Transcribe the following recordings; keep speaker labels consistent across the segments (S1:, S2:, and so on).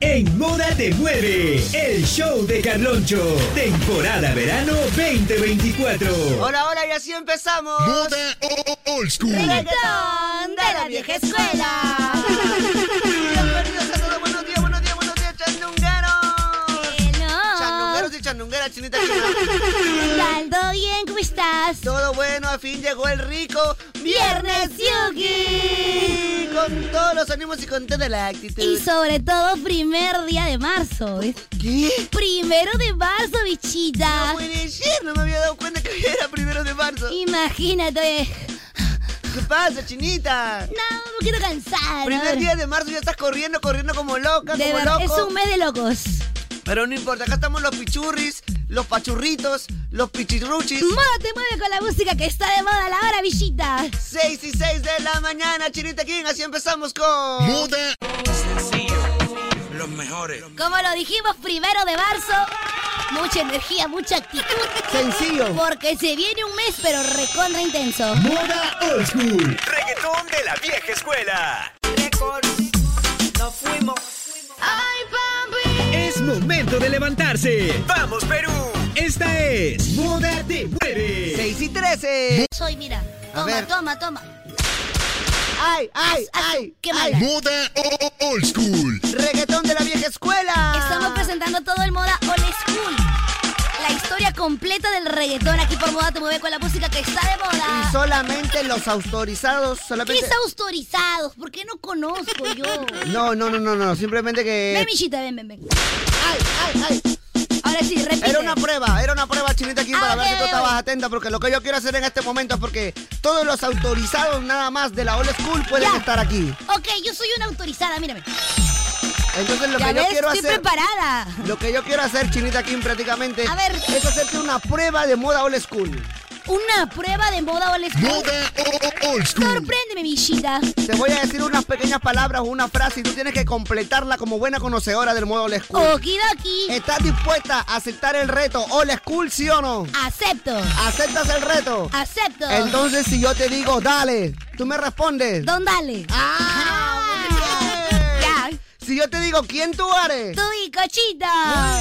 S1: En Moda Te Mueve, el show de Carloncho. Temporada verano 2024.
S2: Hola, hola, y así empezamos.
S3: Moda o- o- Old School.
S4: reggaetón de la vieja escuela.
S2: Bienvenidos a todos. Buenos días, buenos días, buenos días, chandungueros. Chandungueros y chandungueras, chinita china.
S4: ¿Todo bien? ¿Cómo estás?
S2: Todo bueno, al fin llegó el rico
S4: Viernes Yuki.
S2: Y con todos los ánimos y con toda la actitud.
S4: Y sobre todo primer día de marzo. ¿ves?
S2: ¿Qué?
S4: Primero de marzo, bichita.
S2: Puede ser, no me había dado cuenta que hoy era primero de marzo.
S4: Imagínate.
S2: ¿Qué pasa, chinita?
S4: No, me quiero cansar.
S2: Primer día de marzo ya estás corriendo, corriendo como loca,
S4: de
S2: como
S4: verdad,
S2: loco.
S4: es un mes de locos.
S2: Pero no importa, acá estamos los pichurris, los pachurritos, los pichirruchis.
S4: Moda te mueve con la música que está de moda a la hora, bichita.
S2: 6 y 6 de la mañana, Chinita King, así empezamos con...
S3: Moda
S4: Como lo dijimos, primero de marzo, mucha energía, mucha actitud.
S2: Sencillo.
S4: Porque se viene un mes, pero recontra intenso.
S1: Moda Old School.
S5: Reggaetón de la vieja escuela.
S1: Es momento de levantarse.
S5: ¡Vamos, Perú!
S1: Esta es Moda Te Mueve.
S2: 6 y 13.
S4: Soy, mira.
S2: A
S4: Toma,
S2: ver.
S4: toma, toma.
S2: ¡Ay, ay,
S4: Haz, haz,
S2: ay!
S4: qué
S2: ay.
S4: mala.
S3: Moda o- o- Old School.
S2: ¡Reggaetón de la vieja escuela!
S4: Estamos presentando todo el moda old school. La historia completa del reggaetón aquí por Moda Te Mueve con la música que está de
S2: Y
S4: moda.
S2: solamente los autorizados,
S4: ¿Qué
S2: solamente...
S4: es autorizados? ¿Por qué no conozco yo?
S2: No, no, no, no, no, simplemente
S4: Ven,
S2: que...
S4: Michita, ven, ven, ven.
S2: ¡Ay, ay, ay!
S4: Ahora sí, repite.
S2: Era una prueba, era una prueba, Chinita King,
S4: Ah,
S2: para
S4: ok,
S2: ver si tú
S4: ok,
S2: estabas
S4: ok.
S2: atenta, porque lo que yo quiero hacer en este momento es porque todos los autorizados nada más de la old school pueden
S4: Ya.
S2: estar aquí.
S4: Ok, yo soy una autorizada, mírame.
S2: Entonces lo
S4: ya
S2: que yo
S4: ves,
S2: quiero
S4: estoy
S2: hacer...
S4: preparada.
S2: Lo que yo quiero hacer, Chinita Kim, prácticamente
S4: A ver.
S2: es hacerte una prueba de moda old school.
S4: Una prueba de moda old school.
S3: Moda o- o- Old School.
S4: Sorpréndeme, Michita.
S2: Te voy a decir unas pequeñas palabras o una frase y tú tienes que completarla como buena conocedora del modo old school.
S4: Okidoki.
S2: ¿Estás dispuesta a aceptar el reto old school, sí o no?
S4: Acepto.
S2: ¿Aceptas el reto?
S4: Acepto.
S2: Entonces, si yo te digo, dale, tú me respondes.
S4: Don Dale.
S2: ¡Ah!
S4: Ah.
S2: muy bien.
S4: Ya.
S2: Si yo te digo, ¿quién tú eres?
S4: Tú y Cochita.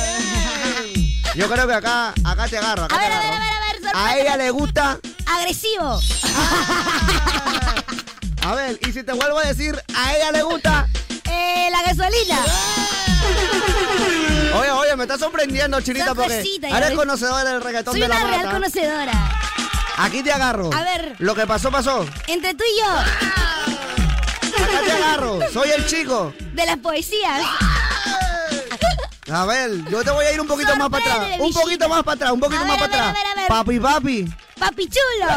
S2: Yo creo que acá, acá te agarro. acá
S4: A ver,
S2: te
S4: a ver, a
S2: agarro.
S4: ver, a ver,
S2: A
S4: sorprende.
S2: ella le gusta
S4: Agresivo.
S2: A ver, y si te vuelvo a decir, a ella le gusta.
S4: Eh, la gasolina.
S2: Oye, oye, me está sorprendiendo, Chinita,
S4: Son
S2: porque
S4: cositas, ya
S2: eres
S4: ves.
S2: conocedor del reggaetón
S4: Soy
S2: de la
S4: una real
S2: mata.
S4: conocedora.
S2: Aquí te agarro.
S4: A ver.
S2: Lo que pasó, pasó.
S4: Entre tú y yo,
S2: Acá te agarro. Soy el chico.
S4: de las poesías.
S2: A ver, yo te voy a ir un poquito más para atrás.
S4: Sorprende,
S2: Un poquito
S4: bichita.
S2: más para atrás, un poquito
S4: A
S2: más
S4: ver,
S2: para
S4: a ver,
S2: atrás.
S4: a ver, a ver.
S2: Papi, papi.
S4: Papi chulo.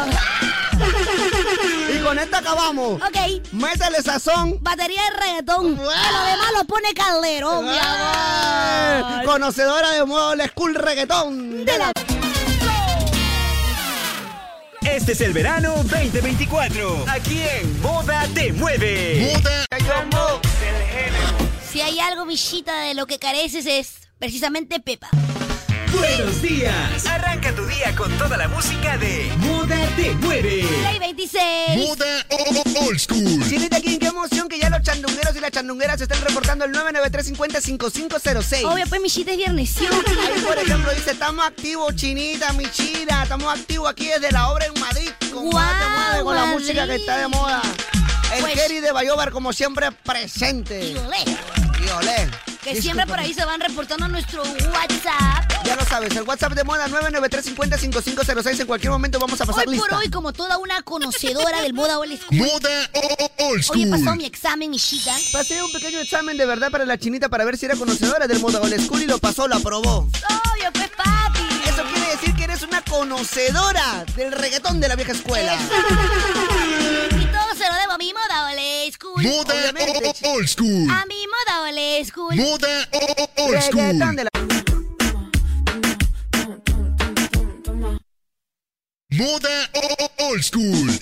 S2: Y con esta acabamos.
S4: Ok.
S2: Métele sazón.
S4: Batería de reggaetón. A lo demás lo pone Calderón, mi
S2: Eh,
S4: amor.
S2: Conocedora de modo old school reggaetón.
S4: De la-
S1: Este es el verano 2024.
S5: Aquí en Moda Te Mueve.
S3: Moda
S4: Si hay algo, Michita, de lo que careces es precisamente Pepa.
S1: Buenos días.
S5: Arranca tu día con toda la música de
S1: Moda Te Mueve.
S4: Play 26.
S3: Moda o- o- Old School.
S2: Chinita King, qué emoción que ya los chandungueros y las chandungueras se están reportando el 993-50-5506.
S4: Obvio, pues Michita es viernes. ¿sí?
S2: Ahí, por ejemplo, dice, estamos activos, Chinita, Michira, estamos activos aquí desde la obra en Madrid. Con,
S4: Guau,
S2: Moda Te Mueve, con la
S4: Madrid.
S2: música que está de moda. El
S4: Pues-
S2: Kerry de Bayobar, como siempre, presente.
S4: Y olé.
S2: Y olé.
S4: Que siempre por ahí se van reportando a nuestro WhatsApp.
S2: Ya lo sabes, el WhatsApp de moda 993-50-5506. En cualquier momento vamos a pasar
S4: Hoy por
S2: lista.
S4: hoy, como toda una conocedora del moda old school,
S3: Moda o- o- Old
S4: hoy he pasado
S3: School.
S4: mi examen, Michita.
S2: Pasé un pequeño examen de verdad para la chinita para ver si era conocedora del moda old school y lo pasó, lo aprobó.
S4: Obvio, pues, papi.
S2: Eso quiere decir que eres una conocedora del reggaetón de la vieja escuela.
S4: Y todo se lo debo a mi moda old school.
S3: Moda o-
S2: Obviamente,
S3: o- Old School.
S4: A mi moda old school.
S3: Moda o- o- Old
S2: Reggaetón
S3: School.
S2: de la...
S6: Moda old school.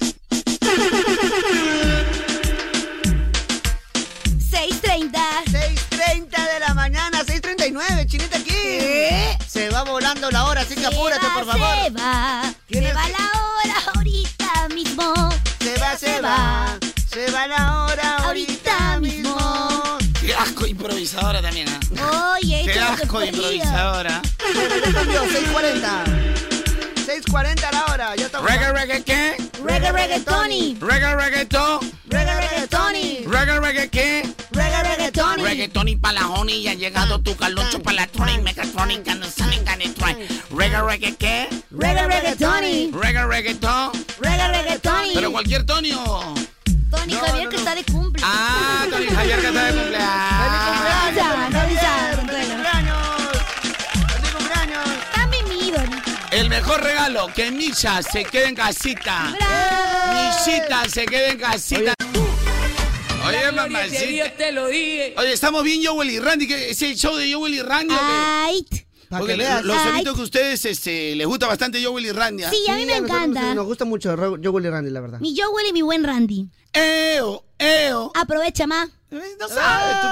S4: 6.30.
S1: 6.30 de la mañana, 6.39, chinita aquí.
S4: ¿Qué?
S1: Se va volando la hora, así que apúrate,
S4: Se va,
S1: por favor.
S4: Se va,
S1: Tienes
S4: se va
S1: que-
S4: la hora ahorita mismo.
S1: Se va, se va. Se va la hora
S4: Ahorita
S1: ahorita mismo.
S4: mismo. Oh.
S7: Qué asco improvisadora también, ¿ah?
S4: Oye,
S7: Qué
S4: esto es lo
S7: asco
S4: que fría.
S7: improvisadora.
S1: Cambio, 6.40. 6.40 la hora, ya estamos.
S7: Reggae, reggae, ¿qué?
S4: Reggae, reggae, Tony.
S7: Reggae, reggaetón.
S1: Regga, reggaetoni.
S7: Reggae, reggae, ¿qué?
S1: Regga, reggaetoni.
S7: Reggaetón y palajoni, ya ha llegado tu calocho para la troni, mecatroni, canusani, canetroni. Reggae, reggae, ¿qué?
S4: Reggae, reggae, Tony.
S7: Reggae, reggaetón.
S4: Reggae, reggae,
S7: Pero
S4: Tony.
S7: cualquier tonio.
S4: Tony
S7: No,
S4: Javier
S7: no,
S4: que
S7: no.
S4: está de cumple.
S7: Ah, Tony Javier que está de Ah. cumpleaños.
S4: Ya, no,
S1: ¡Feliz
S4: ya,
S1: cumpleaños! ¡Feliz
S4: Consuelo.
S1: cumpleaños! ¡Feliz cumpleaños!
S4: Está mimido. Bravo.
S7: El mejor regalo, que Misha se quede en casita. Misita se quede en casita. Oye, mamacita.
S2: te lo dije.
S7: Oye, estamos bien Joel y Randy, que es el show de Joel y Randy. o qué?
S4: Ay, t-
S1: Pa'
S7: Porque
S1: que veas.
S7: los
S4: Ay.
S7: sonidos que ustedes este, les gusta bastante Joel y Randy. ¿ah?
S4: sí, a mí me
S1: nosotros
S4: encanta.
S1: nos- Nos gusta mucho Ro- Yogurt y Randy, la verdad.
S4: Mi Joel y mi buen Randy.
S7: Eo, eo.
S4: Aprovecha más.
S7: Eh, No sabes, tú,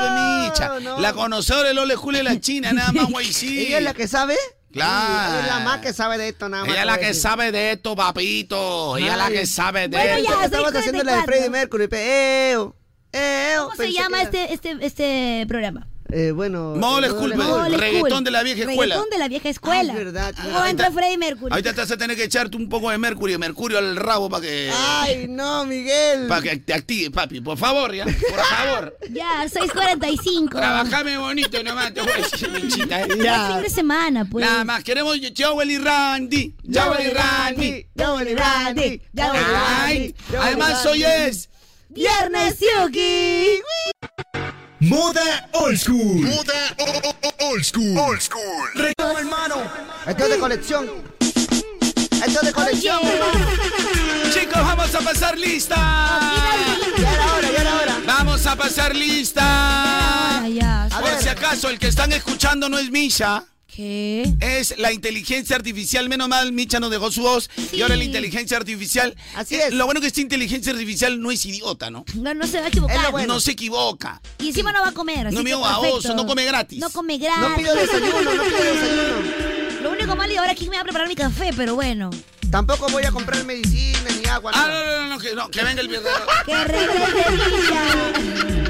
S7: Pemicha.
S1: no.
S7: La conocedora del Ole Julio de la China, nada más, güey, sí.
S1: ¿Ella es la que sabe?
S7: Claro.
S1: Sí, Es la más que sabe de esto, nada más.
S7: Ella es la que sabe de esto, papito. Ella es la que sabe de
S4: Bueno,
S7: esto.
S4: ya,
S1: Estamos
S4: soy
S1: haciendo la de
S4: 44.
S1: Freddie Mercury. pe- eo, eo,
S4: ¿Cómo se
S1: pensé
S4: llama
S1: que
S4: este, este, este programa?
S1: era- Eh, bueno.
S7: Mole
S1: eh,
S7: School,
S1: Mole
S7: pe.
S1: School.
S4: Mole
S7: reggaetón
S4: School.
S7: de la vieja escuela.
S4: Reggaetón de la vieja escuela.
S1: Ah, es verdad, es
S4: ¿Cómo
S1: verdad.
S4: entra Freddie Mercury?
S7: Ahorita te vas a tener que echarte un poco de mercurio, mercurio al rabo para que,
S1: Ay, no, Miguel.
S7: para que te active, papi. Por favor, ya. Por favor.
S4: Ya, 6.45.
S7: Trabajame bonito nomás, te voy a decir, Michita, ¿eh?
S4: Ya. Fin de semana, pues.
S7: Nada más, queremos Joel y Randy. Joel y Randy.
S1: Yogurt y Randy. Yogurt y
S7: Ay,
S1: Randy, Yogurt y
S7: además
S1: Randy.
S7: hoy es.
S4: Viernes Yuki.
S8: Moda old school.
S6: Moda old school. Old school.
S1: Esto es de colección. Esto es de
S4: Oye,
S1: colección.
S7: Chicos, vamos a pasar lista.
S1: Ya era hora, ya era hora.
S7: Vamos a pasar lista.
S4: ay, ya.
S1: A
S7: Por
S1: ver.
S7: si acaso el que están escuchando no es Misha.
S4: ¿Qué?
S7: Es la inteligencia artificial, menos mal Misha nos dejó su voz y
S4: Sí.
S7: ahora la inteligencia artificial.
S1: Así
S7: Eh,
S1: es.
S7: Lo bueno que esta inteligencia artificial no es idiota, ¿no?
S4: No, no se va a
S1: Es
S4: equivocar.
S1: lo bueno.
S7: No se equivoca.
S4: Y encima no va a comer. así
S7: No
S4: que
S7: mío baboso,
S4: perfecto.
S7: no come gratis.
S4: No come gratis.
S1: No pido desayuno, no pido desayuno.
S4: Lo único malo es ahora quién me va a preparar mi café, pero bueno.
S1: Tampoco voy a comprar medicina ni agua.
S7: Ah,
S1: nada.
S7: no, no, no, no, que, no, que venga el viernes.
S4: ¡Que regrese Misha!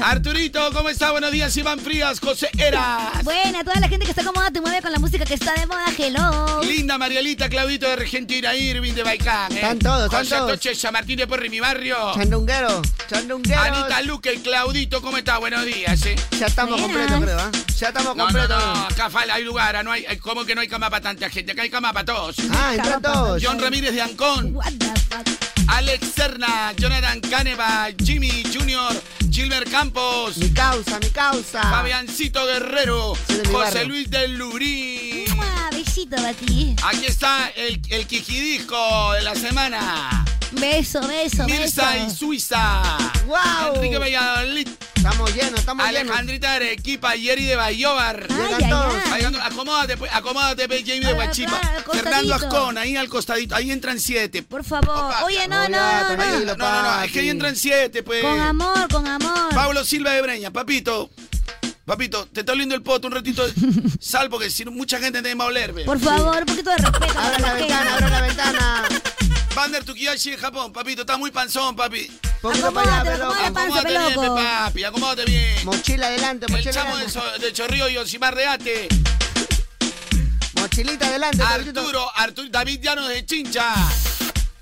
S7: Arturito, ¿cómo está? Buenos días, Iván Frías, José Eras.
S4: Bueno, a toda la gente que está cómoda te mueve con la música que está de moda. Hello.
S7: Linda Marielita, Claudito de Argentina, Irving de Baicán. ¿eh?
S1: Están todos, están
S7: José
S1: todos.
S7: Atoche, San Martín de Porri, mi barrio.
S1: Chandunguero, chandunguero.
S7: Anita Luque, el Claudito, ¿cómo está? Buenos días, ¿eh?
S1: Ya estamos
S4: Buenas.
S1: completos, creo, ¿ah? Ya estamos
S7: No, no, no,
S1: completos.
S7: acá fal- hay lugar, ah, no hay, hay- ¿cómo que no hay cama para tanta gente? Acá hay cama para todos.
S1: Ah, entran todos.
S7: John Ramírez de Ancón,
S4: What the fuck.
S7: Alex Serna, Jonathan Caneva, Jimmy Junior, Gilbert Campos,
S1: Mi causa, mi causa.
S7: Fabiancito Guerrero,
S1: Sí, Ah. de mi
S7: José
S1: barrio.
S7: Luis del Lubrín.
S4: Mua, Besito para ti. eh.
S7: Aquí está el, el Kikidisco de la semana.
S4: Beso, beso,
S7: Mirza y
S4: beso.
S7: Suiza.
S1: Guau.
S7: Enrique Valladolid.
S1: Estamos llenos, estamos llenos.
S7: Alejandrita de Arequipa, Yeri de Bayobar.
S4: Ay,
S1: Llegan
S4: ay,
S1: todos.
S4: ay.
S7: Alejandro, acomódate, pues, acomódate, pues, Jamie de
S4: Ah,
S7: Huachipa.
S4: claro, al costadito.
S7: Fernando Ascón, ahí al costadito, ahí entran siete.
S4: Por favor.
S7: Opa,
S4: Oye, no,
S1: no,
S4: no,
S1: ya,
S4: no.
S7: Ahí-
S1: tranquilo.
S7: no, no, no, es que ahí entran siete, pues.
S4: Con amor, con amor.
S7: Pablo Silva de Breña, papito. Papito, te está oliendo el poto un ratito. Sal, porque si no, mucha gente te va a oler, ve.
S4: Por favor, un poquito de respeto.
S1: Abra la
S4: ¿por qué?
S1: ventana, abra la ventana.
S7: Vander Tukiyashi de Japón, papito, está muy panzón, papi.
S1: Poquito para allá,
S4: Acomódate,
S1: veloz.
S4: acomódate. panza,
S7: Acomódate bien,
S4: peloco.
S7: pe, papi, acomódate bien.
S1: Mochila adelante,
S7: El
S1: mochila
S7: chamo de,
S1: adelante.
S7: So- de Chorrillo y Osimar Reate.
S1: Mochilita adelante. Pedrito.
S7: Arturo, Arturo, David Llanos de Chincha.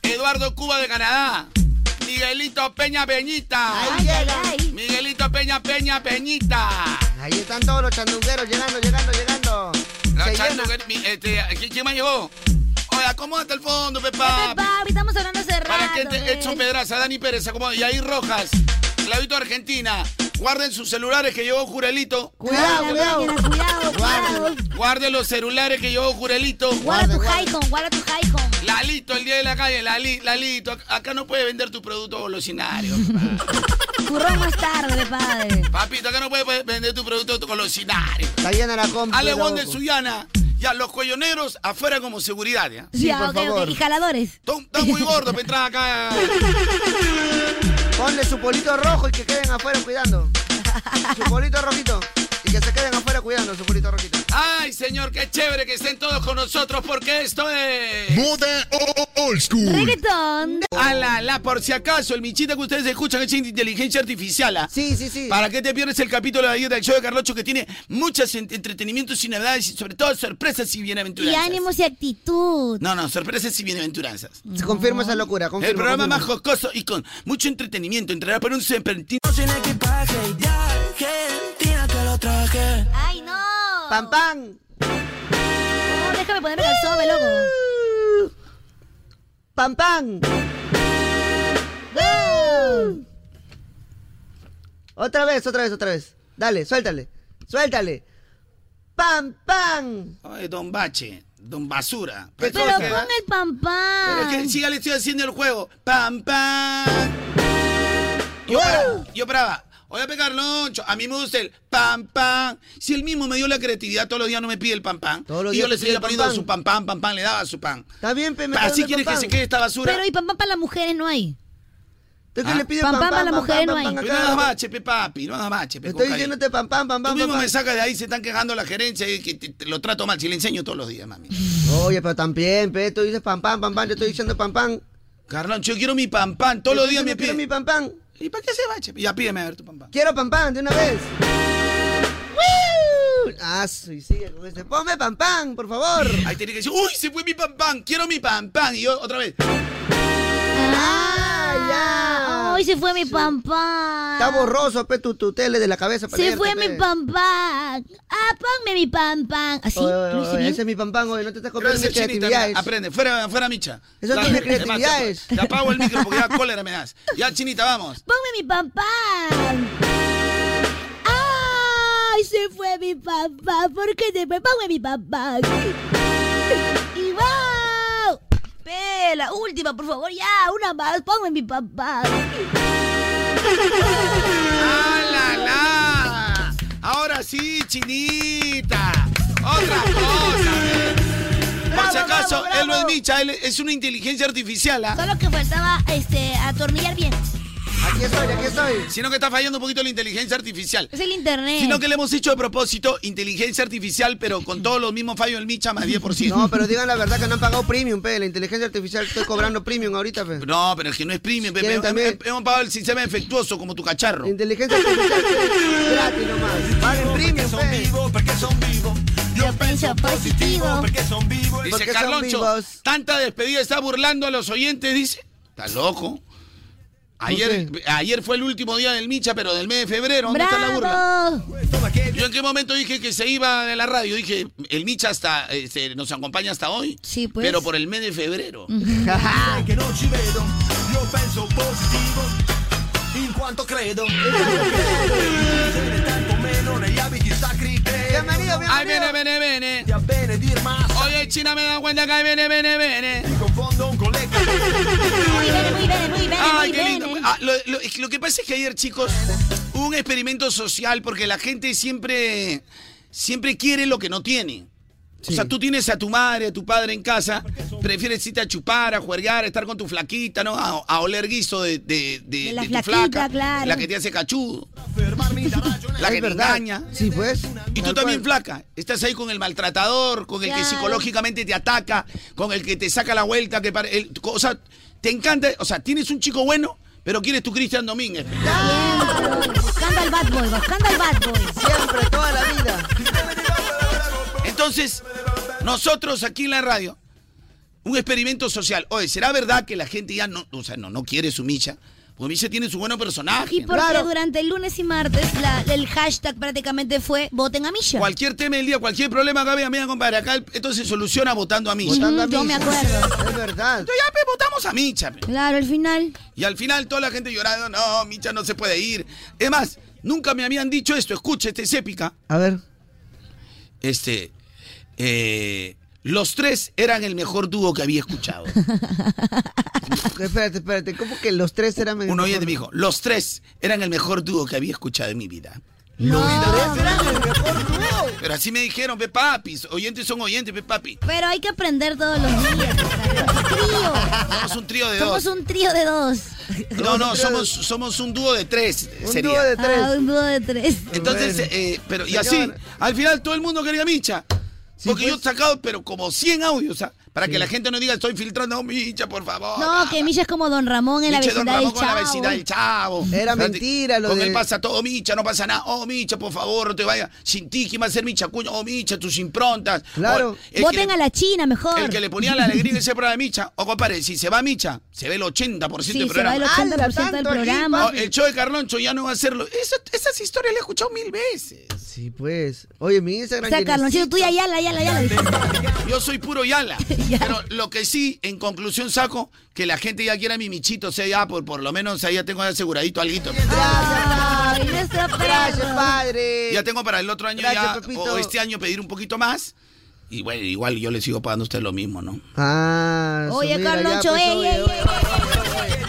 S7: Eduardo Cuba de Canadá. Miguelito Peña Peñita.
S1: Ay.
S4: Ay, ay, ay.
S7: Miguelito Peña Peña Peñita.
S1: Ahí están todos los chandungueros llegando, llegando, llegando.
S7: La
S1: Se
S7: Chandu-
S1: llena.
S7: mi- este, ¿quién, quién más llegó? Oye, acomódate al fondo, Pepa.
S4: Papá, estamos hablando hace rato. pues.
S7: Para que te
S4: ¿ves?
S7: Edson Pedraza, Dani Pérez, acomoda. Y ahí Rojas, Clavito Argentina. Guarden sus celulares que llegó Jurelito.
S4: Guarda
S1: Cuidado,
S4: la
S1: cuidado.
S4: máquina, Cuidado, cuidado.
S7: Guarden los celulares que llegó Jurelito.
S4: Guarda tu
S1: guarda.
S4: Haikon, guarda tu Haikon.
S7: Lalito, el día de la calle, Lali- Lalito, ac- acá no puedes vender tu producto golosinario. pa.
S4: Currón más tarde, padre.
S7: Papito, acá no puedes vender tu producto golosinario.
S1: Está llena la compra.
S7: Ale Won de
S1: loco.
S7: Suyana, y a los cuellos negros afuera como seguridad, ¿ya?
S4: Sí, ah, ok, ok. Y jaladores.
S7: Está está muy gordo para entrar acá.
S1: Ponle su polito rojo y que queden afuera cuidando. Su polito rojito. Y que se queden afuera cuidando su polito rojito.
S7: Ay, señor, qué chévere que estén todos con nosotros porque esto es...
S6: Moda o- o- old school.
S4: Reggaetón.
S7: A la, la, por si acaso, el michita que ustedes escuchan es inteligencia artificial, ¿ah?
S1: Sí, sí, sí.
S7: ¿Para qué te pierdes el capítulo de ayer del show de Carlocho que tiene muchos ent- entretenimientos y novedades y sobre todo sorpresas y
S4: Y
S7: bienaventuranzas?
S4: ánimos y actitud.
S7: No, no, sorpresas y bienaventuranzas.
S1: Se confirma esa locura, confirma.
S7: el programa
S1: confirma.
S7: más jocoso y con mucho entretenimiento entrará por un serpentín.
S4: Ay, no.
S1: ¡Pam, pam!
S4: No, déjame ponerme calzón, ve, loco.
S1: ¡Pam, pam! Otra vez, otra vez, otra vez. Dale, suéltale. Suéltale. ¡Pam, pam!
S7: Ay, don Bache, don Basura.
S1: Pero
S7: ¿Para
S4: Pero
S7: todo
S4: pon
S7: queda?
S4: el
S7: Pero es que
S4: pampán.
S7: siga le estoy haciendo el juego. Pam, pam. Yo, para- yo paraba. Voy a pegar loncho. A mí me gusta el pam, pam. Si él mismo me dio la creatividad, todos los días no me pide el pam, pam.
S1: Todos los
S7: y yo
S1: días
S7: le
S1: te pide
S7: seguía
S1: el pam,
S7: poniendo
S1: pam.
S7: su pam, pam, pam, pam. Le daba su pan.
S1: Está bien, pe, me
S7: ¿Así
S1: pone
S7: quieres
S1: pam,
S7: que
S1: pam.
S7: se quede esta basura?
S4: Pero y pampán para las mujeres no hay.
S1: Entonces
S7: Ah.
S1: le pide
S4: Pam,
S1: pam,
S4: pam,
S1: pam,
S4: a
S1: pam,
S4: la
S1: pam,
S4: mujer
S1: pam,
S4: no
S1: pam,
S4: hay.
S1: acá.
S7: Pero no hagas bache, pe, papi. No hagas bache, pe,
S1: Estoy este
S7: cocaína.
S1: diciéndote pam, pam,
S7: Tú
S1: pam, pam,
S7: mismo
S1: pam.
S7: me sacas de ahí, se están quejando la gerencia y que te- te lo trato mal. Si le enseño todos los días, mami.
S1: Oye, pero también, pe, tú dices pam, pam, pam, pam. Yo estoy diciendo pam, pam.
S7: Carlón, yo quiero mi pam, pam. Todos los
S1: Yo
S7: días me
S1: quiero
S7: pide.
S1: mi pam, pam.
S7: ¿Y para qué se bache? Ya pídeme a ver tu pam, pam.
S1: Quiero pam, pam, de una vez. ¡Woo! Ah, sí, sigue con ese. Ponme pam, pam, por favor.
S7: Ahí tiene que decir, uy, se fue mi pam, pam. Quiero mi pam, pam. Y yo otra vez.
S1: Ah, ya.
S4: Ay, se fue mi pampán.
S1: Está borroso, pe, tu, tu tele de la cabeza. pa'
S4: Se
S1: leerte,
S4: fue
S1: pe.
S4: mi pampán. Ah, ponme mi pampán. Así,
S1: Oye,
S4: ¿lo
S1: oye,
S4: hice
S1: oye,
S4: bien?
S1: ese es mi pam, pam, oye, no te estás copiando
S7: Gracias,
S1: mis
S7: Chinita.
S1: creatividades.
S7: Aprende, fuera, fuera micha.
S1: Esas son
S7: Dale,
S1: mis
S7: además,
S1: creatividades.
S7: Te, pues. te apago el micro porque ya cólera me das. Ya, Chinita, vamos.
S4: Ponme mi pampán. Ay, se fue mi pampán. ¿Por qué se fue? Ponme mi pampán. Y wow. Pe, la última, por favor, ya, una más. Ponme mi pampán.
S7: ¡Ah, la, la! Ahora sí, Chinita. Otra cosa. pe. Por si acaso, él no es micha, él es una inteligencia artificial, ¿ah?
S4: Solo que faltaba este atornillar bien.
S1: Aquí estoy, aquí estoy.
S7: Sino que está fallando un poquito la inteligencia artificial.
S4: Es el internet.
S7: Sino que le hemos hecho de propósito inteligencia artificial, pero con todos los mismos fallos del Micha más 10%.
S1: No, pero digan la verdad que no han pagado premium, pe. La inteligencia artificial estoy cobrando premium ahorita, pe.
S7: No, pero es que no es premium. pe-
S1: ¿Quieren
S7: pe-
S1: también?
S7: pe- Hemos pagado el sistema defectuoso como tu cacharro.
S1: Inteligencia artificial, pe. Gratis nomás. Paguen premium, pues. pe.
S4: yo pienso positivo.
S7: Dice
S1: Porque son
S7: Carloncho,
S1: vivos.
S7: tanta despedida está burlando a los oyentes, dice. Está loco. Ayer, ayer fue el último día del Micha, pero del mes de febrero. ¿Dónde está la burla?
S4: ¡Bravo!
S7: Yo en qué momento dije que se iba de la radio. Dije, el Micha hasta, eh, se- nos acompaña hasta hoy.
S4: Sí, pues.
S7: Pero por el mes de febrero.
S1: Bienvenido,
S7: Ay, viene,
S1: bienvenido.
S7: viene, viene. Oye, China, me da cuenta que ahí viene, viene, viene.
S4: Muy bien, muy bien, muy bien,
S7: Ay,
S4: muy
S7: qué
S4: bien.
S7: lindo. Ah, lo, lo- es que lo que pasa es que ayer, chicos, hubo un experimento social porque la gente siempre, siempre quiere lo que no tiene. O sea, tú tienes a tu madre, a tu padre en casa, prefieres irte a chupar, a juergar, a estar con tu flaquita, ¿no? A, a oler guiso de, de- de-
S4: De la
S7: de tu
S4: flaquita,
S7: flaca,
S4: claro.
S7: la que te hace cachudo, la que
S1: Es
S7: te
S1: verdad.
S7: engaña.
S1: Sí, pues.
S7: Y tú
S1: Tal
S7: también,
S1: cual.
S7: flaca, estás ahí con el maltratador, con el que
S4: Claro.
S7: psicológicamente te ataca, con el que te saca la vuelta, que para, el- o sea, te encanta, o sea, tienes un chico bueno, pero quieres tu Cristian Domínguez.
S4: Siempre, Buscando al bad boy, buscando al bad boy.
S1: Siempre, toda la vida.
S7: Entonces, nosotros aquí en la radio, un experimento social. Oye, ¿será verdad que la gente ya no, o sea, no, no quiere su Micha? Porque Micha tiene su buen
S4: Y
S7: personaje.
S4: porque
S1: Claro.
S4: durante el lunes y martes la- el hashtag prácticamente fue voten a Misha.
S7: Cualquier tema del día, cualquier problema que había, mira, compadre, acá el- entonces se soluciona votando a Micha.
S1: Votando a
S4: Mm, yo
S1: mí.
S4: me acuerdo.
S1: Es verdad.
S7: Entonces ya pues, votamos a Micha. pues.
S4: Claro, al final.
S7: Y al final toda la gente llorando, no, Micha no se puede ir. Es más, nunca me habían dicho esto, escucha, este es épica.
S1: A ver.
S7: Este, eh, los tres eran el mejor dúo que había escuchado.
S1: Espérate, espérate. ¿Cómo que los tres eran medio-
S7: Un oyente me dijo, los tres eran el mejor dúo que había escuchado en mi vida.
S1: Los tres eran el mejor dúo.
S7: Pero así me dijeron, ve papi. Oyentes son oyentes, ve papi.
S4: Pero hay que aprender todos los días.
S7: Somos un trío de dos.
S4: Somos un trío de dos.
S7: No, no, somos, somos un dúo de tres.
S4: Un
S7: sería.
S4: dúo de tres. Ah, un dúo de tres.
S7: Entonces,
S4: Bueno.
S7: eh, pero, y así,
S4: Señor.
S7: al final todo el mundo quería micha. Porque
S1: pues.
S7: yo he sacado, pero como 100 audios, ¿ah? para que la gente no diga, estoy filtrando, micha, por favor.
S4: No, que Misha es como Don Ramón en la
S7: Micha, don
S4: vecindad del
S7: Ramón con la
S4: Chavo.
S7: vecindad del Chavo.
S2: Era
S7: O sea,
S2: mentira lo
S7: Con
S2: de-
S7: él pasa todo, Micha, no pasa nada. Oh, Micha, por favor, no te vayas. Sin ti, ¿quién va a ser Micha Cuño? Oh, Micha, tus improntas. Oh, el que
S4: Voten
S7: le-
S4: a la China mejor.
S7: El que le ponía la alegría en ese programa de Micha. O compadre, si se va Micha, se ve el 80%
S4: Sí,
S7: del
S4: se va
S7: programa.
S4: el 80%
S2: Ah,
S4: del programa.
S7: Oh, el show de Carloncho ya no va a hacerlo. Eso- esas historias las he escuchado mil veces.
S2: Sí, pues. Oye, mi Instagram.
S4: O sea, Carlonchito, tú ya, ya, ya, ya,
S7: Yo soy puro Yala. Pero lo que sí, en conclusión, saco que la gente ya quiera mi michito. O sea, ya por, por lo menos ahí ya tengo aseguradito algo.
S4: Ay, nuestro
S2: Gracias,
S4: perro.
S2: padre.
S7: Ya tengo para el otro año
S2: Gracias,
S7: ya,
S2: Pepito.
S7: o, o este año pedir un poquito más. Y bueno, igual yo le sigo pagando a usted lo mismo, ¿no?
S2: Ah, eso,
S4: Oye,
S2: mira, ya,
S4: Carloncho,
S2: pues,
S4: ey,
S2: oye,
S4: ey,
S2: oye.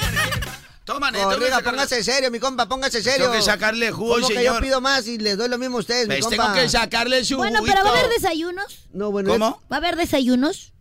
S7: Toma,
S2: Corriga, Oh, póngase serio, mi compa, póngase serio.
S7: Tengo que sacarle jugo,
S2: ¿Cómo que yo
S7: señor?
S2: pido más y les doy lo mismo a ustedes, mi
S7: Pues
S2: compa.
S7: tengo que sacarle su
S4: Bueno, pero va a
S7: juguito.
S4: haber desayunos.
S2: No, bueno.
S7: ¿Cómo?
S4: ¿Va a haber desayunos?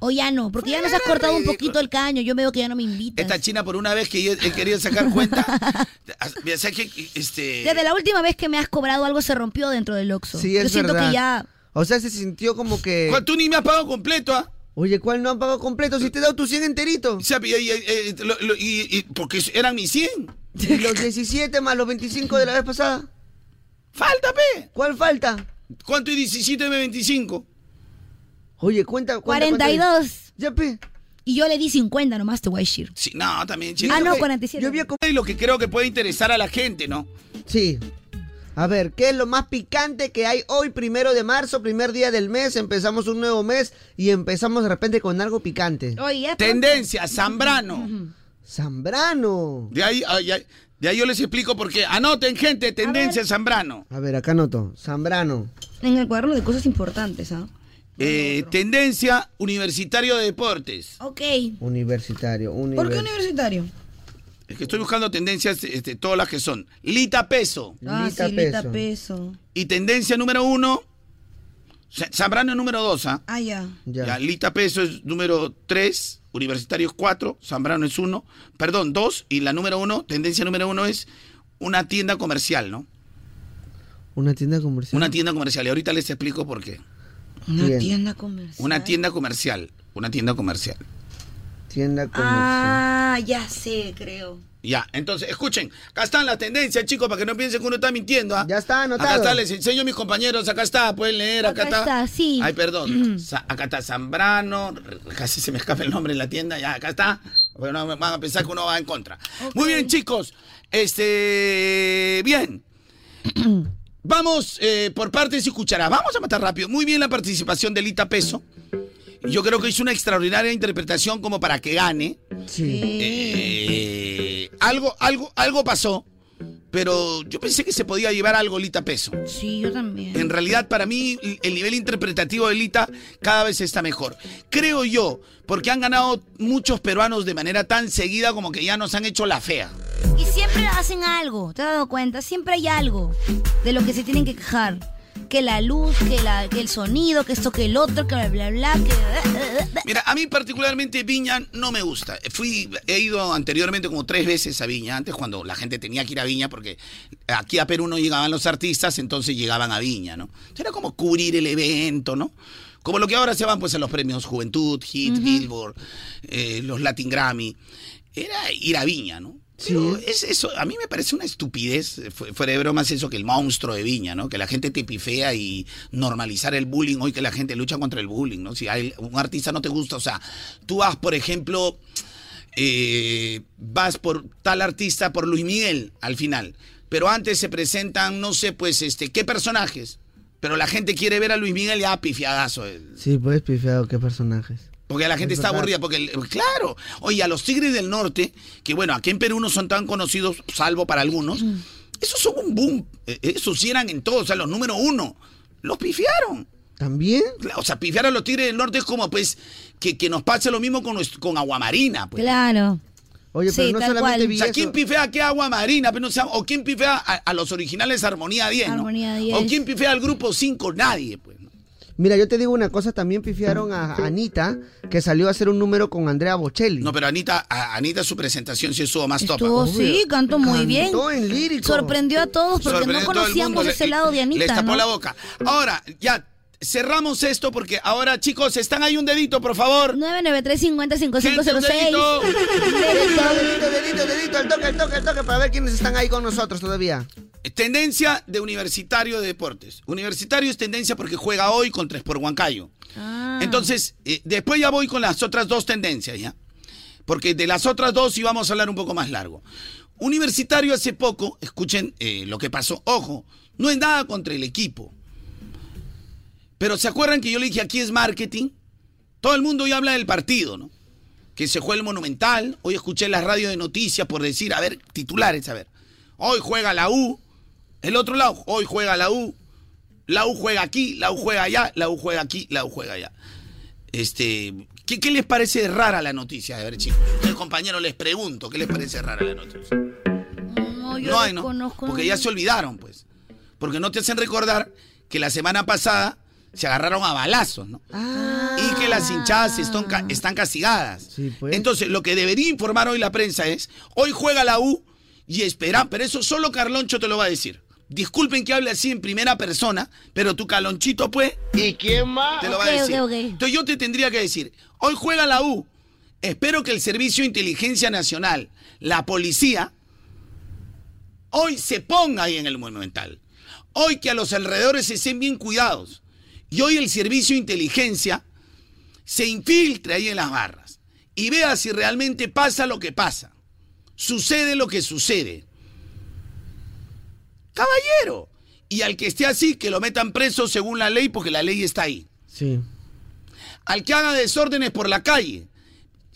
S4: ¿O ya no? Porque ya nos has cortado un
S7: ridículo.
S4: poquito el caño. Yo veo que ya no me invitas.
S7: Esta china por una vez que yo eh, quería sacar cuenta. Mira, ¿sabes qué? Este,
S4: Desde la última vez que me has cobrado algo se rompió dentro del Oxxo.
S2: Sí, es
S4: Yo siento
S2: verdad.
S4: que ya...
S2: O sea, se sintió como que.
S7: Juan, Tú ni me has pagado completo, ¿ah?
S2: Oye, ¿cuál no han pagado completo? Si te he dado tu 100 enterito.
S7: O sea, y- y- y- lo- lo- y- y- porque eran mis 100.
S2: Y los 17 más los 25 de la vez pasada.
S7: Falta, pe.
S2: ¿Cuál falta?
S7: ¿Cuánto es 17 de 25?
S2: Oye, cuenta. cuenta cuánto es.
S4: 42.
S2: Ya, pe.
S4: Y yo le di 50 nomás, te voy a decir.
S7: Sí, no, también
S4: Ah,
S7: china.
S4: no,
S2: Yo-
S4: 47.
S2: Yo había com-
S7: Y lo que creo que puede interesar a la gente, ¿no?
S2: Sí. A ver, ¿qué es lo más picante que hay hoy, primero de marzo, primer día del mes? Empezamos un nuevo mes y empezamos de repente con algo picante.
S4: Oye, ya, pues.
S7: Tendencia, Zambrano.
S2: Zambrano.
S7: De ahí, ay, ay, de ahí yo les explico por qué. Anoten, gente, tendencia, Zambrano.
S2: A ver, acá noto. Zambrano.
S4: En el cuaderno de cosas importantes, ¿ah?
S7: Eh, tendencia, Universitario de Deportes.
S4: Ok.
S2: Universitario.
S4: ¿Por qué
S2: universitario.
S4: universitario?
S7: Es que estoy buscando tendencias, este, todas las que son. Lita Peso.
S4: Ah, sí, lita peso.
S7: Y tendencia número uno, Sa- Zambrano es número dos, ¿ah?
S4: Ah, ya.
S2: Ya.
S7: Ya, Lita Peso es número 3, Universitarios 4, Zambrano es 1, perdón, 2, y la número 1, tendencia número 1 es una tienda comercial, ¿no?
S2: Una tienda comercial.
S7: Una tienda comercial, y ahorita les explico por qué.
S4: Una
S2: Bien.
S4: tienda comercial.
S7: Una tienda comercial, una tienda comercial.
S2: Tienda comercial.
S4: Ah, ya sé, creo.
S7: Ya, entonces, escuchen, acá están las tendencias, chicos, para que no piensen que uno está mintiendo, ¿ah?
S2: Ya está anotado.
S7: Acá está, les enseño a mis compañeros, acá está, pueden leer, acá,
S4: Acá está, sí.
S7: Ay, perdón. Sa- acá está Zambrano, r- casi se me escapa el nombre en la tienda, ya, acá está. Bueno, van a pensar que uno va en contra. Muy bien, chicos. Este, bien. Vamos eh, por partes y cucharadas. Vamos a matar rápido. Muy bien la participación de Lita Peso. Yo creo que hizo una extraordinaria interpretación como para que gane.
S2: Sí.
S7: Eh, algo, algo, algo pasó, pero yo pensé que se podía llevar algo Lita Peso.
S4: Sí, yo también.
S7: En realidad, para mí, el nivel interpretativo de Lita cada vez está mejor. Creo yo, porque han ganado muchos peruanos de manera tan seguida como que ya nos han hecho la fea.
S4: Y siempre hacen algo, ¿te has dado cuenta? Siempre hay algo de lo que se tienen que quejar. Que la luz, que, la, que el sonido, que esto, que el otro, que bla, bla, bla, que...
S7: Mira, a mí particularmente Viña no me gusta. Fui, he ido anteriormente como tres veces a Viña, antes cuando la gente tenía que ir a Viña, porque aquí a Perú no llegaban los artistas, entonces llegaban a Viña, ¿no? Era como cubrir el evento, ¿no? Como lo que ahora se van pues a los premios Juventud, Hit, Billboard, eh, los Latin Grammy. Era ir a Viña, ¿no? Pero es eso, a mí me parece una estupidez, eh, fu- fuera de bromas eso que el monstruo de Viña, ¿no? Que la gente te pifea y normalizar el bullying, hoy que la gente lucha contra el bullying, ¿no? Si hay- un artista no te gusta, o sea, tú vas, por ejemplo, eh, vas por tal artista, por Luis Miguel, al final, pero antes se presentan, no sé, pues, este, ¿qué personajes? Pero la gente quiere ver a Luis Miguel ya pifiadazo. eh.
S2: Sí, pues pifiado, qué personajes.
S7: Porque la gente
S2: Es
S7: está
S2: verdad.
S7: aburrida, porque, el- claro, oye, a los Tigres del Norte, que bueno, aquí en Perú no son tan conocidos, salvo para algunos,
S2: Mm.
S7: esos son un boom, eh, esos sí eran en todos, o sea, los número uno, los pifiaron.
S2: ¿También?
S7: O sea, pifiar a los Tigres del Norte es como, pues, que, que nos pase lo mismo con, nuestro- con Aguamarina, pues.
S4: Claro.
S2: Oye, pero no solamente vi
S7: O sea,
S2: eso.
S7: ¿quién pifea qué agua marina? Pero no sea- o quién pifea a, a los originales Armonía 10, ¿no?
S4: Armonía 10.
S7: O quién pifea al grupo 5, nadie, pues.
S2: Mira, yo te digo una cosa, también pifiaron a Anita, que salió a hacer un número con Andrea Bocelli.
S7: No, pero Anita, a- Anita su presentación sí estuvo más topa.
S4: Estuvo, sí, cantó muy bien.
S2: Cantó en lírico.
S4: Sorprendió a todos porque
S7: Sorprendió
S4: no
S7: a todo el
S4: conocíamos
S7: mundo,
S4: ese
S7: le-
S4: lado de Anita.
S7: Les tapó
S4: ¿no?
S7: la boca. Ahora, ya, cerramos esto porque ahora, chicos, están ahí un dedito, por favor.
S4: 993 50
S7: dedito.
S4: 5506
S2: Dedito, dedito, dedito, al toque, al toque, al toque, para ver quiénes están ahí con nosotros todavía.
S7: Eh, Tendencia de universitario de deportes. Universitario es tendencia porque juega hoy con 3 por Huancayo.
S1: Ah.
S7: Entonces, eh, después ya voy con las otras dos tendencias, ¿ya? Porque de las otras dos sí vamos a hablar un poco más largo. Universitario hace poco, escuchen eh, lo que pasó. Ojo, no es nada contra el equipo. Pero ¿se acuerdan que yo le dije aquí es marketing? Todo el mundo ya habla del partido, ¿no? Que se juega el Monumental. Hoy escuché las radios de noticias por decir, a ver, titulares, a ver. Hoy juega la U. El otro lado, hoy juega la U. La U juega aquí, la U juega allá, la U juega aquí, la U juega allá. Este, ¿qué, qué les parece rara la noticia? A ver, chicos. Ustedes, compañeros, les pregunto, ¿qué les parece rara la noticia?
S4: No, yo
S7: No hay, ¿no?
S4: conozco.
S7: Porque ya se olvidaron, pues. Porque no te hacen recordar que la semana pasada se agarraron a balazos, ¿no?
S4: Ah.
S7: Y que las hinchadas están, ca- están castigadas.
S2: Sí, pues.
S7: Entonces, lo que debería informar hoy la prensa es, hoy juega la U y espera, pero eso solo Carloncho te lo va a decir. Disculpen que hable así en primera persona, pero tu Carlonchito, pues... ¿Y quién más? Te lo va
S4: Ok,
S7: a decir.
S4: ok, ok.
S7: Entonces yo te tendría que decir, hoy juega la U, espero que el Servicio de Inteligencia Nacional, la policía, hoy se ponga ahí en el Monumental. Hoy que a los alrededores estén bien cuidados. Y hoy el Servicio de Inteligencia se infiltre ahí en las barras y vea si realmente pasa lo que pasa. Sucede lo que sucede. Caballero. Y al que esté así, que lo metan preso según la ley, porque la ley está ahí.
S2: Sí.
S7: Al que haga desórdenes por la calle.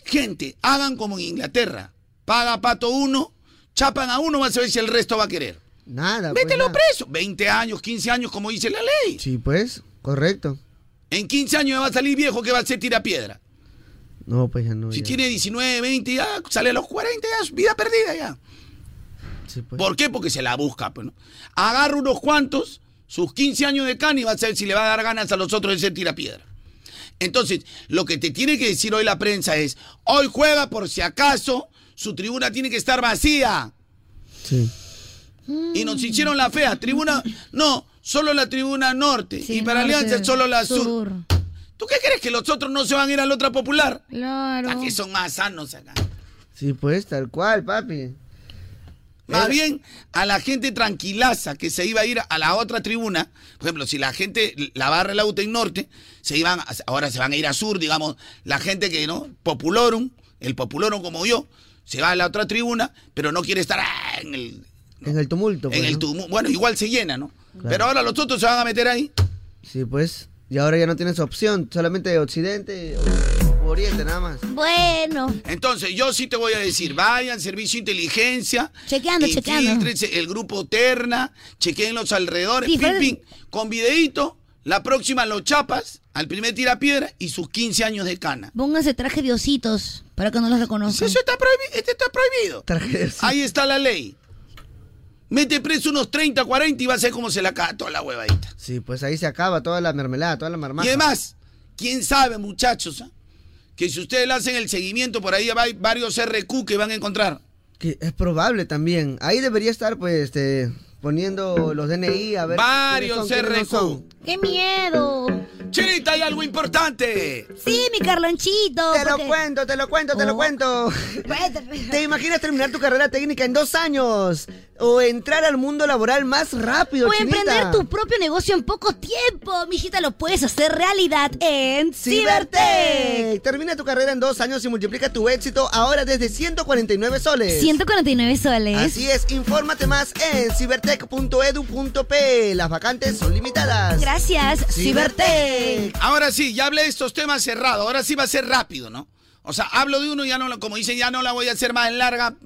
S7: Gente, hagan como en Inglaterra. Paga pato uno, chapan a uno, vas a ver si el resto va a querer.
S2: Nada. pues,
S7: Mételo
S2: nada.
S7: preso. 20 años, 15 años, como dice la ley.
S2: Sí, pues, correcto.
S7: En 15 años ya va a salir viejo que va a ser tirapiedra.
S2: No, pues ya no.
S7: Si
S2: ya.
S7: tiene 19, 20, ya sale a los 40, ya es vida perdida ya.
S2: Sí, pues.
S7: ¿Por qué? Porque se la busca. Pues, ¿no? Agarra unos cuantos, sus 15 años de cana y va a saber si le va a dar ganas a los otros de ser tirapiedra. Entonces, lo que te tiene que decir hoy la prensa es, hoy juega por si acaso, su tribuna tiene que estar vacía.
S2: Sí.
S7: Y
S4: Mm.
S7: nos hicieron la fea. Tribuna, no, solo la tribuna norte.
S4: Sí,
S7: y para
S4: norte,
S7: Alianza, solo la sur. ¿Tú qué crees que los otros no se van a ir a la otra popular?
S4: Claro. Eh.
S7: Aquí son más sanos acá.
S2: Sí, pues, tal cual, papi.
S7: Más bien a la gente tranquilaza que se iba a ir a la otra tribuna. Por ejemplo, si la gente, la barra del auto en norte, se iban, a- ahora se van a ir a sur, digamos, la gente que no, populorum, el populorum como yo, se va a la otra tribuna, pero no quiere estar ah, en el,
S2: En el tumulto.
S7: en
S2: pues,
S7: el
S2: ¿no?
S7: tumu- Bueno, igual se llena, ¿no? Pero ahora los otros se van a meter ahí.
S2: Sí, pues. Y ahora ya no tienes opción, solamente Occidente este, o Oriente, nada más.
S4: Bueno,
S7: Entonces, yo sí te voy a decir, vayan, servicio de inteligencia.
S4: Chequeando, chequeando.
S7: infíltrense, El grupo Terna, chequeen los alrededores,
S4: Sí,
S7: pim,
S4: pero-
S7: pim, con videíto. La próxima los chapas, al primer tirapiedra y sus 15 años de cana.
S4: pónganse traje de ositos para que no los
S7: Eso
S4: reconozcan.
S7: está, prohibi- este está prohibido.
S2: Trajes.
S7: Ahí está la ley. Mete preso unos 30, 40 y va a ser como se la caga toda la huevadita.
S2: Sí, pues ahí se acaba toda la mermelada, toda la marmada.
S7: Y además, quién sabe, muchachos, ah? que si ustedes le hacen el seguimiento, por ahí hay varios RQ que van a encontrar.
S2: Que es probable también. Ahí debería estar, pues, este, poniendo los DNI a ver.
S7: Varios
S2: quiénes
S7: RQ.
S2: son,
S4: ¡Qué
S2: quiénes
S4: miedo!
S7: Chinita, hay algo importante.
S4: Sí, mi Carlonchito.
S2: no son. Te
S4: porque-
S2: lo cuento, te lo cuento, te
S4: Oh.
S2: lo cuento.
S4: Cuéntame.
S2: ¿Te imaginas terminar tu carrera técnica en dos años? O entrar al mundo laboral más rápido,
S4: O
S2: chinita?
S4: emprender tu propio negocio en poco tiempo, mijita, lo puedes hacer realidad en Cibertech.
S2: Cibertech. Termina tu carrera en dos años y multiplica tu éxito ahora desde 149 soles.
S4: 149 soles.
S2: Así es, infórmate más en cibertech.edu.p. Las vacantes son limitadas.
S4: Gracias, Cibertech.
S2: Cibertech.
S7: Ahora sí, ya hablé de estos temas cerrados. Ahora sí va a ser rápido, ¿no? O sea, hablo de uno y ya no, lo- como dicen, ya no la voy a hacer más larga. mm,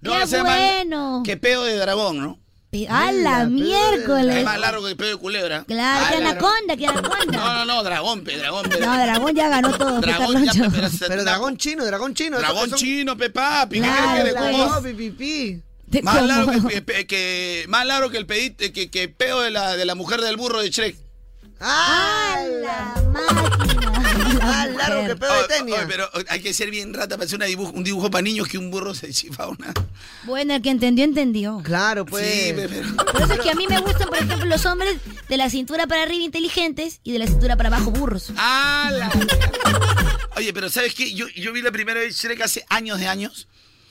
S7: No
S4: ¡Qué
S7: va a ser más-
S4: bueno!
S7: Que pedo de dragón, ¿no?
S4: Pe- ¡A la
S7: Es
S4: miércoles!
S7: más largo que el pedo de culebra.
S4: Claro, que
S7: Ah,
S4: anaconda, que anaconda.
S7: No, no, no, dragón, pe, dragón, pe.
S4: No, Dragón ya ganó todo. fue
S7: Dragón,
S4: Carloncho.
S7: ya, pero,
S2: Pero dragón chino, dragón chino.
S7: Dragón chino, pe papi. ¿Qué
S4: Claro,
S7: quieres que le
S4: pues.
S7: coma?
S2: No, pipipí.
S7: Más
S4: como-
S7: largo que, el pe- pe- que- más largo que el pedi- que, que el pedo de la, de la mujer del burro de Shrek.
S2: ¡Ah! ¡Ah, largo que pedo de tenis!
S7: Oye, pero hay que ser bien rata para hacer una dibujo- un dibujo para niños que un burro se chifa una.
S4: Bueno, el que entendió, entendió.
S2: Claro, pues.
S7: Sí, pe- pero-
S4: Por eso es que a mí me gustan, por ejemplo, los hombres de la cintura para arriba inteligentes y de la cintura para abajo burros.
S7: ¡Ah, la- Oye, pero ¿sabes qué? Yo, yo vi la primera vez Shrek hace años de años.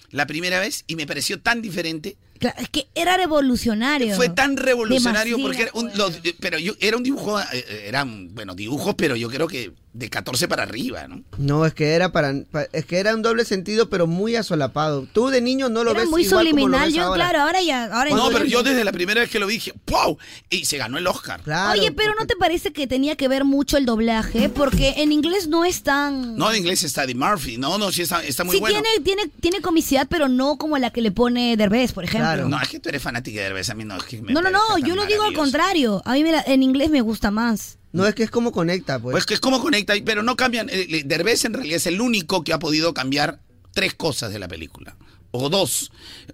S7: La primera vez y me pareció tan diferente.
S4: Claro, es que era revolucionario.
S7: Fue tan revolucionario
S4: Demasiado,
S7: porque era un, los- eh, pero yo, era un dibujo, eh, eh, eran, bueno, dibujos, pero yo creo que de 14 para arriba, ¿no?
S2: No, es que era para, pa- es que era un doble sentido, pero muy asolapado. Tú de niño no lo
S4: Era
S2: ves
S4: muy
S2: igual como lo
S4: subliminal.
S2: ves
S4: Yo,
S2: ahora.
S4: claro, ahora ya. Ahora
S7: No,
S4: ya-
S7: pero yo desde la primera vez que lo vi dije, ¡wow! Y se ganó el Oscar.
S2: Claro,
S4: Oye, pero ¿no
S2: porque-
S4: te parece que tenía que ver mucho el doblaje? Porque en inglés no es tan...
S7: No, de inglés está de Murphy. No, no, sí está, está muy
S4: sí
S7: bueno.
S4: tiene, tiene, tiene comicidad, pero no como la que le pone Derbez, por ejemplo.
S2: Claro.
S7: No, es que tú eres fanática de Derbez, a mí no es que me
S4: No, no,
S7: parezca
S4: no,
S7: tan
S4: yo lo digo al
S7: maravilloso.
S4: contrario. A mí me la- en inglés me gusta más.
S2: No es que es como conecta, pues.
S7: Pues que es como conecta, pero no cambian. Eh, eh, Derbez en realidad es el único que ha podido cambiar tres cosas de la película. O dos.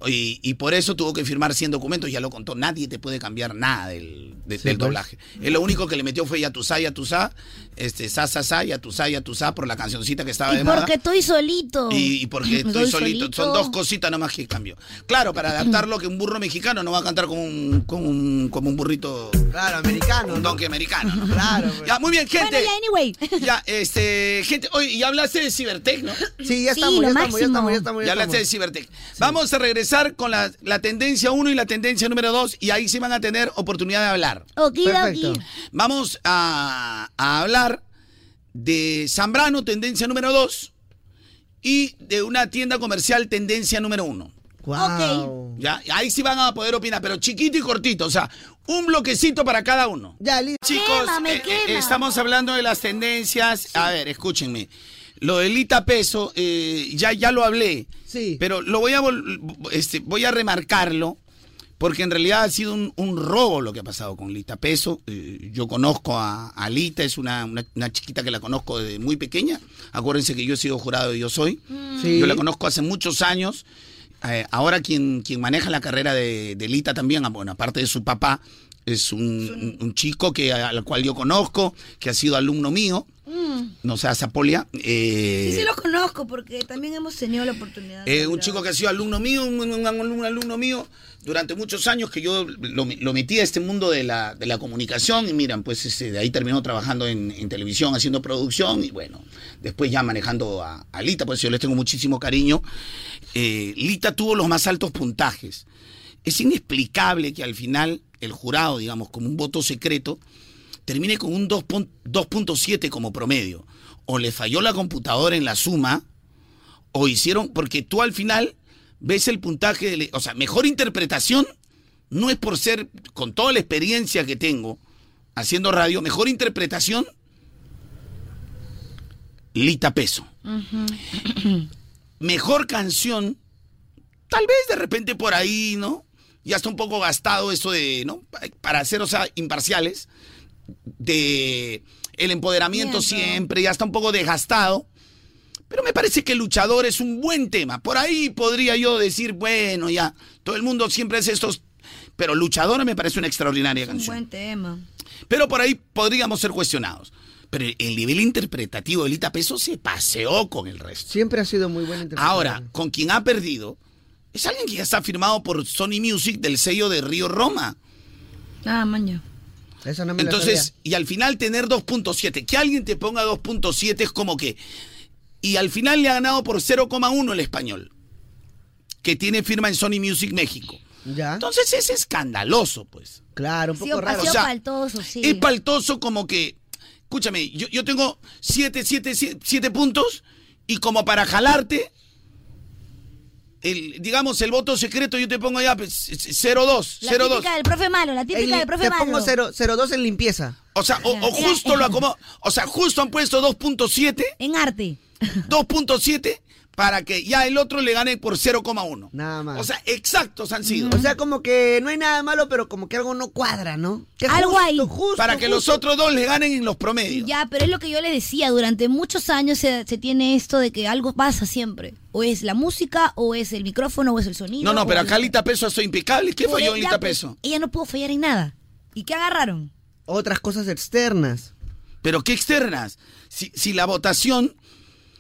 S7: Y, y por eso tuvo que firmar 100 documentos, ya lo contó. Nadie te puede cambiar nada del, de-
S2: pues.
S7: del doblaje. Él lo único que le metió fue Yatusá, Yatusá, este, Sa, Sa, Sa, Yatusá, Yatusá, por la cancioncita que estaba
S4: Y
S7: de moda.
S4: porque estoy solito.
S7: Y, y porque estoy
S4: Estoy
S7: solito.
S4: solito.
S7: Son dos cositas nomás que cambio. Claro, para adaptarlo que un burro mexicano no va a cantar como un, como un, como un burrito,
S2: Claro, americano.
S7: un
S2: ¿no?
S7: donkey americano. ¿no?
S2: Claro, pues.
S7: Ya, muy bien, gente.
S4: Bueno, ya, anyway.
S7: Ya, este, gente, oye, y hablaste de Cibertech, ¿no?
S2: Sí, ya
S4: Sí,
S2: estamos,
S4: lo
S2: ya estamos, ya estamos, ya
S4: máximo.
S2: estamos, ya
S7: Ya hablaste de
S2: estamos.
S7: Cibertech. Vamos a regresar con la, la tendencia 1 y la tendencia número 2, y ahí sí van a tener oportunidad de hablar.
S4: Okidoki.
S2: Perfecto.
S7: Vamos a, a hablar de Zambrano, tendencia número 2, y de una tienda comercial, tendencia número 1.
S2: Guau.
S7: Ya, ahí sí van a poder opinar, pero chiquito y cortito, o sea, un bloquecito para cada uno.
S2: Ya, listo.
S7: Chicos,
S4: Quémame,
S7: eh, eh,
S4: quémame.
S7: estamos hablando de las tendencias. A ver, escúchenme. Lo del Lita Peso, eh, ya, ya lo hablé.
S2: Sí.
S7: Pero lo voy a, vol- este, voy a remarcarlo, porque en realidad ha sido un, un robo lo que ha pasado con Lita Peso. Eh, yo conozco a, a Lita, es una, una- una chiquita que la conozco desde muy pequeña. Acuérdense que yo he sido jurado de Yo Soy.
S2: Sí.
S7: Yo la conozco hace muchos años. Eh, ahora quien, quien maneja la carrera de, de Lita también, ah, bueno, aparte de su papá, es un, un- un chico que, al cual yo conozco, que ha sido alumno mío, no sea Zapolia. eh,
S4: Mm. Sí, sí lo conozco porque también hemos tenido la oportunidad. de
S7: eh, un
S4: hablar.
S7: chico que ha sido alumno mío, un, un- un alumno, un alumno mío, durante muchos años que yo lo, lo metí a este mundo de la, de la comunicación y miran, pues este, de ahí terminó trabajando en, en televisión, haciendo producción y bueno, después ya manejando a, a Lita, por eso yo les tengo muchísimo cariño. Eh, Lita tuvo los más altos puntajes. Es inexplicable que al final el jurado, digamos, como un voto secreto, termine con un 2.- 2.7 como promedio. O le falló la computadora en la suma, o hicieron, porque tú al final ves el puntaje, de, o sea, mejor interpretación no es por ser, con toda la experiencia que tengo haciendo radio, mejor interpretación, Lita Peso. Mejor canción, tal vez de repente por ahí, ¿no? Ya está un poco gastado eso de, ¿no? Pa- Para ser, o sea, imparciales, de el empoderamiento
S4: Cierto.
S7: siempre, ya está un poco desgastado. Pero me parece que el luchador es un buen tema. Por ahí podría yo decir, bueno, ya, todo el mundo siempre hace estos... Pero luchadora me parece una extraordinaria
S4: Un
S7: canción.
S4: buen tema.
S7: Pero por ahí podríamos ser cuestionados. Pero el nivel interpretativo de Lita Peso se paseó con el resto.
S2: Siempre ha sido muy buena interpretación.
S7: Ahora, con quien ha perdido, es alguien que ya está firmado por Sony Music del sello de Río Roma.
S4: Ah, maño.
S2: Esa no me la
S7: Entonces,
S2: sabía.
S7: y al final tener 2.7, que alguien te ponga 2.7 es como que... Y al final le ha ganado por 0,1 el español, que tiene firma en Sony Music México.
S2: Ya.
S7: Entonces es escandaloso, pues.
S2: claro, un
S4: Sí,
S2: poco
S4: o-
S2: raro.
S4: sí,
S7: o sea,
S4: paltoso, sí.
S7: Es paltoso como que, escúchame, yo, yo tengo 7, 7, 7 puntos y como para jalarte, el, digamos, el voto secreto yo te pongo pues, ya 0-2,
S4: La
S7: 0-2.
S4: típica del profe malo, la
S2: En
S4: típica
S2: li-
S4: del profe
S2: te
S4: malo.
S2: pongo 0.02 en limpieza.
S7: O sea, o, o
S4: Era-
S7: justo lo acomodo, o sea, justo han puesto 2.7,
S4: En arte.
S7: 2.7 para que ya el otro le gane por 0,1.
S2: Nada más.
S7: O sea, exactos han sido.
S2: O sea, como que no hay nada malo, pero como que algo no cuadra, ¿no? Que
S4: Algo
S2: justo,
S4: ahí.
S2: justo,
S7: para que los
S2: justo.
S7: otros dos le ganen en los promedios.
S4: Ya, pero es lo que yo les decía, durante muchos años se, se tiene esto de que algo pasa siempre. O es la música, o es el micrófono, o es el sonido.
S7: No, no,
S4: o
S7: pero
S4: es-
S7: acá Lita Peso ah, soy impecable. ¿Qué
S4: Por ella,
S7: falló en Lita
S4: pues,
S7: Peso?
S4: Ella no pudo fallar en nada. ¿Y qué agarraron?
S2: Otras cosas externas.
S7: Pero qué externas. Si, si la votación,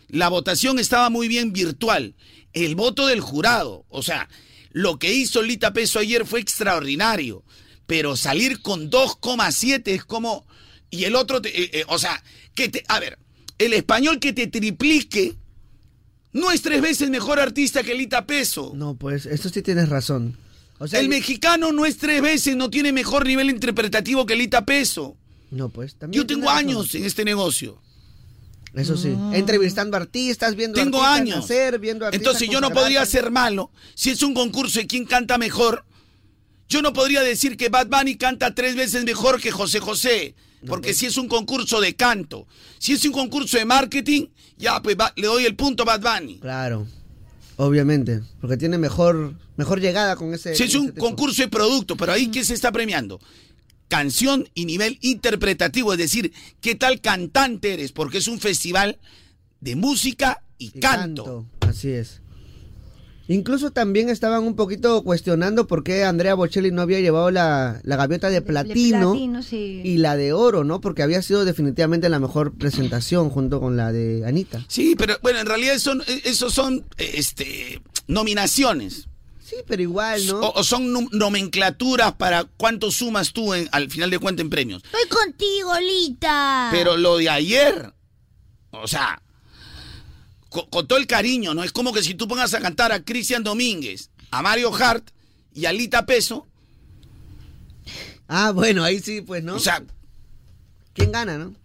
S7: la votación estaba muy bien virtual. El voto del jurado, o sea, lo que hizo Lita Peso ayer fue extraordinario. Pero salir con 2,7 es como. Y el otro, te- eh, eh, o sea, que te. A ver, el español que te triplique no es tres veces mejor artista que Lita Peso.
S2: No, pues, eso sí tienes razón. O sea,
S7: el mexicano no es tres veces, no tiene mejor nivel interpretativo que Lita Peso.
S2: no, pues, también.
S7: Yo tengo
S2: tienes razón.
S7: años en este negocio.
S2: Eso sí. Entrevistando artistas, viendo
S7: Tengo
S2: artistas
S7: años.
S2: nacer, viendo artistas
S7: Entonces yo no
S2: consagrarse.
S7: podría ser malo. Si es un concurso de quién canta mejor, yo no podría decir que Bad Bunny canta tres veces mejor que José José. Porque si es un concurso de canto, si es un concurso de marketing, ya pues va- le doy el punto a Bad Bunny.
S2: Claro. Obviamente. Porque tiene mejor, mejor llegada con ese.
S7: Si es
S2: con
S7: un
S2: ese tipo.
S7: concurso de producto, pero ahí
S2: Mm.
S7: ¿qué se está premiando? Canción y nivel interpretativo, es decir, qué tal cantante eres, porque es un festival de música y
S2: Y
S7: canto.
S2: Así es. Incluso también estaban un poquito cuestionando por qué Andrea Bocelli no había llevado la, la gaviota de platino, y la de oro, ¿no? Porque había sido definitivamente la mejor presentación junto con la de Anita.
S7: Sí, pero bueno, en realidad son, esos son eh, este, nominaciones.
S2: Sí, pero igual, ¿no?
S7: O, o son num- nomenclaturas para cuánto sumas tú en- al final de cuentas en premios.
S4: Estoy contigo, Lita.
S7: Pero lo de ayer, o sea, co- con todo el cariño, ¿no? Es como que si tú pongas a cantar a Cristian Domínguez, a Mario Hart y a Lita Peso,
S2: Ah, bueno, ahí sí, pues, ¿no?
S7: o sea,
S2: ¿Quién gana, no?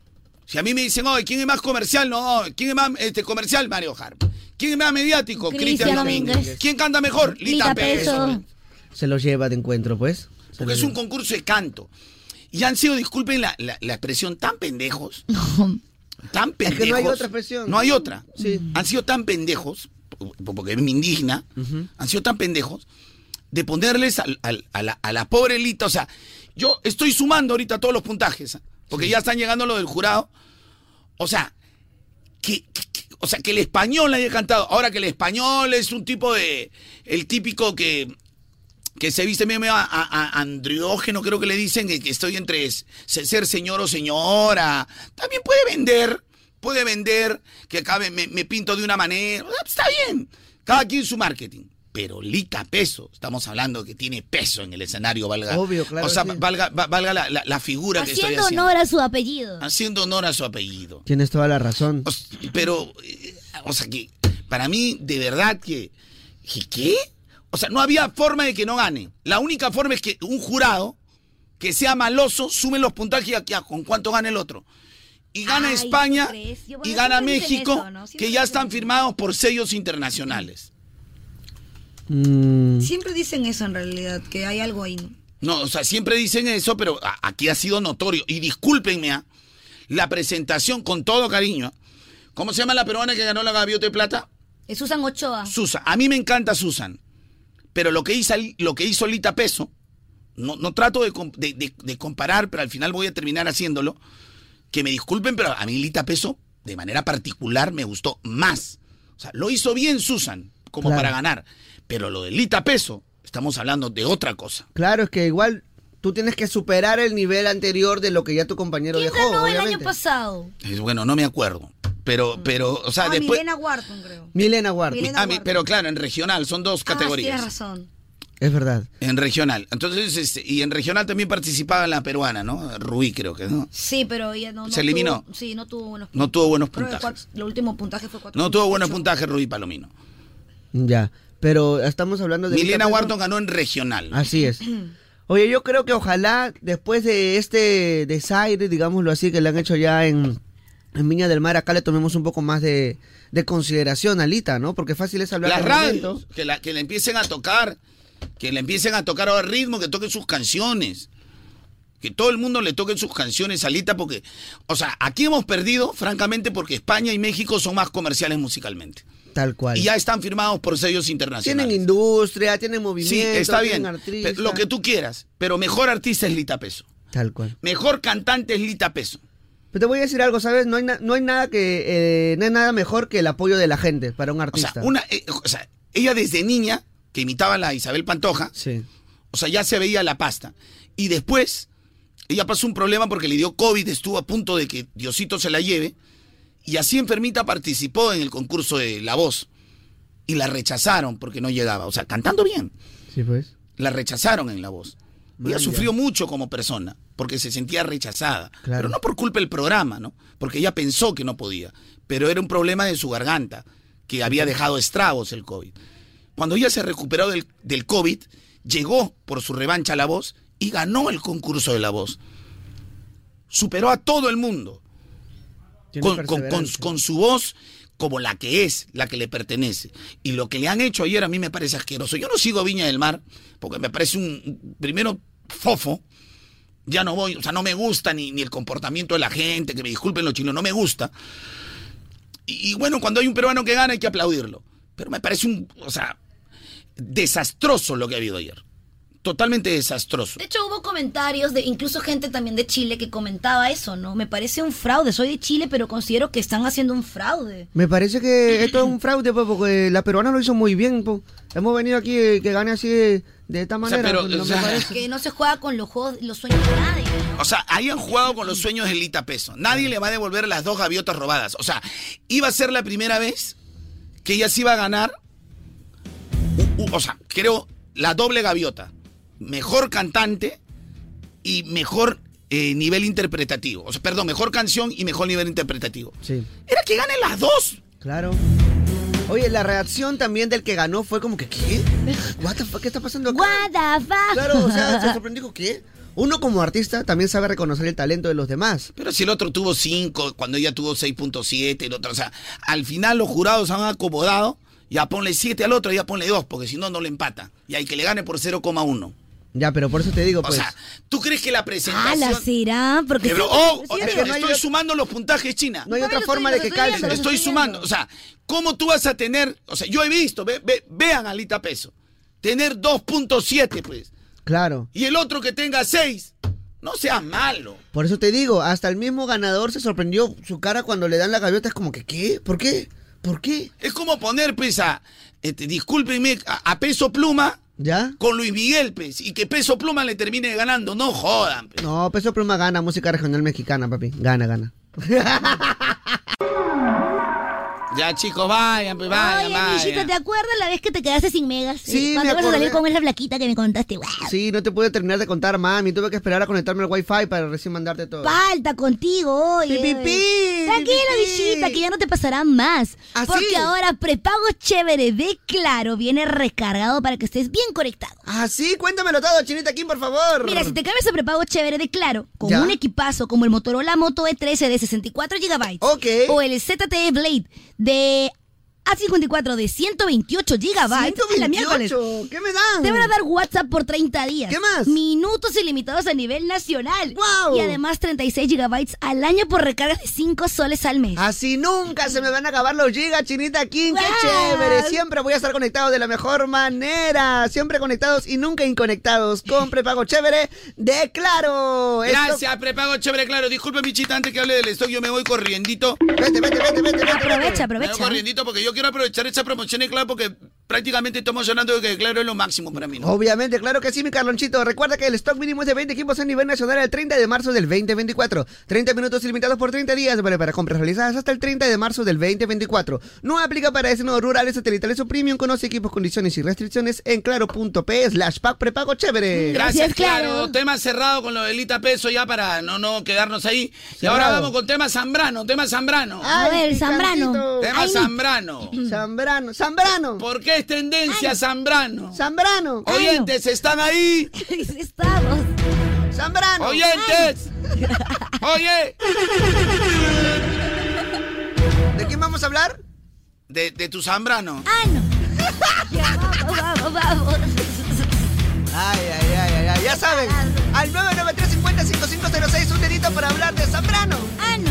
S7: si a mí me dicen, oye, ¿quién es más comercial? No, ¿quién es más este, comercial? Mario Hart. ¿Quién es más mediático?
S4: Cristian
S7: Cristian Domínguez.
S4: Domínguez.
S7: ¿Quién canta mejor? Lita,
S4: Lita
S7: Peso.
S4: Peso.
S2: Se los lleva de encuentro, pues. Se
S7: Porque
S2: los
S7: es un concurso de canto. Y han sido, disculpen la, la- la expresión, tan pendejos. tan pendejos.
S2: que no hay otra expresión.
S7: No hay otra.
S2: Sí.
S7: Han sido tan pendejos, po- po- porque me indigna, han sido tan pendejos de ponerles al- al- a, la, a la pobre Lita. O sea, yo estoy sumando ahorita todos los puntajes, ¿ah? porque ya están llegando los del jurado. O sea, que, que- que- o sea, que el español haya cantado. Ahora que el español es un tipo de. El típico que. Que se viste medio medio a, a- a andriógeno, creo que le dicen, que que estoy entre s- ser señor o señora. También puede vender, puede vender, que acabe, me, me pinto de una manera. Ah, Está bien, cada quien su marketing. Pero Lita Peso, estamos hablando que tiene peso en el escenario, valga.
S2: Obvio, claro,
S7: O sea,
S2: sí.
S7: valga, va- valga la, la- la figura que estoy
S4: Haciendo
S7: haciendo.
S4: honor a su apellido.
S7: Haciendo honor a su apellido.
S2: Tienes toda la razón.
S7: O s- pero, eh, o sea, que para mí, de verdad que. que ¿Qué? O sea, no había forma de que no gane. La única forma es que un jurado que sea maloso sume los puntajes y a- que a- con cuánto gana el otro. Y gana
S4: Ay, ¿tú
S7: España
S4: crees? Yo, bueno,
S7: y gana
S4: siempre dicen
S7: México,
S4: eso, ¿no? Siempre
S7: que ya
S4: dicen
S7: están
S4: eso.
S7: firmados por sellos internacionales.
S2: Mm,
S9: Siempre dicen eso en realidad, que hay algo ahí.
S7: No, o sea, siempre dicen eso, pero a- aquí ha sido notorio. Y discúlpenme, ¿ah? la presentación con todo cariño. ¿ah? ¿Cómo se llama la peruana que ganó la gaviota de plata?
S4: Es Susan Ochoa.
S7: Susan, a mí me encanta Susan, pero lo que hizo, lo que hizo Lita Peso, no, no trato de, com- de- de- de comparar, pero al final voy a terminar haciéndolo. Que me disculpen, pero a mí Lita Peso, de manera particular, me gustó más. O sea, lo hizo bien Susan, como
S2: Claro.
S7: para ganar. Pero lo de Lita Peso, estamos hablando de otra cosa.
S2: claro, es que igual tú tienes que superar el nivel anterior de lo que ya tu compañero
S4: ¿Quién
S2: dejó.
S4: ganó el año
S2: obviamente.
S4: pasado?
S7: Es bueno, no me acuerdo. Pero, pero, o sea,
S9: Ah,
S7: Ah, después.
S9: Milena Wharton, creo.
S2: Milena Ward.
S9: Milena-
S7: Ah, mi- pero claro, en regional, son dos
S9: Ah,
S7: categorías.
S9: tienes razón.
S2: Es verdad.
S7: En regional. Entonces, este, y en regional también participaba la peruana, ¿no? Rubí, creo que, ¿no?
S9: Sí, pero ella no, no
S7: Se eliminó.
S9: tuvo- sí, no tuvo buenos
S7: No tuvo buenos
S9: Creo que
S7: puntajes.
S9: cuat- el último puntaje fue cuatro.
S7: No tuvo buenos puntajes Rubí Palomino.
S2: Ya. Pero estamos hablando de. Lita
S7: Milena
S2: Peso.
S7: Wharton ganó en regional.
S2: Así es. Oye, yo creo que ojalá después de este desaire, digámoslo así, que le han hecho ya en, en Viña del Mar, acá le tomemos un poco más de, de consideración a Lita, ¿no? Porque fácil es hablar
S7: Las
S2: de
S7: radios,
S2: momento.
S7: que la, que la empiecen a tocar, que le empiecen a tocar ahora ritmo, que toquen sus canciones. Que todo el mundo le toquen sus canciones a Lita porque, o sea, aquí hemos perdido, francamente, porque España y México son más comerciales musicalmente.
S2: Tal cual.
S7: Y ya están firmados por sellos internacionales.
S2: Tienen industria, tienen movimiento,
S7: Sí, está bien.
S2: tienen
S7: Pe- Lo que tú quieras. Pero mejor artista es Lita Peso.
S2: Tal cual.
S7: Mejor cantante es Lita Peso.
S2: Pero te voy a decir algo, ¿sabes? No hay, na- no hay nada que eh, no hay nada mejor que el apoyo de la gente para un
S7: O sea,
S2: artista.
S7: una, eh, o sea, ella desde niña, que imitaba a la Isabel Pantoja, o sea, ya se veía la pasta. Y después, ella pasó un problema porque le dio COVID, estuvo a punto de que Diosito se la lleve. Y así enfermita participó en el concurso de La Voz. Y la rechazaron porque no llegaba. O sea, cantando bien.
S2: Sí, pues.
S7: La rechazaron en La Voz. Ella
S2: Vaya.
S7: sufrió mucho como persona porque se sentía rechazada.
S2: Claro.
S7: Pero no por culpa del programa, ¿no? Porque ella pensó que no podía. Pero era un problema de su garganta, que había dejado estragos el COVID. Cuando ella se recuperó del, del COVID, llegó por su revancha a La Voz y ganó el concurso de La Voz. Superó a todo el mundo.
S2: Tiene
S7: Con, con- con-
S2: perseverancia.
S7: con su voz como la que es, la que le pertenece. Y lo que le han hecho ayer a mí me parece asqueroso. Yo no sigo a Viña del Mar porque me parece un, primero, fofo. Ya no voy, o sea, no me gusta ni, ni el comportamiento de la gente, que me disculpen los chinos, no me gusta. Y, y bueno, cuando hay un peruano que gana hay que aplaudirlo. Pero me parece un, o sea, desastroso lo que ha habido ayer. Totalmente desastroso.
S9: De hecho, hubo comentarios de incluso gente también de Chile que comentaba eso, ¿no? Me parece un fraude. Soy de Chile, pero considero que están haciendo un fraude.
S2: Me parece que esto es un fraude, pues, porque la peruana lo hizo muy bien. pues. Hemos venido aquí eh, que gane así de, de esta manera. pues,
S7: pero,
S2: no
S7: o
S2: me
S7: sea,
S2: parece.
S9: Que no se juega con los juegos, los sueños de nadie.
S7: O sea, ahí han jugado con los sueños de Lita Peso. Nadie le va a devolver las dos gaviotas robadas. O sea, iba a ser la primera vez que ella se iba a ganar. u- u- o sea, creo la doble gaviota. Mejor cantante y mejor eh, nivel interpretativo. O sea, perdón, mejor canción y mejor nivel interpretativo.
S2: Sí,
S7: Era que ganen las dos.
S2: claro. Oye, la reacción también del que ganó fue como que, ¿qué? What the fuck, ¿Qué está pasando acá?
S4: What the fuck?
S2: Claro, o sea, se sorprendió dijo, ¿qué? Uno como artista también sabe reconocer el talento de los demás.
S7: Pero si el otro tuvo 5, cuando ella tuvo 6.7, el otro, o sea, al final los jurados han acomodado, ya ponle 7 al otro, ya ponle 2, porque si no, no le empata. Y hay que le gane por 0,1.
S2: Ya, pero por eso te digo,
S7: O
S2: pues.
S7: sea, ¿tú crees que la
S4: Ah,
S7: presentación...
S4: la será, porque
S7: Pero,
S4: siempre-
S7: oh,
S4: siempre-
S7: pero estoy sumando los puntajes, China.
S2: no hay otra
S4: lo
S2: forma
S4: estoy
S2: de que
S4: viendo, lo
S2: calce.
S4: estoy
S7: Estoy sumando. O sea, ¿cómo tú vas a tener... O sea, yo he visto, ve- ve- vean a Lita Peso, tener 2.7, pues,
S2: Claro.
S7: y el otro que tenga 6. No seas malo.
S2: Por eso te digo, hasta el mismo ganador se sorprendió su cara cuando le dan la gaviota. Es como que, ¿qué? ¿Por qué? ¿Por qué?
S7: Es como poner, pues, a, este, discúlpenme, a, a peso pluma
S2: ¿Ya?
S7: con Luis Miguel, pues, y que peso pluma le termine ganando. No jodan, pues.
S2: No, Peso Pluma gana, música regional mexicana, papi. Gana, gana.
S7: Ya, chicos, vayan, pues, vayan,
S4: Oye, Millito,
S7: vayan.
S4: ¿te acuerdas la vez que te quedaste sin megas?
S2: Sí,
S4: Cuando
S2: me
S4: ibas a salir
S2: acordé.
S4: con esa flaquita que me contaste. Guau.
S2: Sí, no te pude terminar de contar, mami. Tuve que esperar a conectarme al wifi para recién mandarte todo.
S4: Falta contigo hoy.
S2: Pi, pi, pi,
S4: Tranquila,
S2: pi, pi, pi.
S4: bichita, que ya no te pasará más.
S2: ¿Ah, sí?
S4: porque ahora prepago chévere de Claro viene recargado para que estés bien conectado.
S2: Ah, sí, cuéntamelo todo, Chinita Kim, por favor.
S4: Mira, si te cambias a prepago chévere de Claro, con
S2: ¿Ya?
S4: un equipazo como el Motorola Moto E13 de 64 GB
S2: Ok.
S4: o el ZTE Blade de A54 de 128 GB, la miércoles.
S2: 128. ¿Qué me dan?
S4: Te van a dar WhatsApp por 30 días.
S2: ¿Qué más?
S4: Minutos ilimitados a nivel nacional.
S2: ¡Guau!
S4: Y además 36 gigabytes al año por recargas de 5 soles al mes.
S2: Así nunca se me van a acabar los gigas, Chinita King. ¡Qué
S4: Wow.
S2: chévere! Siempre voy a estar conectado de la mejor manera. Siempre conectados y nunca inconectados. Con prepago chévere de Claro. pues, Esto-
S7: Gracias, prepago chévere, claro. Disculpe, Michita, antes que hable del stock, yo me voy corriendito.
S2: Vete, vete, vete, vete, vete.
S4: Aprovecha,
S7: Me voy
S4: aprovecha.
S7: corriendito porque yo quiero aprovechar esta promoción de Claro porque prácticamente estamos hablando de que Claro es lo máximo para mí, ¿no?
S2: Obviamente, claro que sí, mi Carlonchito. Recuerda que el stock mínimo es de 20 equipos a nivel nacional el 30 de marzo del 2024. 30 minutos ilimitados por 30 días vale para compras realizadas hasta el 30 de marzo del 2024. No aplica para destinos rurales, satelitales o premium. Conoce equipos, condiciones y restricciones en claro.p slash pack prepago chévere.
S7: Mm, Gracias,
S4: Gracias, Claro.
S7: claro. Tema cerrado con lo de Lita Peso ya para no, no quedarnos ahí. Y
S2: Cerrado.
S7: ahora vamos con tema Zambrano, tema Zambrano.
S4: A
S2: Ay,
S4: ver, Zambrano.
S2: picantito.
S7: tema
S4: ay, mi-
S7: Zambrano.
S2: Zambrano, Zambrano,
S7: ¿Por qué es tendencia Zambrano?
S2: Zambrano,
S4: Ay, no.
S7: Oyentes, ¿están ahí?
S4: Estamos.
S2: Zambrano.
S7: Oyentes. Oye.
S2: ¿De quién vamos a hablar?
S7: De, de tu Zambrano.
S4: Ah, no. Ya, vamos, vamos, vamos.
S2: Ay, ay, ay, ay, ay, ya saben. Al 993 un dedito para hablar de Zambrano.
S4: Ah, no.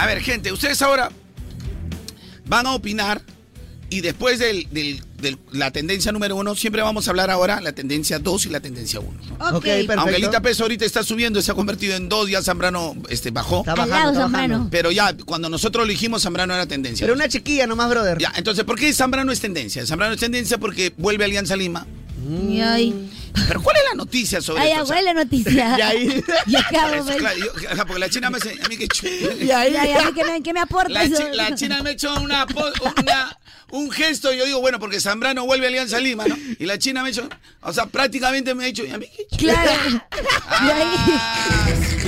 S7: A ver, gente, ustedes ahora van a opinar y después de la tendencia número uno, siempre vamos a hablar ahora la tendencia 2 y la tendencia 1.
S2: Ok, perfecto.
S7: Aunque Elita Peso ahorita está subiendo, se ha convertido en 2, ya Zambrano este, bajó.
S2: Está bajando, Al lado, está bajando. Zambrano.
S7: Pero ya, cuando nosotros lo dijimos, Zambrano era tendencia.
S2: Pero una chiquilla nomás, brother.
S7: Ya, entonces, ¿por qué Zambrano es tendencia? Zambrano es tendencia porque vuelve a Alianza Lima.
S4: Y ahí.
S7: Pero ¿cuál es la noticia sobre
S4: Ay,
S7: esto? O sea,
S4: abuela la noticia.
S7: Y ahí.
S4: Y acabo,
S7: Eso,
S4: pues.
S7: claro, yo- ajá, porque la China me hace. A mí que ch-
S4: Y ahí. a mí ¿qué me, qué me aporta
S7: La,
S4: eso?
S7: chi- la China me ha hecho una, po- una- un gesto y yo digo, bueno, porque Zambrano vuelve a Alianza Lima, ¿no? Y la China me ha hecho, o sea, prácticamente me ha hecho, y a mí qué ch-
S4: Claro. Y ahí-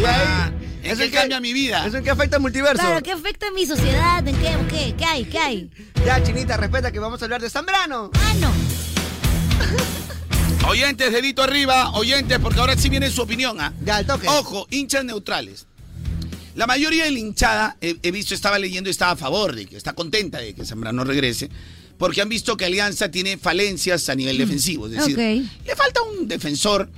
S7: Ah, es que cambia mi vida.
S2: Eso es que afecta al multiverso.
S4: Claro, ¿qué afecta en mi sociedad? ¿En qué? ¿O qué? ¿Qué hay? ¿Qué hay?
S2: Ya, chinita, respeta que vamos a hablar de Zambrano.
S4: Ah, no.
S7: Oyentes, dedito arriba, oyentes, porque ahora sí viene su opinión, ¿ah?
S2: Ya, al toque.
S7: Ojo, hinchas neutrales. La mayoría de la hinchada, he, he visto, estaba leyendo, está a favor de que está contenta de que Zambrano regrese, porque han visto que Alianza tiene falencias a nivel
S2: Mm.
S7: defensivo. Es decir,
S4: Ok.
S7: le falta un defensor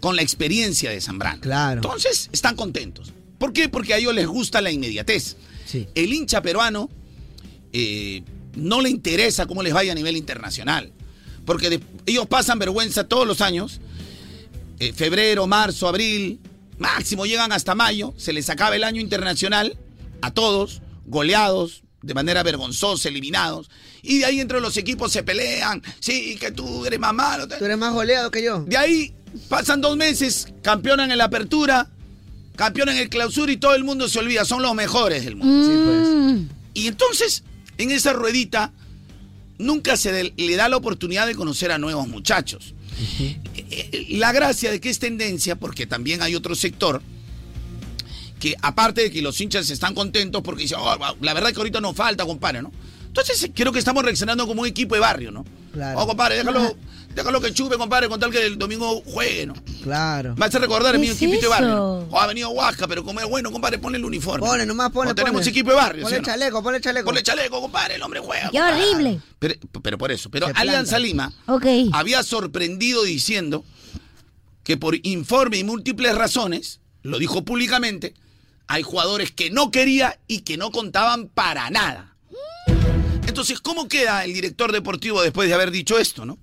S7: con la experiencia de Zambrano.
S2: Claro.
S7: Entonces, están contentos. ¿Por qué? Porque a ellos les gusta la inmediatez.
S2: Sí.
S7: El hincha peruano eh, no le interesa cómo les vaya a nivel internacional. Porque de- ellos pasan vergüenza todos los años. eh, febrero, marzo, abril, máximo llegan hasta mayo. Se les acaba el año internacional a todos, goleados de manera vergonzosa, eliminados. Y de ahí entre los equipos se pelean. Sí, que tú eres más malo.
S2: Tú eres más goleado que yo.
S7: De ahí pasan dos meses, campeonan en la apertura, campeonan en el clausura y todo el mundo se olvida. Son los mejores del mundo.
S2: Sí, pues.
S4: Mm,
S7: Y entonces, en esa ruedita, nunca se de- le da la oportunidad de conocer a nuevos muchachos. Eh, eh, La gracia de que es tendencia, porque también hay otro sector, que aparte de que los hinchas están contentos porque dicen, "Oh, wow, la verdad es que ahorita nos falta, compadre, ¿no? Entonces, eh, creo que estamos reaccionando como un equipo de barrio, ¿no?
S2: Claro.
S7: Oh, compadre, déjalo, déjalo que chupe, compadre, con tal que el domingo juegue, ¿no?
S2: Claro.
S7: Me hace recordar
S4: ¿Qué
S7: a mi
S4: es
S7: equipito de barrio.
S4: eso?
S7: ¿no? Oh, ha venido Huasca, pero como es bueno, compadre, ponle el uniforme.
S2: Ponle nomás, ponle.
S7: O tenemos
S2: ponle.
S7: equipo de barrio,
S2: Ponle
S7: ¿sí o no?
S2: chaleco, ponle chaleco.
S7: Ponle chaleco, compadre, el hombre juega.
S4: ¡Qué
S7: compadre.
S4: horrible!
S7: Pero, pero por eso, pero
S2: Se
S7: Alianza
S2: planta.
S7: Lima
S4: Ok.
S7: había sorprendido diciendo que por informe y múltiples razones, lo dijo públicamente, hay jugadores que no quería y que no contaban para nada. Entonces, ¿cómo queda el director deportivo después de haber dicho esto, no?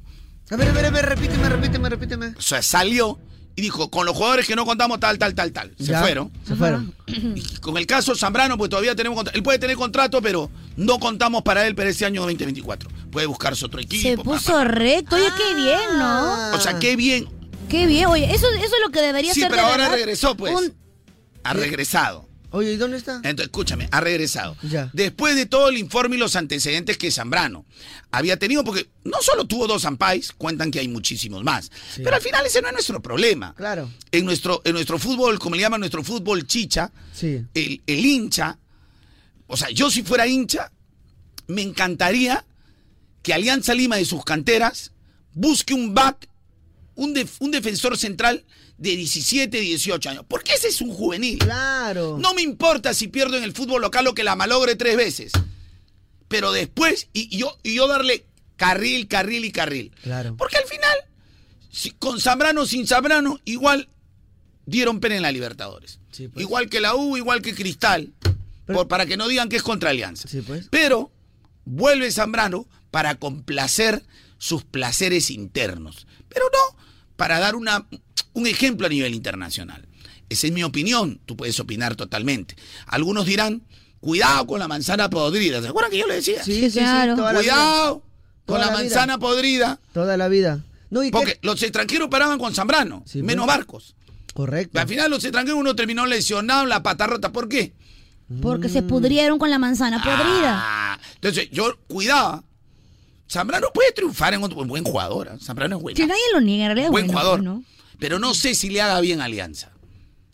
S2: A ver, a ver, a ver, repíteme, repíteme, repíteme.
S7: O sea, salió y dijo, con los jugadores que no contamos tal, tal, tal, tal. Se
S2: Ya,
S7: fueron.
S2: Se fueron.
S7: Y con el caso Zambrano, pues todavía tenemos contrato. Él puede tener contrato, pero no contamos para él para ese año 2024. Puede buscarse otro equipo.
S4: Se
S7: pa,
S4: puso recto. Oye, qué bien, ¿no?
S7: pa. Ah. O sea, qué bien.
S4: Qué bien. Oye, eso, eso es lo que debería
S7: Sí,
S4: ser
S7: pero
S4: de
S7: ahora
S4: verdad.
S7: regresó, pues.
S4: Un-
S7: Ha regresado.
S2: Oye, ¿y dónde está?
S7: Entonces, escúchame, ha regresado.
S2: Ya.
S7: Después de todo el informe y los antecedentes que Zambrano había tenido, porque no solo tuvo dos ampais, cuentan que hay muchísimos más. Pero al final ese no es nuestro problema.
S2: Claro.
S7: En nuestro, en nuestro fútbol, como le llaman nuestro fútbol chicha,
S2: Sí.
S7: el, el hincha, o sea, yo si fuera hincha, me encantaría que Alianza Lima de sus canteras busque un back, un, def- un defensor central de 17, 18 años. Porque ese es un juvenil.
S2: Claro.
S7: No me importa si pierdo en el fútbol local o que la malogre tres veces. Pero después, y, y yo, y yo darle carril, carril y carril.
S2: Claro.
S7: Porque al final, si- con Zambrano o sin Zambrano, igual dieron pena en la Libertadores.
S2: Sí, pues.
S7: Igual que la U, igual que Cristal.
S2: Pero-
S7: por- para que no digan que es contra Alianza.
S2: Sí, pues.
S7: Pero vuelve Zambrano para complacer sus placeres internos. Pero no para dar una, un ejemplo a nivel internacional. Esa es mi opinión. Tú puedes opinar totalmente. Algunos dirán, cuidado con la manzana podrida. ¿Se acuerdan que yo le decía?
S2: Sí, sí, sí,
S4: Claro.
S2: toda la vida.
S7: Cuidado con
S2: Toda
S7: la,
S2: la vida.
S7: manzana podrida.
S2: Toda la vida. No, y qué-
S7: Porque los extranjeros paraban con Zambrano,
S2: Sí,
S7: menos
S2: pues.
S7: barcos.
S2: Correcto.
S7: Al final los extranjeros uno terminó lesionado, la pata rota. ¿Por qué?
S4: Porque se pudrieron con la manzana podrida.
S7: Ah, entonces, yo cuidaba. Zambrano puede triunfar en otro buen jugador. ¿ah? Zambrano es bueno.
S4: Si nadie lo niega, en realidad. es
S7: buen
S4: bueno, pues,
S7: jugador.
S4: ¿no?
S7: Pero no sé si le haga bien a Alianza.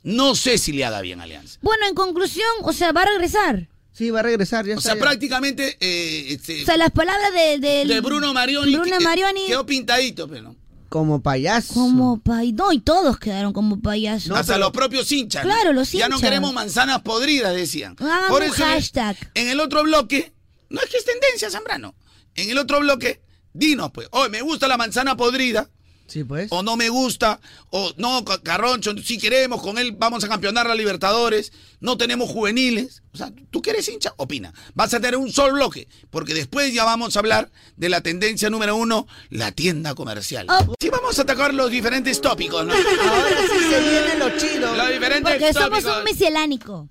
S7: No sé si le haga bien a Alianza.
S4: Bueno, en conclusión, o sea, va a regresar.
S2: Sí, va a regresar, ya
S7: O
S2: está.
S7: sea,
S2: ya.
S7: prácticamente eh, este,
S4: O sea, las palabras de, del-
S7: de Bruno Marioni.
S4: Bruno
S7: que- eh,
S4: Marioni.
S7: Quedó pintadito, pero.
S2: Como payaso.
S4: Como payaso. No, y todos quedaron como payasos.
S7: Hasta los propios hinchas. ¿no?
S4: Claro, los
S7: Ya no
S4: hinchas. Ah,
S7: queremos manzanas podridas, decían.
S4: Hagamos un
S7: en el-
S4: hashtag.
S7: En el otro bloque, no es que es tendencia, Zambrano. En el otro bloque, dinos, pues, hoy me gusta la manzana podrida,
S2: Sí, pues.
S7: O no me gusta, o no, Ca- Carroncho, si queremos, con él vamos a campeonar la Libertadores, no tenemos juveniles. O sea, tú quieres hincha, opina. Vas a tener un solo bloque, porque después ya vamos a hablar de la tendencia número uno, la tienda comercial. Sí, vamos a atacar los diferentes tópicos, ¿no?
S4: Oh. Ahora sí se viene
S2: lo chido.
S7: Los diferentes
S4: Porque somos
S7: tópicos.
S4: un miscelánico.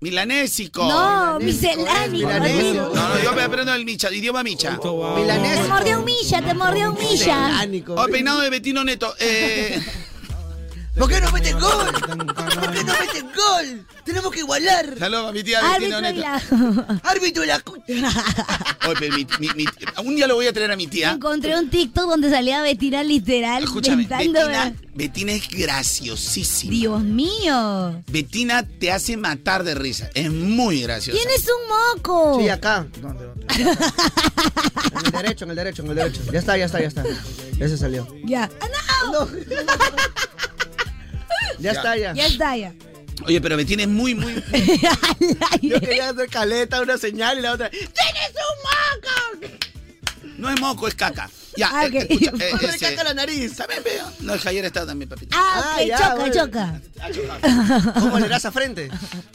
S7: Milanésico.
S4: No, miscelánico.
S7: No, no, yo me aprendo el micha, idioma micha.
S4: Te mordió un milla, te mordió un milla.
S7: Oh, peinado de Betino Neto. Eh,
S1: ¿Por qué no meten gol? ¿Por qué no meten gol? Tenemos que igualar.
S7: saludos a mi tía Betino
S1: Árbitro
S7: Neto.
S1: Árbitro de la cucha.
S7: Oye, pero mi- mi- mi- un día lo voy a traer a mi tía.
S4: Encontré un TikTok donde salía Betina literal
S7: Escúchame,
S4: ventándome.
S7: Betina, Betina es graciosísima.
S4: Dios mío.
S7: Betina te hace matar de risa. Es muy graciosa.
S4: Tienes un moco.
S2: Sí, acá. En el derecho, en el derecho, en el derecho. Ya está, ya está, ya está. Ya se salió.
S4: Ya. ¡Ah, no!
S2: Ya, está, ya.
S4: Ya está, ya.
S7: Oye, pero Betina es muy, muy.
S2: Yo quería hacer caleta, una señal y la otra.
S4: ¡Tienes un moco!
S7: No es moco, es caca. Ya,
S4: Ah,
S7: eh,
S4: ok.
S7: escucha, eh,
S4: Ponle
S7: ese-
S4: caca a
S2: la nariz.
S7: También veo. No, Javier está también, papito.
S4: Ah,
S2: Ah,
S4: ok,
S2: ya,
S4: choca,
S2: bueno.
S4: choca.
S2: ¿Cómo le das a frente?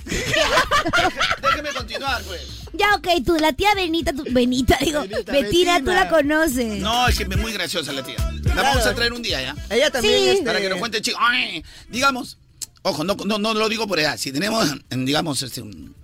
S7: Déjeme continuar, pues.
S4: Ya, ok, tú, la tía Benita, tú, Benita, digo,
S7: Benita,
S4: Betina, tú
S7: Betina.
S4: la conoces.
S7: No, es que es muy graciosa la tía. La vamos a traer un día, ¿ya?
S2: Ella
S4: también, Sí. este-
S7: Para que nos cuente, chico. Ay, Digamos, ojo, no, no, no lo digo por edad. Si tenemos, digamos, este, un-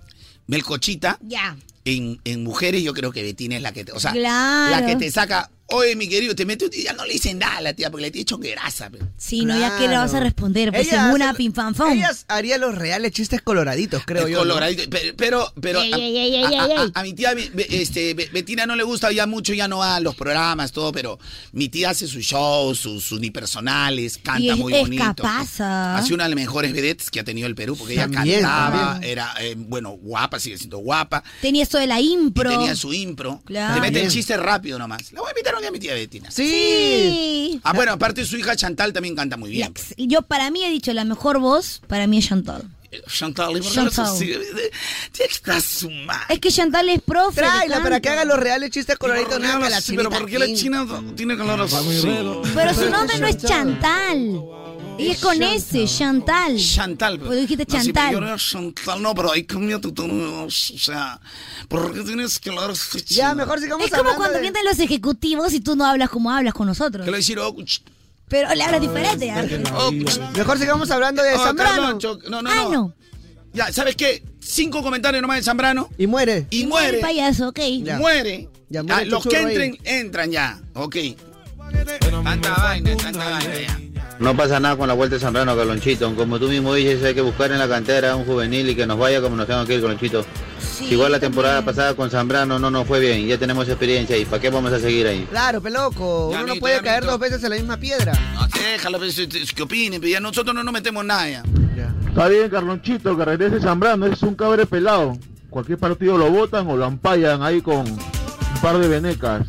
S7: Melcochita,
S4: Ya.
S7: en, en mujeres yo creo que Betina es la que te, o sea,
S4: Claro.
S7: la que te saca, oye mi querido, te mete un ya no le dicen nada a la tía porque le tiene grasa.
S4: Sí, no, ya que le vas a responder, pues en una
S2: pinfanfón. Ellas haría los reales chistes coloraditos, creo yo. ¿no?
S7: Pero, pero, pero
S2: Ey,
S7: a,
S2: ey, ey, ey,
S7: a-
S2: ey,
S7: a-
S2: ey.
S7: a mi tía Be- Be- este, Be- Betina no le gusta ya mucho, ya no va a los programas, todo, pero mi tía hace sus shows, sus unipersonales, canta
S4: Y es-
S7: muy
S4: es
S7: bonito.
S4: capaz, ah.
S7: Ha sido una de las mejores vedettes que ha tenido el Perú, porque
S2: También,
S7: ella cantaba,
S2: también.
S7: era, eh, bueno, guapa, sigue siendo guapa.
S4: Tenía esto de la impro.
S7: Tenía su impro.
S4: Claro.
S7: Le mete
S4: También.
S7: el chiste rápido nomás. La voy a invitar un día a mi tía Betina.
S4: Sí.
S7: Ah, bueno, aparte su hija Chantal también canta muy bien.
S4: Yo para mí he dicho la mejor voz, para mí es Chantal.
S7: Chantal, ¿por qué no
S4: Chantal.
S7: se- se- se- está su madre.
S4: Es que Chantal es profe. de
S2: Tráela para
S4: canto.
S2: que haga los reales chistes coloraditos. nada que la
S7: Sí, pero
S2: chinita
S7: ¿por qué la
S2: King.
S7: china tiene color así?
S4: Pero su nombre no es Chantal. Y es con S, Chantal.
S7: Chantal.
S4: Pues dijiste
S7: No, sí, pero yo
S4: Chantal.
S7: era Chantal, no, pero ahí cambia tu tono. O sea, ¿por qué tienes que hablar así, china?
S4: es como cuando vienen los ejecutivos y tú no hablas como hablas con nosotros.
S7: ¿Qué le decir? Oh, ch-
S4: Pero le hablas diferente. ¿ah?
S7: oh, ch-
S2: ¿eh? Mejor sigamos hablando de
S7: Oh,
S2: Zambrano.
S7: Carloncho, No, no,
S4: Ah,
S7: no.
S4: no.
S7: Ya, ¿sabes qué? Cinco comentarios nomás de Zambrano.
S2: Y muere.
S7: Y
S4: El
S7: muere.
S4: payaso, ok.
S2: Ya.
S7: Muere.
S2: Ya, muere
S7: Ah, los
S2: Chuchurro
S7: que
S2: ahí.
S7: entren, entran ya. Ok. Tanta vaina, tanta vaina ya.
S10: No pasa nada con la vuelta de Zambrano, Carlonchito. Como tú mismo dices, hay que buscar en la cantera un juvenil y que nos vaya como nos tenga que ir, Carlonchito. Igual la temporada pasada con Zambrano no nos fue bien, ya tenemos experiencia y ¿para qué vamos a seguir ahí?
S2: Claro, peloco. Uno
S7: Ya,
S2: no
S7: amiguito,
S2: puede
S7: ya,
S2: caer
S7: amiguito.
S2: dos veces en la misma piedra.
S7: No, déjalo, pues, es- es que opinen, pero ya nosotros no nos metemos nada ya.
S11: Está bien, Carlonchito, que regrese Zambrano, es un cabre pelado. Cualquier partido lo botan o lo ampallan ahí con un par de venecas.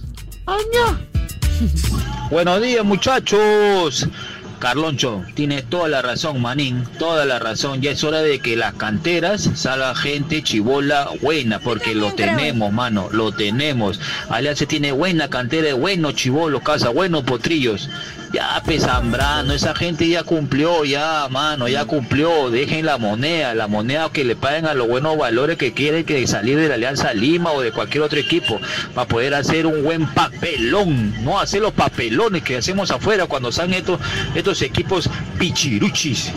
S12: Buenos días muchachos. Carloncho, tienes toda la razón, manín, toda la razón. Ya es hora de que las canteras salga gente chibola buena, porque lo tenemos, mano, lo tenemos. Alianza tiene buena cantera, de buenos chibolos, casa, buenos potrillos. Ya, pesambrano, esa gente ya cumplió, ya, mano, ya cumplió. Dejen la moneda, la moneda que le paguen a los buenos valores que quieren que salir de la Alianza Lima o de cualquier otro equipo para poder hacer un buen papelón, no hacer los papelones que hacemos afuera cuando están estos, estos equipos pichiruchis.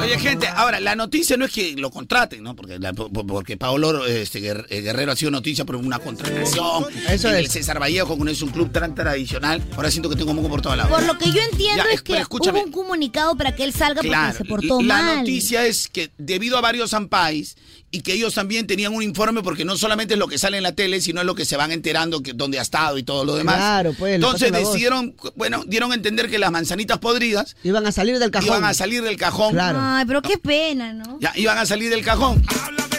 S7: Oye, gente, ahora, la noticia no es que lo contraten, ¿no? Porque, la- po- po- porque Paolo este, Guer- eh, Guerrero ha sido noticia por una contratación.
S2: Eso
S7: en el
S2: es.
S7: César Vallejo, que no es un club tan tradicional. Ahora siento que tengo moco por toda la
S4: Por lo que yo entiendo
S7: Ya,
S4: es
S7: es- pero
S4: que
S7: escúchame.
S4: hubo un comunicado para que él salga porque se portó
S7: la
S4: mal.
S7: noticia es que debido a varios ampais y que ellos también tenían un informe porque no solamente es lo que sale en la tele, sino es lo que se van enterando que dónde ha estado y todo lo demás.
S2: Claro, pues, le
S7: Entonces
S2: pasan la voz.
S7: decidieron, bueno, dieron a entender que las manzanitas podridas
S2: Iban a salir del cajón.
S7: iban a salir del cajón.
S4: Ay, pero qué pena, ¿no?
S7: Ya, iban a salir del cajón.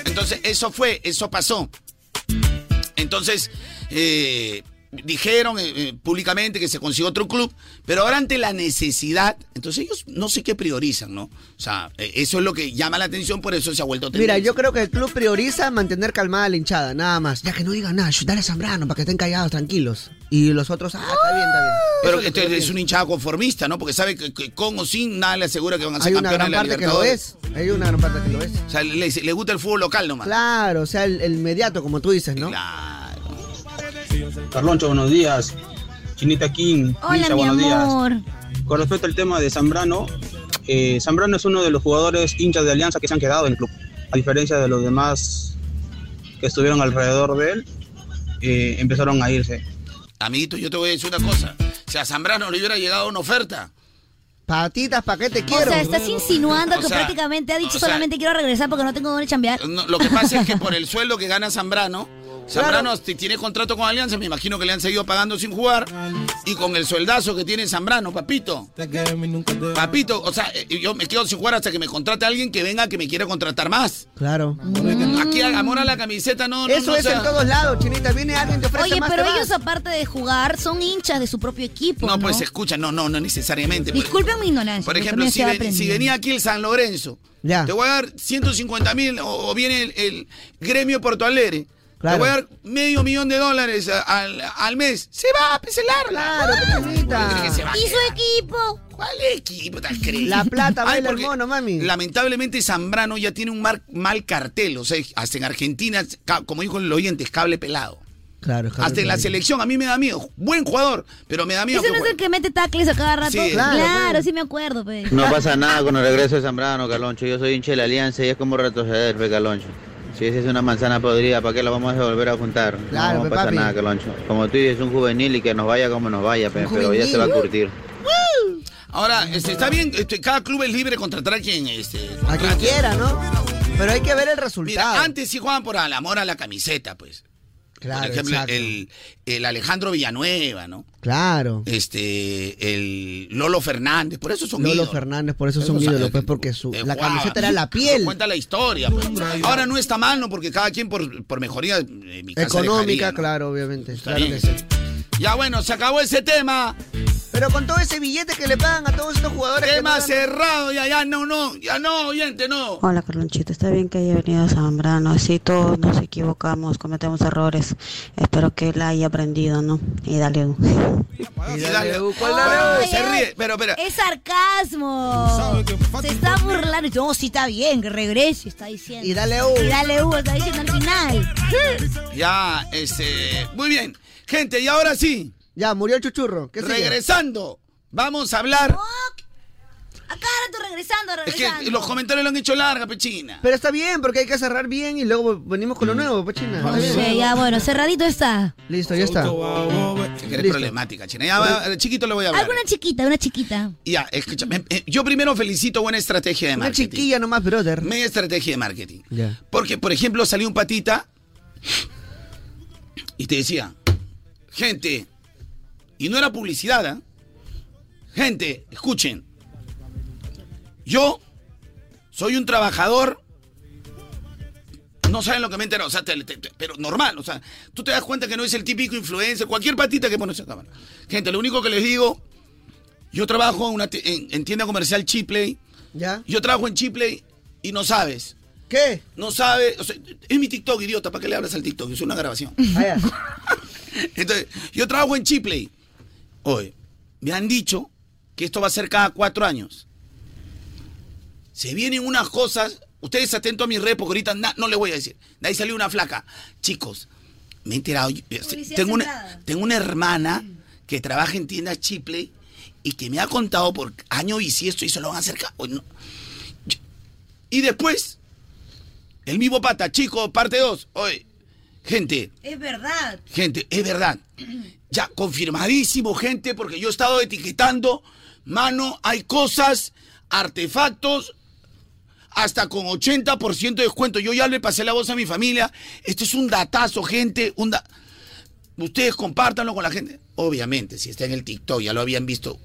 S7: Entonces, eso fue, eso pasó. Entonces, eh, dijeron eh, eh, públicamente que se consiguió otro club, pero ahora ante la necesidad, entonces ellos no sé qué priorizan, ¿no? O sea, eh, eso es lo que llama la atención, por eso se ha vuelto
S2: Mira,
S7: tendencia.
S2: yo creo que el club prioriza mantener calmada la hinchada, nada más. Ya que no digan nada, shh, dale a Zambrano para que estén callados, tranquilos. Y los otros, ah, está bien, está bien.
S7: Pero que este es un hinchado conformista, ¿no? Porque sabe que, que con o sin nada le asegura que van a ser
S2: Hay una
S7: campeones
S2: gran
S7: de la
S2: parte que lo
S7: Libertadores.
S2: es. Hay una gran parte que lo es.
S7: O sea, le, le gusta el fútbol local nomás.
S2: Claro, o sea, el, el mediato, como tú dices, ¿no?
S13: Carloncho, buenos días. Chinita King,
S9: Hola,
S13: Misa,
S9: mi
S13: buenos días.
S9: amor.
S13: Con respecto al tema de Zambrano, eh, Zambrano es uno de los jugadores hinchas de Alianza que se han quedado en el club. A diferencia de los demás que estuvieron alrededor de él, eh, empezaron a irse.
S7: Amiguito, yo te voy a decir una cosa. Si a Zambrano le hubiera llegado una oferta,
S2: Patitas, ¿para qué te
S7: quiero?
S4: O sea, estás insinuando
S7: O
S4: que
S7: sea,
S4: prácticamente ha dicho
S7: o sea-
S4: solamente quiero regresar porque no tengo dónde chambear.
S7: no, lo que pasa es que por el sueldo que gana Zambrano, Zambrano t- tiene contrato con Alianza, me imagino que le han seguido pagando sin jugar. Y con el sueldazo que tiene Zambrano, papito. Papito, o sea, eh, yo me quedo sin jugar hasta que me contrate alguien que venga que me quiera contratar más.
S2: Claro.
S7: Aquí amor a la camiseta, no, no,
S2: Mm. Eso
S7: no, o
S2: es
S7: sea-
S2: en todos lados, chinita. Viene alguien, te ofrece
S9: Oye,
S2: más,
S9: pero
S2: te vas.
S9: ellos aparte de jugar son hinchas de su propio equipo.
S7: No, pues escucha, no, no, no necesariamente. Por-
S9: Disculpen mi ignorancia.
S7: Por
S9: yo
S7: ejemplo,
S9: también
S7: si,
S9: estoy
S7: ven- si
S9: aprendiendo.
S7: venía aquí el San Lorenzo, te voy a dar 150 mil o, o viene el, el gremio Porto Alegre. Te voy a dar medio millón de dólares a- al, al mes. Se va pues, a peselar. Claro,
S2: pues,
S4: ¿Y su equipo?
S7: ¿Cuál equipo te crees?
S2: La plata
S7: Ay,
S2: baila el
S7: porque
S2: mono, mami.
S7: Lamentablemente Zambrano ya tiene un mar- mal cartel. O sea, hasta en Argentina, ca- como dijo el oyente, es cable pelado.
S2: Claro, claro,
S7: hasta en la
S2: claro.
S7: selección, a mí me da miedo. Buen jugador, pero me da miedo.
S4: ¿Ese
S7: que
S4: no es
S7: juegue.
S4: el que mete tacles a cada rato?
S7: Sí,
S4: claro,
S7: claro,
S4: sí me acuerdo, pues. pe.
S10: No pasa nada con el regreso de Zambrano, Caloncho. Yo soy hincha de la Alianza y es como retroceder, pe, Caloncho. Si esa es una manzana podrida, ¿para qué la vamos a volver a juntar?
S2: Claro,
S10: no
S2: pe,
S10: pasa
S2: papi.
S10: nada, Caloncho. Como tú dices, un juvenil y que nos vaya como nos vaya, pe,
S7: Un
S10: pero ya se va a
S7: juvenil.
S10: curtir.
S7: Ahora, este, está bien, este, cada club es libre de contratar a quien, este,
S2: A quien
S7: contrate.
S2: quiera, ¿no? Pero hay que ver el resultado.
S7: Mira, antes sí jugaban por el amor a la camiseta, pues.
S2: Claro,
S7: por ejemplo,
S2: exacto.
S7: el, el Alejandro Villanueva, ¿no?
S2: Claro.
S7: Este, el Lolo Fernández, por eso son
S2: Lolo
S7: ídolos.
S2: Fernández, por eso es
S7: Eso
S2: un
S7: sabe,
S2: ídolo, pues, porque su, la
S7: Jugaba.
S2: camiseta era la piel.
S7: Cuenta la historia. pues. Ahora no está mal, ¿no? Porque cada quien por, por mejoría eh, mi casa
S2: Económica,
S7: dejaría, ¿no?
S2: claro, obviamente.
S7: Está
S2: claro que
S7: bien.
S2: sí.
S7: Ya bueno, se acabó ese tema.
S2: Pero con todo ese billete que le pagan a todos estos jugadores.
S7: Tema cerrado, ya, ya, no, no, ya no, oyente, no.
S14: Hola Carlonchito, está bien que haya venido Zambrano, sí todos nos equivocamos, cometemos errores, espero que él haya aprendido, ¿no? Y dale un...
S7: Y dale,
S4: ¿cuál dale?
S7: Bueno, Pues se
S4: Ay,
S7: ríe, pero, pero.
S4: Es sarcasmo. Se está burlando. No, sí está bien, que regrese, está diciendo.
S2: Y dale U.
S4: Y dale U, está diciendo al final.
S7: Ya, este. Muy bien. Gente, y ahora sí.
S2: Ya, murió el chuchurro. ¿Qué sigue?
S7: regresando, vamos a hablar.
S4: Acá rato regresando,
S7: Es que
S4: regresando.
S7: los comentarios lo han hecho larga, pechina.
S2: Pero está bien, porque hay que cerrar bien y luego venimos
S7: Mm.
S2: con lo nuevo, pues, Pachina.
S4: No sé, ya bueno, cerradito está.
S2: Listo, ya está.
S7: Que eres problemática, china. Ya, va, al chiquito le voy a hablar.
S4: Alguna chiquita, una chiquita.
S7: Ya, escúchame. eh, Yo primero felicito buena estrategia de
S2: Una
S7: marketing.
S2: chiquilla nomás, brother.
S7: Media estrategia de marketing.
S2: Ya.
S7: Porque, por ejemplo, salió un patita y te decía, gente, y no era publicidad, ¿ah? gente, escuchen, yo soy un trabajador, no saben lo que me he enterado, o sea, te- te- te- pero normal, o sea, tú te das cuenta que no es el típico influencer, cualquier patita que pone esa cámara. Gente, lo único que les digo, yo trabajo en, una ti- en- en tienda comercial Chipley,
S2: ¿Ya?
S7: yo trabajo en Chipley y no sabes.
S2: ¿Qué?
S7: No sabes. O sea, es mi TikTok, idiota. ¿Para qué le hablas al TikTok? Es una grabación.
S2: Ah,
S7: Entonces, yo trabajo en Chipley. Oye, me han dicho que esto va a ser cada cuatro años. Se vienen unas cosas. Ustedes atentos a mis redes porque ahorita na- no les voy a decir. De ahí salió una flaca. Chicos, me he enterado. yo- eh,
S15: Publicidad
S7: tengo, una,
S15: sembrada.
S7: tengo una hermana que trabaja en tiendas Chipley y que me ha contado por año y si esto y se lo van a hacer. ca- o no. Yo- Y después, el mismo pata, chico, parte 2. Oye, gente,
S9: Es verdad.
S7: Gente, es verdad. Ya confirmadísimo, gente, porque yo he estado etiquetando. Mano, hay cosas, artefactos, hasta con 80% de descuento. Yo ya le pasé la voz a mi familia. Esto es un datazo, gente. Un da- Ustedes compártanlo con la gente. Obviamente, si está en el TikTok, ya lo habían visto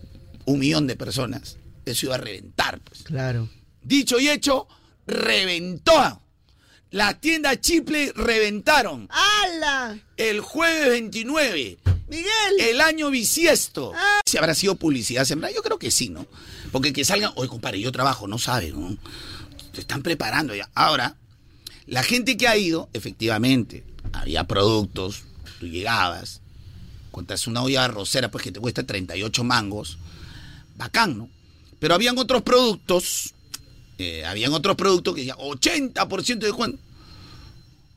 S7: un millón de personas. Eso iba a reventar. pues.
S2: Claro.
S7: Dicho y hecho, reventó. Las tiendas Chiple reventaron.
S2: ¡Hala!
S7: El jueves 29 Miguel. El año bisiesto. Si habrá sido publicidad sembrada, yo creo que sí, ¿no? Porque que salgan, oye, compadre, yo trabajo, no sabe, ¿no? Te están preparando ya. Ahora, la gente que ha ido, efectivamente, había productos, tú llegabas, contas una olla rosera, pues que te cuesta 38 mangos, bacán, ¿no? Pero habían otros productos, eh, habían otros productos que decían 80% de descuento.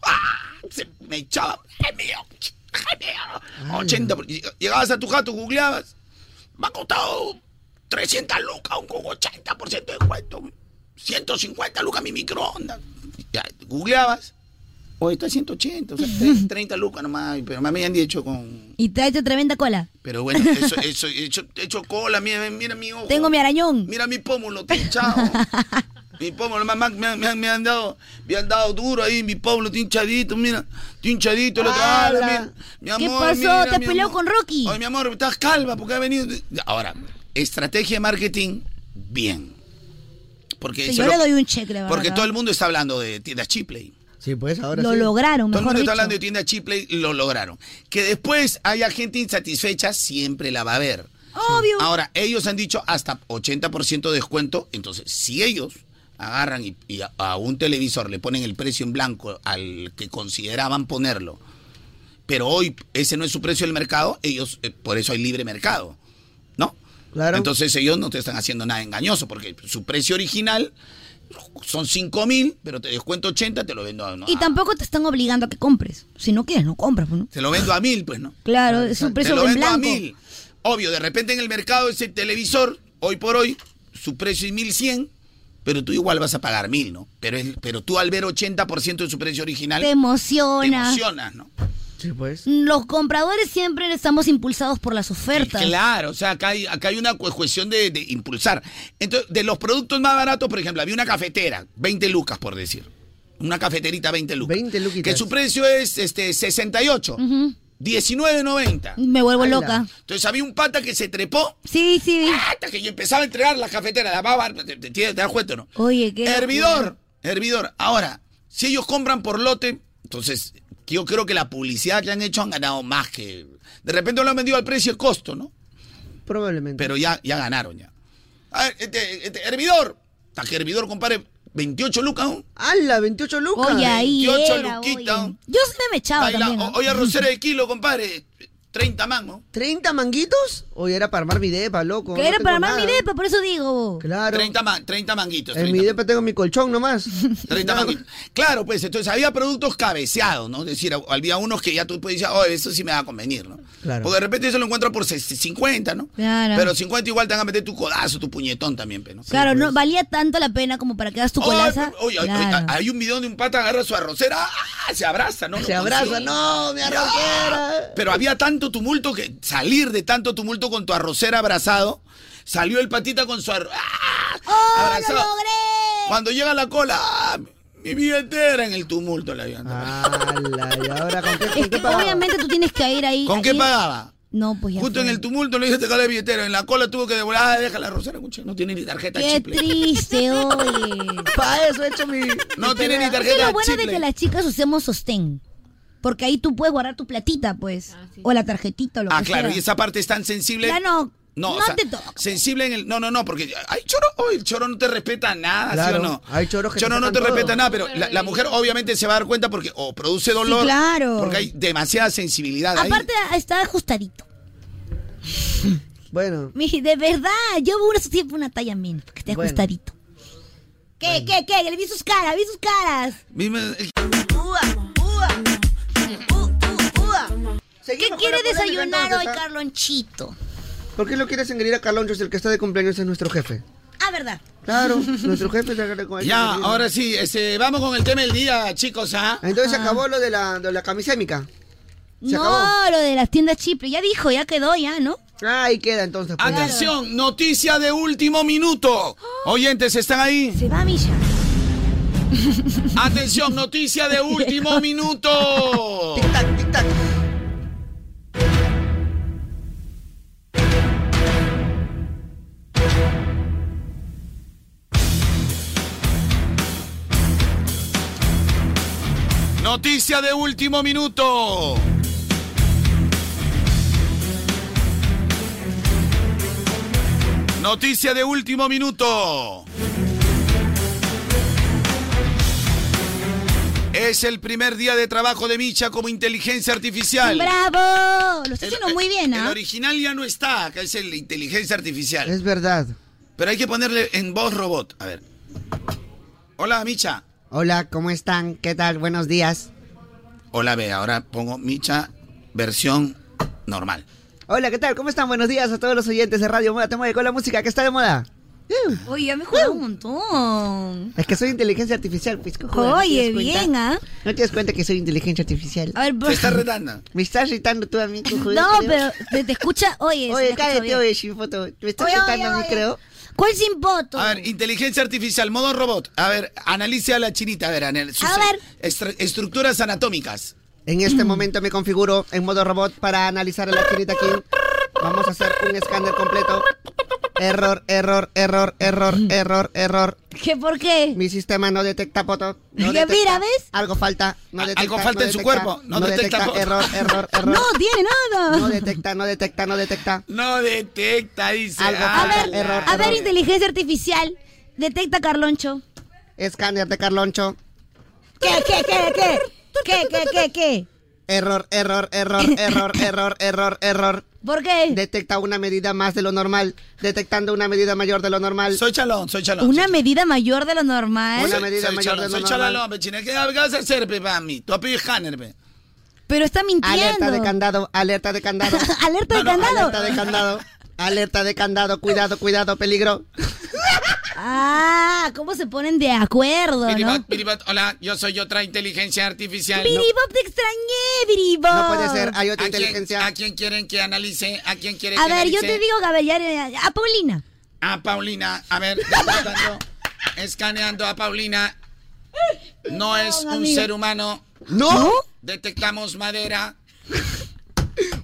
S7: ¡Ah! Se me echaba, ¡ay, mío! ¡Ay, mío! 80, por- lleg- Ah, llegabas a tu jato, googleabas, me ha costado 300 lucas, un con 80% de descuento, 150 lucas mi microondas. Ya, googleabas, hoy está 180, o sea, tre- 30 lucas nomás, pero me habían dicho con...
S4: Y te ha hecho tremenda cola.
S7: Pero bueno, eso, eso, he hecho, he hecho cola, mira, mira mi ojo.
S4: Tengo mi arañón.
S7: Mira mi pómulo, tinchado. mi pómulo, mamá, me, han- me han- me han dado, me han dado duro ahí, mi pómulo tinchadito, mira, tinchadito, el otro, ah,
S4: ¡Hala!
S7: mira, mi amor,
S4: ¿Qué pasó?
S7: mira,
S4: ¿Te has
S7: mi
S4: peleado
S7: amor.
S4: con Rocky?
S7: Ay, mi amor, estás calva porque ha venido. Ahora, estrategia de marketing, bien. Porque,
S4: Sí,
S7: eso
S4: Pues yo
S7: lo-
S4: le doy un cheque, la verdad.
S7: porque todo el mundo está hablando de tiendas Chipley.
S2: Sí, pues ahora
S4: Lo
S2: sí.
S4: lograron,
S7: Todo
S4: mejor
S7: el mundo
S4: dicho.
S7: está hablando de tienda Chipley, lo lograron. Que después haya gente insatisfecha, siempre la va a haber.
S4: Obvio.
S7: Ahora, ellos han dicho hasta 80% de descuento, entonces si ellos agarran y, y a, a un televisor le ponen el precio en blanco al que consideraban ponerlo, pero hoy ese no es su precio del mercado, ellos, eh, por eso hay libre mercado, ¿no?
S2: Claro.
S7: Entonces ellos no te están haciendo nada engañoso, porque su precio original son 5 mil, pero te descuento 80, te lo vendo a, Ah,
S4: Y tampoco te están obligando a que compres. Si no quieres, no compras, pues, ¿no?
S7: te lo vendo a mil, pues, ¿no?
S4: Claro, es un
S7: Te
S4: precio
S7: lo
S4: en
S7: vendo a
S4: blanco.
S7: mil. Obvio, de repente en el mercado ese televisor, hoy por hoy, su precio es 1100, pero tú igual vas a pagar mil, ¿no? Pero, es- pero tú al ver 80% de su precio original,
S4: Te emociona.
S7: te emocionas, ¿no?
S2: Sí, pues.
S4: Los compradores siempre estamos impulsados por las ofertas.
S7: Claro, o sea, acá hay, acá hay una cu- cuestión de, de impulsar. Entonces, de los productos más baratos, por ejemplo, había una cafetera, 20 lucas, por decir. Una cafeterita, 20 lucas. 20 lucas. Que su precio es este, 68. 19.90.
S4: Me vuelvo Ala. loca.
S7: Entonces había un pata que se trepó.
S4: Sí, sí.
S7: Hasta que yo empezaba a entregar las cafeteras. La baba, te, te- te das cuenta, o ¿no?
S4: Oye, qué.
S7: Hervidor, hervidor. Ahora, si ellos compran por lote, entonces yo creo que la publicidad que han hecho han ganado más que. De repente lo han vendido al precio de costo, ¿no?
S2: Probablemente.
S7: Pero ya, ya ganaron ya. A ver, este, este, hervidor. Hasta que hervidor, compadre, 28 lucas. ¿no?
S2: ¡Hala! 28 lucas.
S4: Oye, ahí
S7: 28
S4: era,
S7: luquita,
S4: oye.
S7: ¿no?
S4: Yo se me echaba
S7: Baila,
S2: ¿eh?
S4: también.
S7: o-
S4: ¿no?
S7: oye, arrocera de kilo, compadre. 30 mangos.
S2: ¿30 manguitos? Oye, era para armar mi depa, loco.
S4: Que
S2: no
S4: era
S2: tengo
S4: para armar
S2: nada.
S4: mi depa, por eso digo.
S2: Claro.
S7: 30, ma- 30 manguitos.
S2: En mi depa tengo mi colchón nomás.
S7: 30 manguitos. Claro, pues entonces había productos cabeceados, ¿no? Es decir, había unos que ya tú puedes decir, oh, eso sí me va a convenir, ¿no?
S2: Claro.
S7: Porque de repente eso lo encuentras por 60, 50, ¿no?
S4: Claro.
S7: Pero 50 igual te van a meter tu codazo, tu puñetón también, pues, ¿no?
S4: claro, no valía tanto la pena como para que hagas tu colaza.
S7: Ay, oh, oye, oye,
S4: Claro.
S7: hay un video de un pata agarra su arrocera, ¡ah! se abraza, ¿no?
S2: Se abraza,
S7: no, mi arrocera. Pero había tanto tumulto que salir de tanto tumulto con tu arrocera abrazado, salió el patita con su arro- ¡ah! abrazado. Cuando llega la cola, ¡ah! mi vida entera en el tumulto la vianda.
S2: ¿y ahora con qué,
S4: Es que obviamente tú tienes que ir ahí.
S7: ¿Con qué
S4: ahí-
S7: pagaba?
S4: No, pues ya.
S7: Justo en el tumulto le dije te cala el billetero, en la cola tuvo que devolver, ah, deja la arrocera, escucha, no tiene ni tarjeta
S4: Qué
S7: chiple.
S4: triste, oye.
S2: Para eso he hecho mi.
S7: No tiene ni
S4: Eso es
S7: tarjeta
S4: lo bueno de
S7: chicle.
S4: que las chicas usemos sostén. Porque ahí tú puedes guardar tu platita, pues. O la tarjetita, o lo
S7: Ah,
S4: que
S7: claro,
S4: sea.
S7: y esa parte es tan sensible.
S4: Ya no,
S7: No, o
S4: no
S7: sea,
S4: te toco.
S7: sensible en el. No, no, no, porque. Ay, choro, oh, el choro no te respeta nada,
S2: Claro,
S7: ¿sí o no?
S2: hay choros que
S7: Choro
S2: te
S7: no te
S2: sacan todo.
S7: respeta nada, pero la, la mujer obviamente se va a dar cuenta porque o produce dolor.
S4: claro.
S7: Porque hay demasiada sensibilidad ahí.
S4: Aparte, está ajustadito.
S2: Bueno.
S4: Mi- De verdad, yo uso siempre una talla menos, porque esté
S7: Bueno.
S4: ajustadito. ¿Qué, qué, qué? Le vi sus caras, vi sus caras.
S7: Dime-
S4: ¿Qué
S2: con
S4: quiere
S2: la polémica,
S4: desayunar hoy,
S2: entonces, ¿ah?
S4: Carlonchito?
S2: ¿Por qué lo quieres engreír a Carloncho si el que está de cumpleaños es nuestro jefe?
S4: Ah, verdad.
S2: Claro, nuestro jefe se agarra con eso.
S7: Ya, ahora sí, este, vamos con el tema del día, chicos, ¿ah?
S2: Entonces se acabó lo de la, de la camisémica. Se
S4: no,
S2: acabó.
S4: lo de las tiendas chiple. Ya dijo, ya quedó, ya, ¿no?
S2: Ahí queda entonces. pues.
S7: Atención, noticia de último minuto. Oyentes, ¿están ahí?
S4: Se va, Misha.
S7: Atención, noticia de último minuto.
S2: Tic-tac, tic-tac.
S7: Noticia de último minuto. Noticia de último minuto. Es el primer día de trabajo de Micha como inteligencia artificial.
S4: ¡Bravo! Lo está
S7: El- eh,
S4: haciendo muy bien,
S7: El
S4: ¿ah?
S7: original ya no está, acá es el inteligencia artificial.
S2: Es verdad.
S7: Pero hay que ponerle en voz robot. A ver. Hola, Micha.
S2: Hola, ¿cómo están? ¿Qué tal? Buenos días.
S7: Hola, ve, ahora pongo Micha versión normal.
S2: Hola, ¿qué tal? ¿Cómo están? Buenos días a todos los oyentes de Radio Moda Te Mueve con la música que está de moda.
S9: Oye, ya me he jugado un montón.
S2: Es que soy inteligencia artificial, pues, cojuda, ¿no te
S9: Oye,
S2: das cuenta?
S9: bien, ¿ah?
S2: ¿No te das cuenta que soy inteligencia artificial?
S9: A ver, Te pues- estás
S7: retando.
S2: Me estás retando tú a mí, cojuda,
S4: No,
S2: creo.
S4: pero te, te escucha. Oye,
S2: Oye, cállate, oye,
S4: sin
S2: foto. Me estás retando a mí, creo.
S4: ¿Cuál sin voto?
S7: A ver, inteligencia artificial, modo robot. A ver, analice a la chinita. A ver, anal- sus- estru- estructuras anatómicas.
S2: En este momento me configuro en modo robot para analizar a la chinita aquí. Vamos a hacer un escáner completo. Error, error, error, error, error, error.
S4: ¿Qué por qué?
S2: Mi sistema no detecta foto. No
S4: Ya
S2: detecta.
S4: mira, ¿ves?
S2: Algo falta. No
S7: A-
S2: detecta,
S7: algo falta
S2: no
S7: en su
S2: detecta,
S7: cuerpo, no detecta foto.
S2: error, error, error.
S4: No tiene nada.
S2: No detecta, no detecta, no detecta.
S7: No detecta, dice.
S2: Algo
S7: Ah,
S2: falta. error,
S4: A ver,
S2: error.
S4: inteligencia artificial. Detecta Carloncho.
S2: Escáner de Carloncho.
S4: ¿Qué, qué, qué, qué? ¿Qué, qué, qué, qué?
S2: Error, error, error, error, error, error, error.
S4: ¿Por qué?
S2: Detecta una medida más de lo normal. Detectando una medida mayor de lo normal.
S7: Soy chalón, soy chalón.
S4: Una medida mayor de lo normal.
S2: Una medida
S7: soy
S2: mayor de
S7: chalón,
S2: lo
S7: soy
S2: normal.
S7: chalón, pe, china. ¿Qué vas a hacer, pe, mami? Tu apellido es Hanner, pe.
S4: Pero está mintiendo.
S2: Alerta de candado, alerta de candado.
S4: alerta de candado.
S2: Alerta de candado. Alerta de candado. Cuidado, cuidado, peligro.
S4: Ah, ¿cómo se ponen de acuerdo,
S7: Piribot,
S4: no?
S7: piribot, hola, yo soy otra inteligencia artificial.
S4: Biribop, te extrañé, Biribop.
S2: ah,
S7: ¿A quién- ¿A quién quieren que analice? ¿A quién quieren
S4: A
S7: que
S4: ver, yo
S7: analice?
S4: te digo, Gabriel, a Paulina.
S7: A Paulina, a ver, desmontando, escaneando a Paulina. No es un
S4: amigo.
S7: ser humano.
S2: ¿No?
S7: Detectamos madera.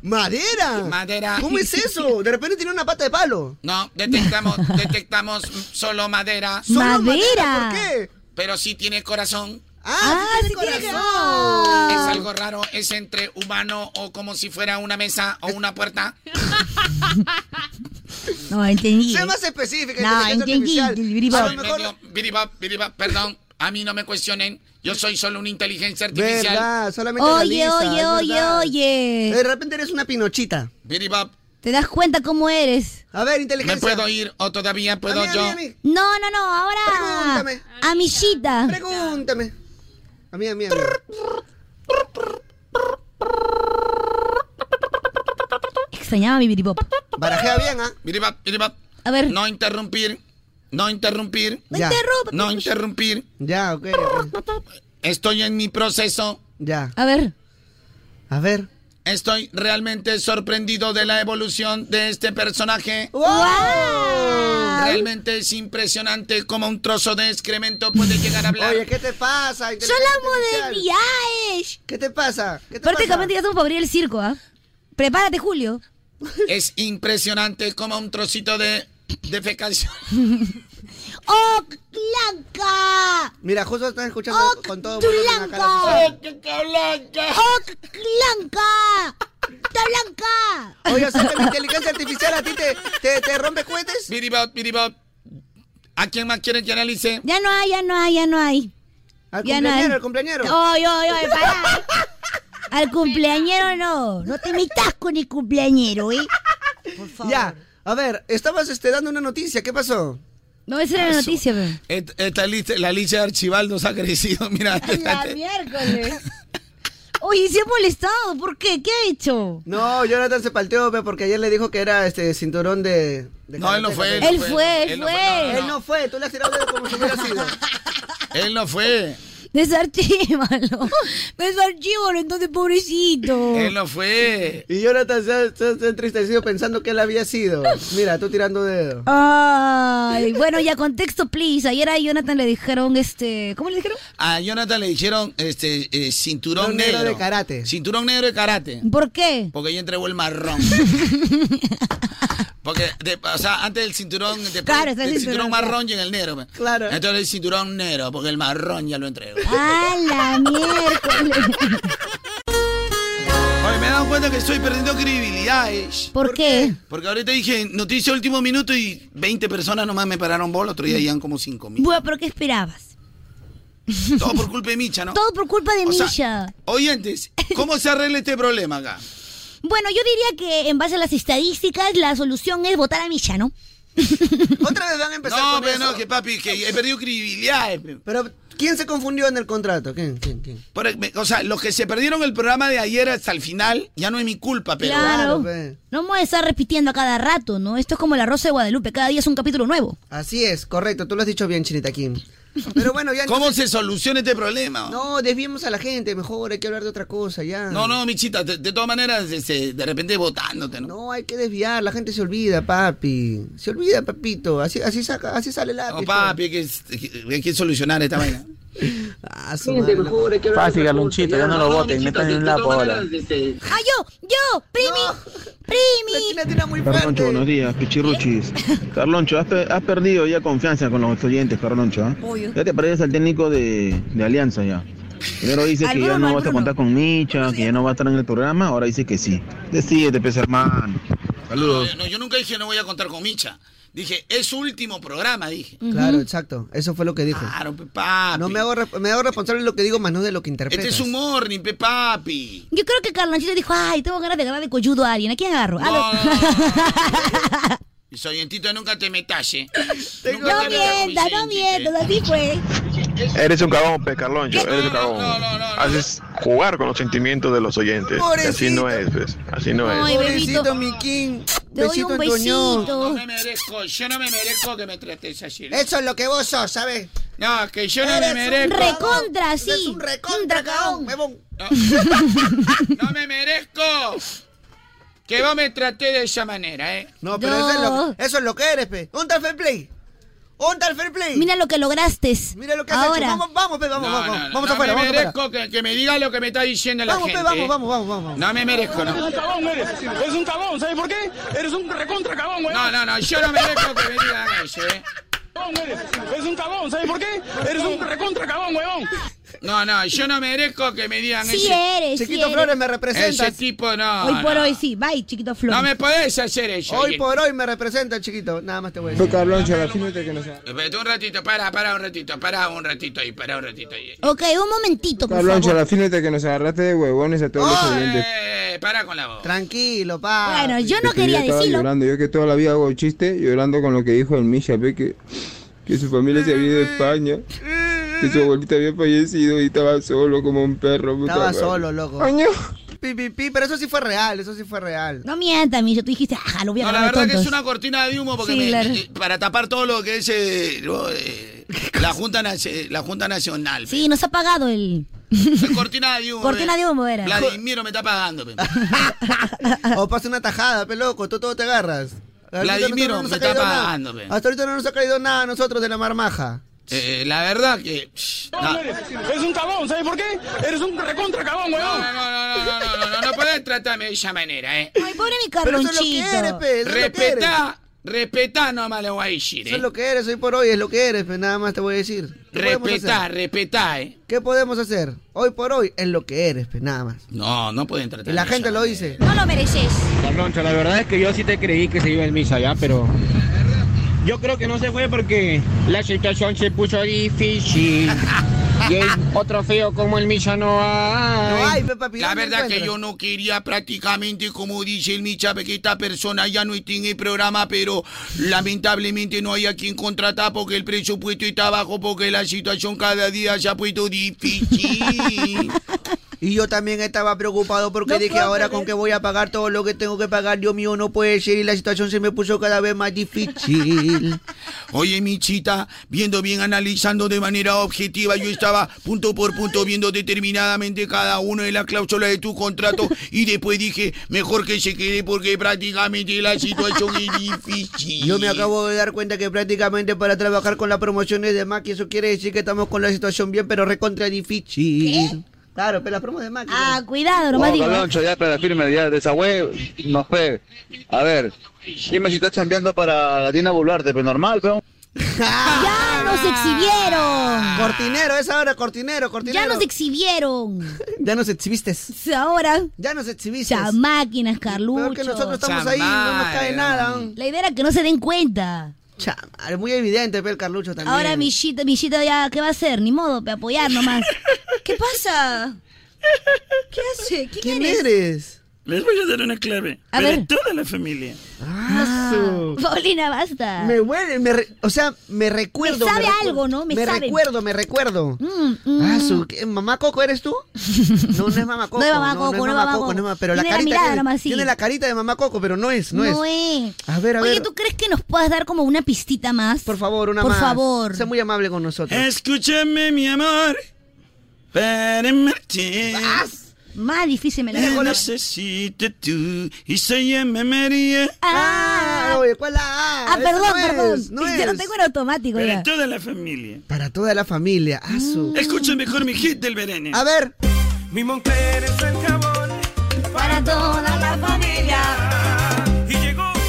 S2: ¿Madera?
S7: Madera.
S2: ¿Cómo es eso? De repente tiene una pata de palo.
S7: No, detectamos, detectamos solo madera.
S2: ¿Solo madera? ¿Por
S7: qué? Pero sí tiene corazón.
S2: Ah,
S4: sí tiene corazón.
S7: Es algo raro, es entre humano o como si fuera una mesa o una puerta.
S4: No, entendí.
S2: Sé más específica,
S4: No, entendí.
S2: inteligencia artificial. A
S7: Soy
S2: lo mejor-
S7: medio biribap, biribap, perdón, a mí no me cuestionen. Yo soy solo una inteligencia artificial.
S2: Verdad, solamente
S4: Oye,
S2: analiza,
S4: oye,
S2: es
S4: oye,
S2: verdad. Eh,
S4: oye.
S2: De repente eres una pinochita.
S7: Biribap,
S4: ¿Te das cuenta cómo eres?
S2: A ver,
S7: ¿me puedo ir o todavía puedo yo?
S4: No, no, no, ahora.
S2: Pregúntame.
S4: Amillita.
S2: Pregúntame. A mí, a mí, a mí.
S4: Extrañaba mi biribop.
S2: Barajea bien, ¿ah?
S7: Biribap, biribap.
S4: A ver.
S7: No interrumpir, no interrumpir.
S2: No Ya. interrumpa,
S4: pues.
S7: No interrumpir.
S2: Ya, ok.
S7: Estoy en mi proceso.
S2: Ya.
S4: A ver.
S2: A ver.
S7: Estoy realmente sorprendido de la evolución de este personaje. Realmente es impresionante cómo un trozo de excremento puede llegar a hablar.
S2: Oye, ¿qué te pasa?
S4: Yo la amo de mi Aesh.
S2: ¿Qué te pasa? ¿Qué te
S4: Prácticamente ya somos para abrir el circo, ¿ah? Prepárate, Julio.
S7: Es impresionante como un trocito de defecación.
S4: ¡Oh, Blanca!
S2: Mira, justo están escuchando con todo
S4: Oh, tu
S2: volumen acá la
S4: blanca.
S2: oficina.
S7: blanca!
S4: ¡Oh, Blanca! ¡Está blanca!
S2: Oye, o sea que la inteligencia artificial a ti te, te, te rompe cohetes.
S7: Biribot, biribot. ¿A quién más quieren que analice?
S4: Ya no hay, ya no hay, ya no hay.
S2: Al
S4: Ya no hay.
S2: cumpleañero, al cumpleañero.
S4: Oy, oy, oy, pará. Al cumpleañero no. No te metas con el cumpleañero, ¿eh?
S2: Ya, a ver, estabas este, dando una noticia, ¿qué pasó?
S4: No, esa era la noticia, pero.
S7: Et- Esta lista, la lista de Archibaldos ha crecido, mira.
S4: La miércoles. Oye, se ha molestado. ¿Por qué? ¿Qué ha hecho?
S2: No, Jonathan se palteó, pe, porque ayer le dijo que era este cinturón de... de
S7: No, él no fue, él no
S4: Él fue, él
S7: él no
S4: fue.
S7: fue,
S2: Él no fue, tú le has tirado dedo como si hubiera sido.
S7: Él no fue.
S4: Desarchívalo. Desarchívalo, entonces, pobrecito.
S7: Él no fue.
S2: Y Jonathan se ha, se ha- se ha entristecido pensando que él había sido. Mira, tú tirando dedo.
S4: Ay, bueno, ya contexto, please. Ayer a Jonathan le dijeron, este, ¿cómo le dijeron?
S7: A Jonathan le dijeron este eh, cinturón
S2: Cinturón
S7: negro.
S2: negro de karate.
S7: Cinturón negro de karate.
S4: ¿Por qué?
S7: Porque ahí entregó el marrón. Porque, de- o sea, antes del cinturón, después
S4: Claro, está
S7: del
S4: el
S7: cinturón,
S4: cinturón,
S7: marrón y en el negro. pues.
S2: Claro.
S7: Entonces el cinturón negro, porque el marrón ya lo entregó.
S4: ¡A la miércoles!
S7: Oye, me he dado dado cuenta que estoy perdiendo credibilidades.
S4: ¿Por, qué?
S7: Porque ahorita dije noticia último minuto y 20 personas nomás me pararon bola, otro
S4: Mm.
S7: día iban como 5 mil.
S4: Bueno, pero ¿qué esperabas?
S7: Todo por culpa de Micha, ¿no?
S4: Todo por culpa de
S7: O sea,
S4: Misha.
S7: Oyentes, ¿cómo se arregla este problema acá?
S4: Bueno, yo diría que en base a las estadísticas, la solución es votar a Misha, ¿no?
S16: Otra vez van a empezar
S7: No,
S16: con
S7: pero
S16: eso.
S7: no, que papi, que he perdido credibilidad.
S2: Pero, ¿quién se confundió en el contrato? ¿Quién? ¿Quién? ¿Quién?
S7: Por- e, me- o sea, los que se perdieron el programa de ayer hasta el final, ya no es mi culpa, pero...
S4: Claro. No vamos a estar repitiendo a cada rato, ¿no? Esto es como la Rosa de Guadalupe, cada día es un capítulo nuevo.
S2: Así es, correcto. Tú lo has dicho bien, Chinita Kim.
S7: Pero bueno, ya... ¿Cómo se soluciona este problema?
S2: No, desviemos a la gente. Mejor hay que hablar de otra cosa, ya.
S7: No, no, Michita, de, de todas maneras, este, de repente votándote, ¿no?
S2: No, hay que desviar. La gente se olvida, papi. Se olvida, papito. Así, así, saca, así sale pues. la.
S7: No, papi, hay que, hay que solucionar esta vaina.
S2: Ah,
S12: Fácil, Carlonchito, ya no lo voten, metan en un lapo ahora. este-
S4: ¡Ah, yo! ¡Yo! ¡Primi! ¡Primi!
S12: Carloncho, buenos días, pichirruchis. Carloncho, has, pe- has perdido ya confianza con los oyentes, Carloncho. ¿ah?
S4: Obvio.
S12: Ya te pareces al técnico de, de Alianza ya. Primero dices que ya
S4: Alguno
S12: no
S4: más,
S12: vas a contar con Micha, que ya no va a estar en el programa, ahora dices que sí. Decídete, pez hermano. Saludos.
S7: No, yo nunca dije no voy a contar con Micha. Dije, es su último programa, dije.
S2: Claro, exacto. Eso fue lo que dije.
S7: Claro, papi.
S2: No me hago, re- me hago responsable de lo que digo, más no de lo que interpreto.
S7: Este es un morning, pe papi.
S4: Yo creo que Carlanchito dijo, ay, tengo ganas de agarrar de coyudo a alguien. ¿A quién agarro? Ah,
S7: No,
S4: no.
S7: Y soyentito nunca te metas, ¿eh?
S4: No mientas, no mientas, así fue.
S1: Eres un cagón, pe, Carloncho, eres un cagón. Haces jugar con los sentimientos de los oyentes. Y así no es, pues. Así no es.
S4: Ay, bebito.
S2: Besito, mi king.
S4: Te doy
S2: Besito
S4: un
S2: en tu ño.
S4: besito.
S7: No me merezco, yo no me merezco que me trates así. ¿eh?
S2: Eso es lo que vos sos, ¿sabes?
S7: No, que yo no me merezco.
S4: Recontra, sí.
S2: Es un recontra, caón, huevón.
S7: No me merezco que vos me trates de esa manera, ¿eh?
S2: No, pero Eso, es lo, eso es lo que eres, pe. ¿Dónde está el fair play? ¿Dónde está el fair play?
S4: Mira lo que lograste.
S2: Mira lo que has
S4: Ahora.
S2: hecho. Vamos, vamos, pe, vamos,
S7: No,
S2: vamos.
S7: no, no,
S2: vamos
S7: no
S2: afuera,
S7: me
S2: vamos afuera.
S7: merezco que, que me diga lo que me está diciendo la
S2: Vamos, pe,
S7: gente.
S2: vamos,
S7: ¿eh?
S2: vamos, vamos, vamos.
S7: No me merezco, no.
S2: Eres un
S7: cagón, eres. Eres un cagón, ¿sabes por qué? Eres un recontra cagón, güey. No, no, no, yo no merezco que me digan eso, ¿eh? Eres un cagón, ¿sabes por qué? Eres un recontra cagón, weón. No, no, yo no merezco que me digan
S4: Sí
S7: eso.
S4: eres, Chiquito sí eres. Flores, me representas.
S7: Ese tipo no.
S4: hoy por
S7: no.
S4: hoy sí. Bye, chiquito Flor.
S7: No me podés hacer eso.
S2: Hoy
S7: oye.
S2: por hoy me representa, chiquito. Nada más te voy a
S12: Fue
S2: decir.
S12: Carloncho, imagínate que no sea.
S7: Espérate un ratito, para, para un ratito, para un ratito ahí, para un ratito ahí.
S4: Ok, un momentito, por
S12: Carloncho,
S4: favor.
S12: la fineta que nos agarraste de huevones a todos los oyentes.
S7: Eh, para con la voz.
S2: Tranquilo, pa.
S4: Bueno, yo no
S12: Porque yo
S4: quería
S12: estaba
S4: decirlo.
S12: llorando, yo que toda la vida hago chiste llorando con lo que dijo el Misha, ve que, que su familia se había ido a España, que su abuelita había fallecido y estaba solo como un perro. puta
S2: Estaba
S12: madre.
S2: solo, loco. Pi, pi, pi, pero eso sí fue real, eso sí fue real.
S4: No mientas, Misha. Tú dijiste, ajá, lo voy a
S7: No, la
S4: agarrar
S7: verdad
S4: de
S7: que es
S4: tontos.
S7: una cortina de humo porque
S4: Sí,
S7: me-
S4: claro.
S7: eh, para tapar todo lo que es eh, no, eh, la, Junta Nace- la Junta Nacional.
S4: Sí, nos ha pagado el...
S7: Es cortina de humo.
S4: Cortina
S7: pe.
S4: de humo era.
S7: Vladimiro me está pagando. pe.
S2: O pasa una tajada, pe loco, tú todo te agarras. Hasta ahorita
S7: Vladimiro,
S2: nosotros no nos ha
S7: me está
S2: caído nada.
S7: pagando, pe.
S2: Hasta ahorita no nos ha caído nada a nosotros de la marmaja.
S7: Eh, la verdad que... psh, no.
S12: Eres un cagón, ¿sabes por qué? Eres un recontra cagón,
S7: weón. No, no, no, no, no, no, no, no podés tratarme de esa manera, ¿eh?
S4: Ay, pobre mi
S2: Pero eso es lo que eres,
S4: Carlonchito.
S2: pe, eso es lo que eres.
S7: Respetá, respetá nomás le voy a decir,
S2: Eso es
S7: ¿eh?
S2: lo que eres hoy por hoy, es lo que eres, pe, nada más te voy a decir. ¿Qué podemos
S7: Respetá,
S2: hacer?
S7: respetá, ¿eh?
S2: ¿Qué podemos hacer? Hoy por hoy es lo que eres, pe, nada más.
S7: No, no pueden tratarme
S2: Y la
S7: de
S2: gente
S7: esa
S2: lo dice.
S4: No lo mereces.
S12: Carloncho, la verdad es que yo sí te creí que se iba el Misha ya, pero... Yo creo que no se fue porque la situación se puso difícil. Y hay otro feo como el Misha no hay.
S7: ¿eh? La verdad que yo no quería prácticamente, como dice el Michape, que esta persona ya no esté en el programa, pero lamentablemente no hay a quien contratar porque el presupuesto está bajo, porque la situación cada día se ha puesto difícil.
S2: Y yo también estaba preocupado porque
S7: No
S2: dije
S7: puedo
S2: ahora
S7: creer.
S2: con que voy a pagar todo lo que tengo que pagar, Dios mío, no puede ser y la situación se me puso cada vez más difícil.
S7: Oye, Michita, viendo bien, analizando de manera objetiva, yo estaba punto por punto viendo determinadamente cada una de las cláusulas de tu contrato y después dije, mejor que se quede porque prácticamente la situación es difícil.
S2: Yo me acabo de dar cuenta que prácticamente para trabajar con las promociones de Maki, eso quiere decir que estamos con la situación bien, pero recontra difícil. Claro, pero las promos de Maki.
S4: Ah, cuidado,
S6: No,
S4: nomás digo.
S6: Carloncho, ya para firme, ya de esa web, no fue. pues, A ver, dime si estás chambeando para la Dina Boluarte, pero normal, pero.
S4: Ya, nos exhibieron.
S2: Cortinero, es ahora, cortinero, cortinero.
S4: Ya nos exhibieron.
S2: Ya nos exhibiste.
S4: Ahora.
S2: Ya nos exhibiste.
S4: Ya máquinas, Carlucho.
S2: Peor que nosotros estamos ahí, no nos cae nada.
S4: La idea era que no se den cuenta.
S2: Chama, es muy evidente pe, el Carlucho también.
S4: Ahora Millita, Millita ya, ¿qué va a hacer? Ni modo, pe, apoyar nomás. ¿Qué pasa? ¿Qué hace? ¿Quién,
S2: ¿Quién
S4: eres?
S2: eres?
S17: Les voy a dar una clave.
S4: A
S17: Para
S4: ver.
S17: toda la familia.
S2: Ah, su-
S4: Paulina, basta.
S2: Me huele, me re- o sea, me recuerdo.
S4: Me sabe
S2: recuerdo.
S4: algo, ¿no? Me
S2: Me,
S4: sabe.
S2: recuerdo, me recuerdo. Ah, su- ¿qué? ¿Mamá Coco eres tú? No, no es Mamá Coco.
S4: No es Mamá Coco,
S2: no es Mamá Coco. no es mamá- pero la
S4: Tiene la
S2: carita
S4: mirada
S2: tiene,
S4: nomás, sí.
S2: tiene la carita de Mamá Coco, pero no es, no,
S4: No
S2: es.
S4: es.
S2: A ver, a
S4: Oye,
S2: ver.
S4: ¿tú crees que nos puedas dar como una pistita más? Por
S2: favor, una
S4: Por
S2: más.
S4: favor.
S2: Sé muy amable con nosotros.
S17: Escúchame, mi amor. Para Martín.
S4: Más difícil me la
S17: Te necesito tú y se llama María.
S4: Ah,
S2: oye, ¿cuál la Ah,
S17: esa
S4: perdón,
S17: no
S4: perdón.
S17: es, no
S4: Te lo
S17: es.
S4: tengo en automático
S17: Para
S4: ya.
S17: toda la familia.
S2: Para toda la familia. Ah, su-
S17: Escucha mejor mi hit del
S4: Mm.
S17: verano.
S2: A ver.
S17: Mi Montero es el jabón.
S4: Para toda la familia.
S17: Y llegó el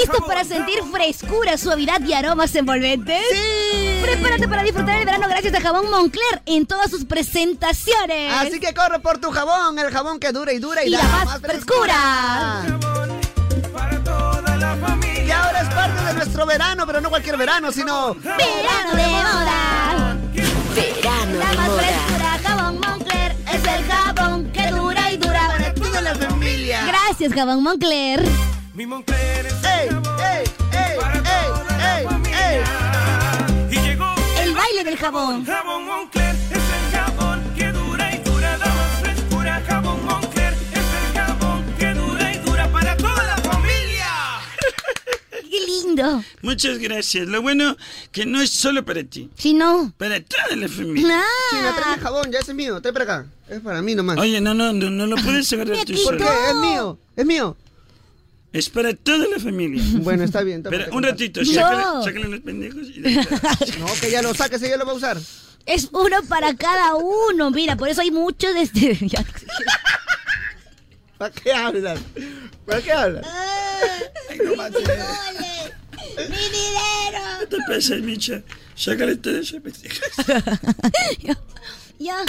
S4: ¿Listos para sentir frescura, suavidad y aromas envolventes? ¡Sí! Prepárate para disfrutar el verano gracias a Jabón Moncler en todas sus presentaciones.
S2: Así que corre por tu jabón, el jabón que dura y dura y,
S4: Y
S2: da Ah.
S4: la más frescura.
S2: Y ahora es parte de nuestro verano, pero no cualquier verano, sino.
S4: ¡Verano de moda!
S2: ¡Verano
S4: La más frescura, Jabón Moncler es el jabón que dura y dura para
S2: toda la familia.
S4: Gracias, Jabón Moncler.
S17: Mi Moncler es
S2: ¡Ey, ey, ey, ey, ey,
S17: ey! Y llegó
S4: el baile del jabón.
S17: Jabón Moncler es el jabón que dura y dura, da más frescura. Jabón Moncler es el jabón que dura y dura para toda la familia.
S4: ¡Qué lindo!
S17: Muchas gracias. Lo bueno que no es solo para ti.
S4: Si no.
S17: Para toda la
S4: Ah.
S17: familia.
S2: Sí, me trae el jabón, ya ese es mío, trae para acá. Es para mí nomás.
S17: Oye, no, no, no, no lo puedes agarrar tú
S2: ¿Por
S17: solo.
S2: qué? Es mío, es mío.
S17: Es para toda la familia.
S2: Bueno, está bien. está
S17: Espera,
S2: bien.
S17: un ratito,
S2: No.
S17: sácale, sácale los pendejos. y dale.
S2: No, que ya lo saques, ella lo va a usar.
S4: Es uno para cada uno. Mira, por eso hay muchos de este. ya.
S2: ¿Para qué hablas? ¿Para qué hablas?
S4: ¡Mi dinero!
S17: ¿Qué te pasa, Micha? Sácale este todo eso, pendejo.
S4: Ya.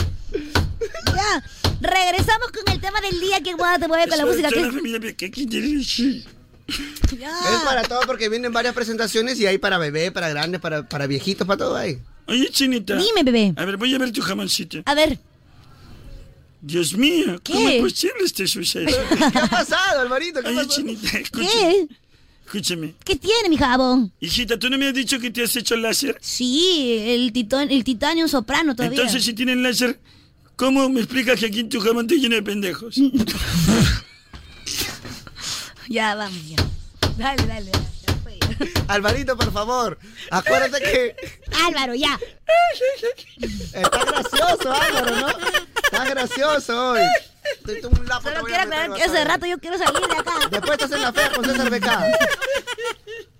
S4: Ya. Regresamos con el tema del día que Guada te mueve con la
S17: Para
S4: música.
S17: toda
S4: que
S17: la familia, ¿qué- qué quieres decir?
S4: es- Ya.
S2: Es para todo porque vienen varias presentaciones y hay para bebé, para grandes, para, para viejitos, para todo ahí.
S17: Oye, Chinita.
S4: Dime, bebé.
S17: A ver, voy a ver tu jamoncito.
S4: A ver.
S17: Dios mío, ¿cómo
S4: ¿Qué?
S17: es posible este suceso?
S2: ¿Qué ha pasado, Alvarito? ¿Qué
S17: Oye,
S2: pasó?
S17: Chinita, escúchame.
S4: ¿Qué?
S17: escúchame.
S4: ¿Qué tiene mi jabón?
S17: Hijita, ¿tú no me has dicho que te has hecho láser?
S4: Sí, el, titón, el titanio soprano todavía.
S17: Entonces, si tienen láser, ¿cómo me explicas que aquí en tu jamón te lleno de pendejos?
S4: Ya, vamos, ya. Dale, dale. dale.
S2: Alvarito, por favor, acuérdate que
S4: Álvaro, ya.
S2: está gracioso, Álvaro, ¿no? Está gracioso hoy. Te tomo un lapo, te
S4: Solo
S2: voy a
S4: quiero
S2: meter,
S4: aclarar
S2: vas
S4: que
S2: a
S4: hace
S2: ver.
S4: rato yo quiero salir de acá.
S2: Después te hacen la fea con César Becá.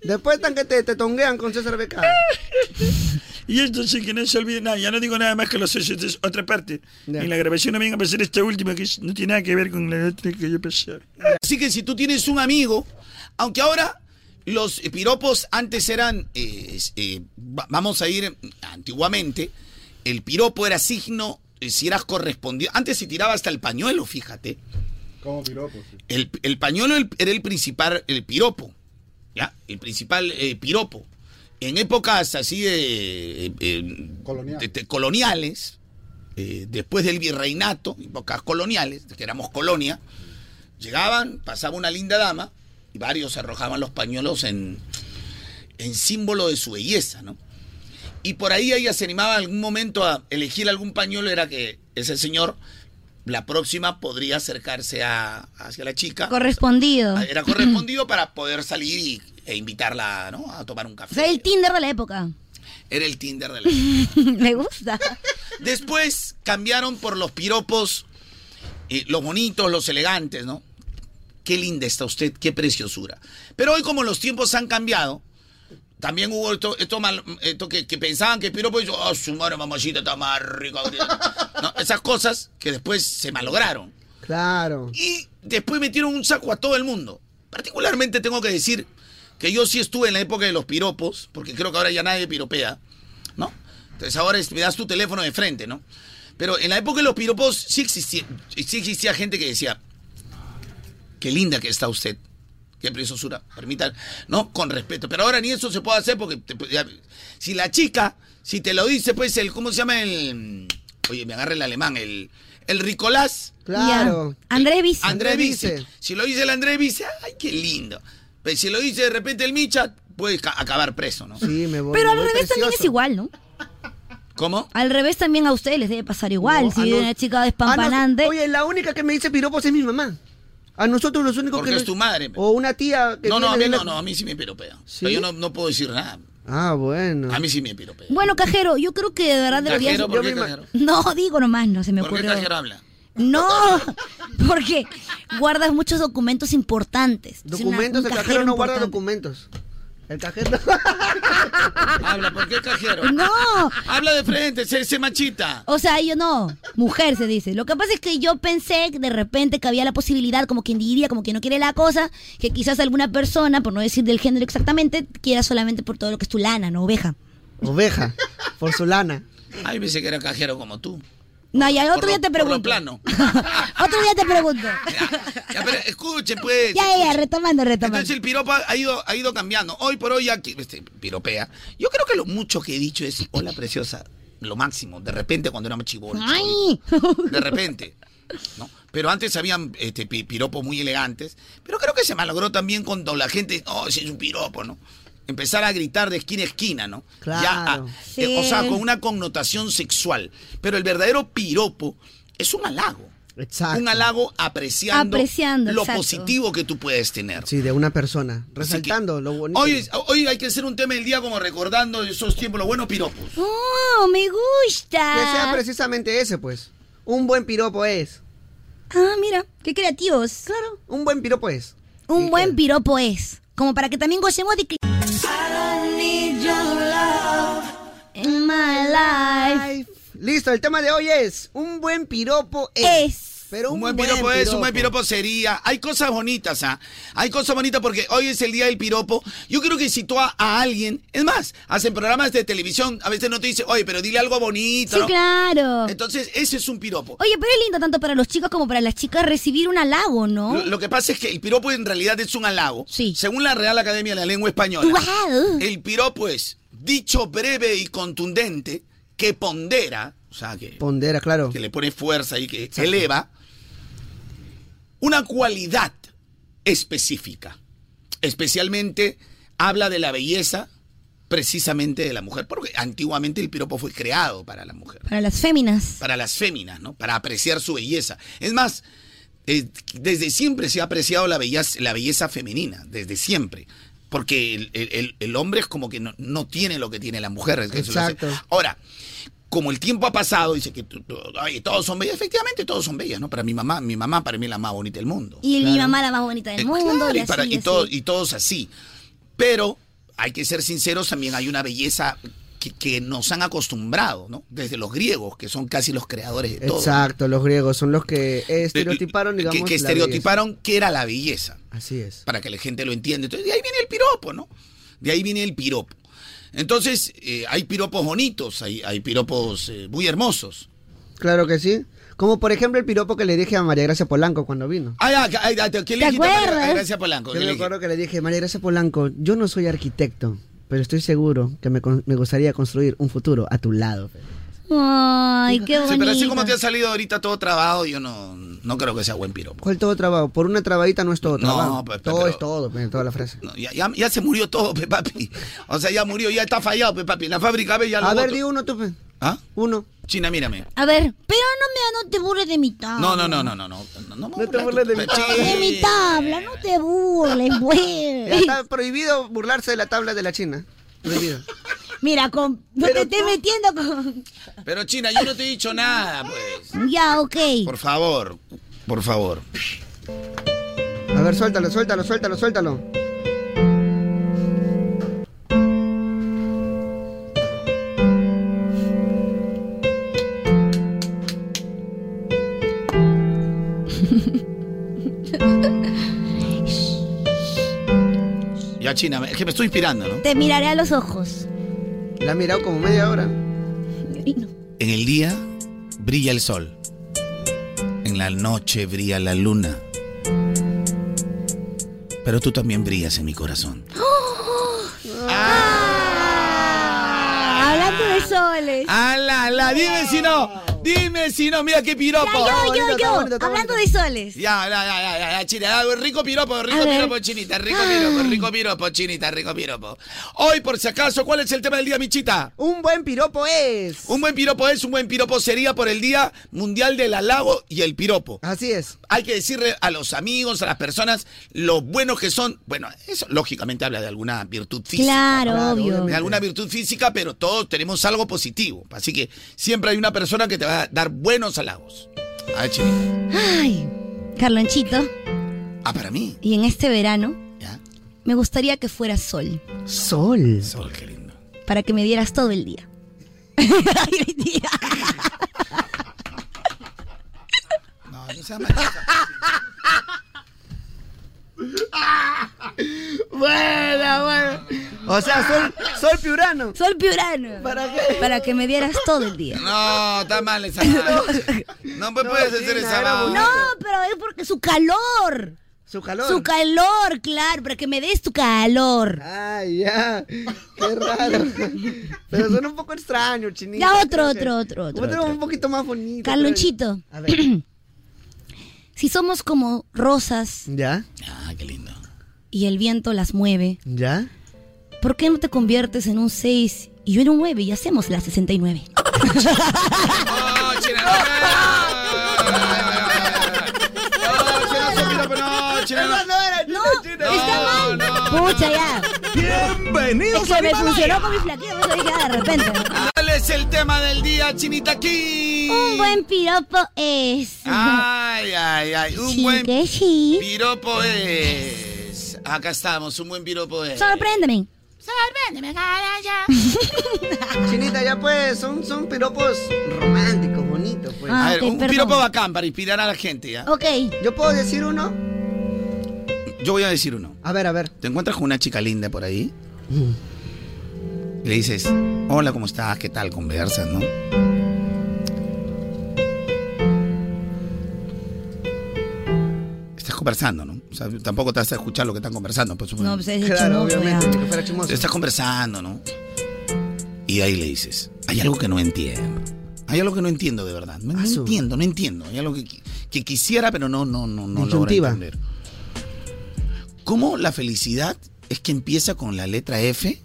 S2: Después tan que te, te tonguean con César Becá.
S17: Y esto sí que no se olvide nada, ya no digo nada más que los socios de otra parte. En la grabación no venga a pasar esta última que es- no tiene nada que ver con la otra que yo pasé.
S7: Así que si tú tienes un amigo, aunque ahora los eh, piropos antes eran, eh, es- eh, va- vamos a ir mm, antiguamente, el piropo era signo, eh, si eras correspondido, antes se tiraba hasta el pañuelo, fíjate.
S18: Como piropo.
S7: El, el pañuelo el- era el principal, el piropo, ¿ya? El principal eh, piropo. En épocas así de, eh, eh, de- de coloniales, eh, después del virreinato, épocas coloniales, que éramos colonia, llegaban, pasaba una linda dama y varios arrojaban los pañuelos en, en símbolo de su belleza, ¿no? Y por ahí ella se animaba en algún momento a elegir algún pañuelo, era que ese señor, la próxima, podría acercarse a- hacia la chica.
S4: Correspondido.
S7: Ah, Era correspondido para poder salir y- e invitarla ¿no? a tomar un
S4: O
S7: café.
S4: sea, el Tinder de la época.
S7: Era el Tinder de la...
S4: Me gusta.
S7: Después cambiaron por los piropos, eh, los bonitos, los elegantes, ¿no? Qué linda está usted, qué preciosura. Pero hoy como los tiempos han cambiado, también hubo esto, esto, mal- esto que, que pensaban que piropo, y yo, "Ah, su madre mamacita está más rica. ahorita". No, esas cosas que después se malograron.
S2: Claro.
S7: Y después metieron un saco a todo el mundo. Particularmente tengo que decir que yo sí estuve en la época de los piropos, porque creo que ahora ya nadie piropea. Entonces ahora es- me das tu teléfono de frente, ¿no? Pero en la época de los piropos sí existía, sí existía gente que decía, qué linda que está usted. Qué preciosura, permitan, ¿no? Con respeto. Pero ahora ni eso se puede hacer porque te- ya- si la chica, si te lo dice, pues el, ¿cómo se llama el... Oye, me agarra el alemán, el, el Ricolás.
S2: Claro.
S4: Andrés Vice.
S7: Andrés dice, si lo dice el Andrés dice, ay, qué lindo. Pero si lo dice de repente el Micha, puede ca- acabar preso, ¿no?
S2: Sí, me voy.
S4: Pero
S2: me
S4: al
S2: voy
S4: revés también
S2: precioso.
S4: es igual, ¿no?
S7: ¿Cómo?
S4: Al revés también a ustedes les debe pasar igual.
S2: No,
S4: si
S2: a
S4: viene
S2: nos-
S4: una chica despampanante.
S2: Oye, la única que me dice piropos es mi mamá. A nosotros los únicos
S7: Porque
S2: que.
S7: es
S2: nos-
S7: tu madre.
S2: O una tía que.
S7: No, no, a mí
S2: viene de
S7: no,
S2: la-
S7: no, a mí sí me piropea. Pero yo no, no puedo decir nada.
S2: Ah, bueno.
S7: A mí sí me piropea.
S4: Bueno, cajero, yo creo que de verdad deberías.
S7: Cajero, ¿por Yo qué me ima- cajero?
S4: No, digo nomás, no se me
S7: ¿Por qué
S4: ocurrió.
S7: cajero habla?
S4: No, porque guardas muchos documentos importantes. Es una-
S2: Documentos,
S4: un
S2: el cajero no guarda
S4: importante.
S2: documentos. El cajero.
S7: Habla, ¿por qué cajero?
S4: Ah, No.
S7: Habla de frente, se, se machita.
S4: O sea, yo no, mujer se dice. Lo que pasa es que yo pensé que de repente que había la posibilidad, como quien diría, como quien no quiere la cosa, que quizás alguna persona, por no decir del género exactamente, quiera solamente por todo lo que es tu lana, no oveja.
S2: Oveja. Por su lana.
S7: Ay, pensé que era cajero como tú.
S4: No, y al otro día te
S7: Por lo
S4: pregunto.
S7: plano.
S4: Otro día te pregunto.
S7: Ya, pero escuchen, pues.
S4: Ya, ya, ya, retomando, retomando.
S7: Entonces el piropa ha ido, ha ido cambiando. Hoy por hoy ya que- este, piropea. Yo creo que lo mucho que he dicho es, hola preciosa, lo máximo. De repente cuando éramos chibolos.
S4: ¡Ay!
S7: De repente. ¿no? Pero antes habían este, pi- piropos muy elegantes. Pero creo que se malogró también cuando la gente, oh, ese es un piropo, ¿no? Empezar a gritar de esquina a esquina, ¿no?
S2: Claro.
S7: ah, eh,
S2: Sí.
S7: o sea, con una connotación sexual. Pero el verdadero piropo es un halago.
S2: Exacto.
S7: Un halago apreciando,
S4: Apreciando,
S7: lo
S4: exacto.
S7: positivo que tú puedes tener.
S2: Sí, de una persona. Resaltando lo bonito.
S7: Hoy, es- hoy hay que hacer un tema del día como recordando esos tiempos, los buenos piropos.
S4: ¡Oh, me gusta!
S2: Que sea precisamente ese, pues. Un buen piropo es.
S4: Ah, mira, qué creativos. Claro,
S2: un buen piropo es.
S4: Un buen piropo es. Como para que también gocemos de... In my life.
S2: Listo, el tema de hoy es. Un buen piropo es. Pero un,
S7: Un buen piropo es, un buen piropo sería. Hay cosas bonitas, ¿ah? Hay cosas bonitas porque hoy es el día del piropo. Yo creo que si tú a, a alguien, es más, hacen programas de televisión, a veces no te dicen, oye, pero dile algo bonito.
S4: Sí,
S7: ¿no?".
S4: claro.
S7: Entonces, ese es un piropo.
S4: Oye, pero es lindo tanto para los chicos como para las chicas recibir un halago, ¿no?
S7: Lo, lo que pasa es que el piropo en realidad es un halago. Según la Real Academia de la Lengua Española, el piropo es dicho breve y contundente que pondera, o sea, que,
S2: Pondera, claro.
S7: que le pone fuerza y que eleva una cualidad específica. Especialmente habla de la belleza precisamente de la mujer, porque antiguamente el piropo fue creado para la mujer
S4: Para las féminas.
S7: para las féminas, ¿no? Para apreciar su belleza. Es más, eh, desde siempre se ha apreciado la belleza, la belleza femenina, desde siempre. Porque el, el- el- el hombre es como que no, no tiene lo que tiene la mujer. es que eso lo hace.
S2: Exacto.
S7: Ahora, como el tiempo ha pasado, dice que tú- tú- ay, todos son bellas. Efectivamente, todos son bellas, ¿no? Para mi mamá, mi mamá para mí es la más bonita del mundo.
S4: Y mi
S7: Claro.
S4: mamá la más bonita del
S7: Eh,
S4: mundo.
S7: claro,
S4: y
S7: y, para-
S4: así,
S7: y
S4: así.
S7: todo- y todos así. Pero hay que ser sinceros, también hay una belleza que, que nos han acostumbrado, ¿no? Desde los griegos, que son casi los creadores de todo. Eh,
S2: Exacto, los griegos son los que estereotiparon,
S7: Que-
S2: digamos.
S7: que,
S2: la
S7: estereotiparon que era la belleza.
S2: Así es.
S7: Para que la gente lo entienda. Entonces, de ahí viene el piropo, ¿no? De ahí viene el piropo. Entonces, eh, hay piropos bonitos, hay, hay piropos eh, muy hermosos.
S2: belleza. Claro que sí. Como por ejemplo el piropo que le dije a María Gracia Polanco cuando vino.
S7: Ay, ay, ay, ay, ¿qué
S2: ¿Te
S7: le dijiste a María
S2: acuerdas?
S7: Gracia Polanco?
S2: Yo
S7: ¿Qué
S2: me
S7: le dijiste?
S2: acuerdo que le dije, María Gracia Polanco, yo no soy arquitecto, pero estoy seguro que me, con- me gustaría construir un futuro a tu lado.
S4: Ay, qué bonito.
S7: Sí, pero así como te ha salido ahorita todo trabado, yo no, no creo que sea buen piropo.
S2: ¿Cuál todo trabajo? Por una trabadita no es todo
S7: No,
S2: trabajo.
S7: pe- pe-
S2: todo
S7: pero-
S2: es todo, pe, toda la frase.
S7: No, ya, ya- ya se murió todo, pe papi. O sea, ya murió, ya está fallado, pe papi. En la fábrica, ve, ya lo
S2: a ver,
S7: boto.
S2: di uno tú, pe.
S7: ¿Ah?
S2: Uno.
S7: China, mírame.
S4: A ver, pero no me no te burles de mi tabla.
S7: No, no, no, no, no. No, no, no te burles de mi
S4: De mi tabla, no te burles,
S2: Ya
S4: güey.
S2: está prohibido burlarse de la tabla de la China. Prohibido.
S4: Mira, con, no te estés metiendo con...
S7: Pero China, yo no te he dicho nada, pues.
S4: Ya, ok.
S7: Por favor, por favor.
S2: A ver, suéltalo, suéltalo, suéltalo, suéltalo.
S7: Ya, China, es que me estoy inspirando, ¿no?
S4: Te miraré a los ojos.
S2: La ha mirado como media hora.
S4: Severino.
S7: En el día brilla el sol. En la noche brilla la luna. Pero tú también brillas en mi corazón.
S4: Ah, hablando de soles.
S7: ¡Ala, ala! Dime si no. Dime si no. Mira qué piropo.
S4: Ya, yo, yo, yo. hablando de soles.
S7: Ya, ya, ya, ya, ya, ya, chinita. Ah, Rico piropo,
S4: A
S7: rico
S4: ver.
S7: piropo, chinita. Rico piropo, rico piropo, chinita, rico piropo. Hoy, por si acaso, ¿cuál es el tema del día, Michita?
S2: Un buen piropo es.
S7: Un buen piropo es, un buen piropo sería por el Día Mundial del Halago y el Piropo.
S2: Así es.
S7: Hay que decirle a los amigos, a las personas, lo buenos que son. Bueno, eso lógicamente habla de alguna virtud física.
S4: Claro, Claro, obvio. obviamente.
S7: De alguna virtud física, pero todos tenemos algo positivo. Así que siempre hay una persona que te va a dar buenos halagos. A ver, chinita.
S4: Ay, Carlonchito.
S7: Ah, para mí.
S4: Y en este verano, me gustaría que fuera sol.
S2: Sol.
S7: Sol, qué lindo.
S4: Para que me dieras todo el día.
S7: No, no seas machista.
S2: Buena, buena. O sea, sol, sol piurano.
S4: Sol piurano.
S2: ¿Para qué?
S4: Para que me dieras todo el día.
S7: No, está mal esa vaina. No me puedes hacer esa
S4: No,
S7: vaina.
S4: pero es porque su calor.
S2: Su calor.
S4: Su calor, claro, para que me des tu calor.
S2: Ay, ya. Qué raro. Pero suena un poco extraño, chinito.
S4: Ya, otro, otro, otro, otro, otro.
S2: un poquito más bonito.
S4: Carlonchito.
S2: A ver.
S4: Si somos como rosas
S2: ¿Ya?
S7: Ah, qué lindo.
S4: y el viento las mueve,
S2: ¿Ya?
S4: ¿por qué no te conviertes en un 6 y yo en un 9 y hacemos la 69?
S2: No,
S4: está mal. Pucha, ya.
S7: Bienvenidos
S4: Es que me funcionó con mi flaquillo, por eso dije, ah, de repente.
S7: ¿Cuál es el tema del día, Chinita aquí?
S4: Un buen piropo es.
S7: Ay, ay, ay. Un
S4: Sí,
S7: buen
S4: que sí.
S7: piropo es. Acá estamos, un buen piropo es.
S4: Sorpréndeme.
S2: Sorpréndeme, ya. Chinita, ya pues, son, son piropos románticos, bonitos, pues.
S7: a ver, un piropo bacán para inspirar a la gente, ¿ya?
S4: Ah, Ok.
S2: ¿Yo puedo decir uno?
S7: Yo voy a decir uno.
S2: A ver, a ver.
S7: Te encuentras con una chica linda por ahí.
S4: Mm.
S7: Y le dices, hola, ¿cómo estás? ¿Qué tal? Conversas, ¿no? Estás conversando, ¿no? O sea, tampoco te vas a escuchar lo que están conversando. Por supuesto.
S4: No, pues es de Claro, chismoso, obviamente, ya. ni que fuera
S2: chismoso.
S7: Te estás Pues conversando, ¿no? Y ahí le dices, hay algo que no entiendo. Hay algo que no entiendo de verdad.
S2: Ah,
S7: No, no entiendo, no entiendo. Hay algo que, qui- que quisiera, pero no, no, no, no logro
S2: Disyuntiva.
S7: entender. ¿Cómo la felicidad es que empieza con la letra F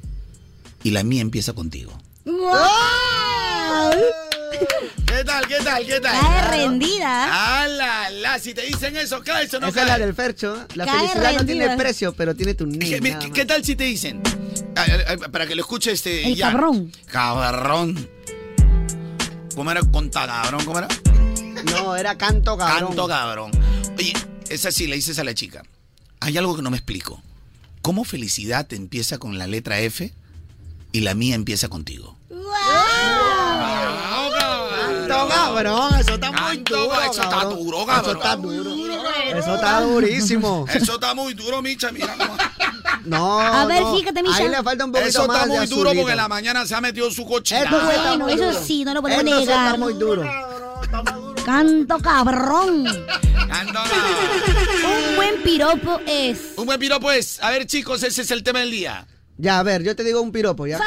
S7: y la mía empieza contigo? ¿Qué tal? ¿Qué tal? ¿Qué tal?
S4: Cae rendida.
S7: ¡Ala, la! Si te dicen eso, caes o no
S2: Esa es la
S7: caes.
S2: del Fercho. La
S7: Cae
S2: felicidad no tiene
S7: rendida.
S2: precio, pero tiene tu
S7: ¿Qué,
S2: niña.
S7: mira, ¿qué- qué tal si te dicen? Ah, ah, ah, Para que lo escuche este.
S2: El
S7: Jan.
S2: cabrón.
S7: Cabrón. ¿Cómo era? Conta cabrón, ¿cómo era?
S2: No, era canto cabrón.
S7: Canto cabrón. Oye, es así, le dices a la chica. Hay algo que no me explico. ¿Cómo felicidad empieza con la letra F y la mía empieza contigo?
S2: Canto cabrón, eso está muy duro.
S7: eso está
S2: cabrón.
S7: duro, cabrón.
S2: Eso está duro. Eso está durísimo.
S7: Eso está muy duro, Micha, mira.
S2: No.
S4: A ver,
S2: no.
S4: fíjate, Misha.
S2: Ahí le falta un poquito
S7: Eso
S2: más
S7: está
S2: de
S7: muy duro
S2: azulito.
S7: porque en la mañana se ha metido su coche.
S4: Esto sí está muy Eso duro. sí, no lo podemos Esto sí está negar. muy
S2: duro.
S4: Canto cabrón. Un buen piropo es.
S7: Un buen piropo es. A ver, chicos, ese es el tema del día.
S2: Ya, a ver, yo te digo un piropo, ya.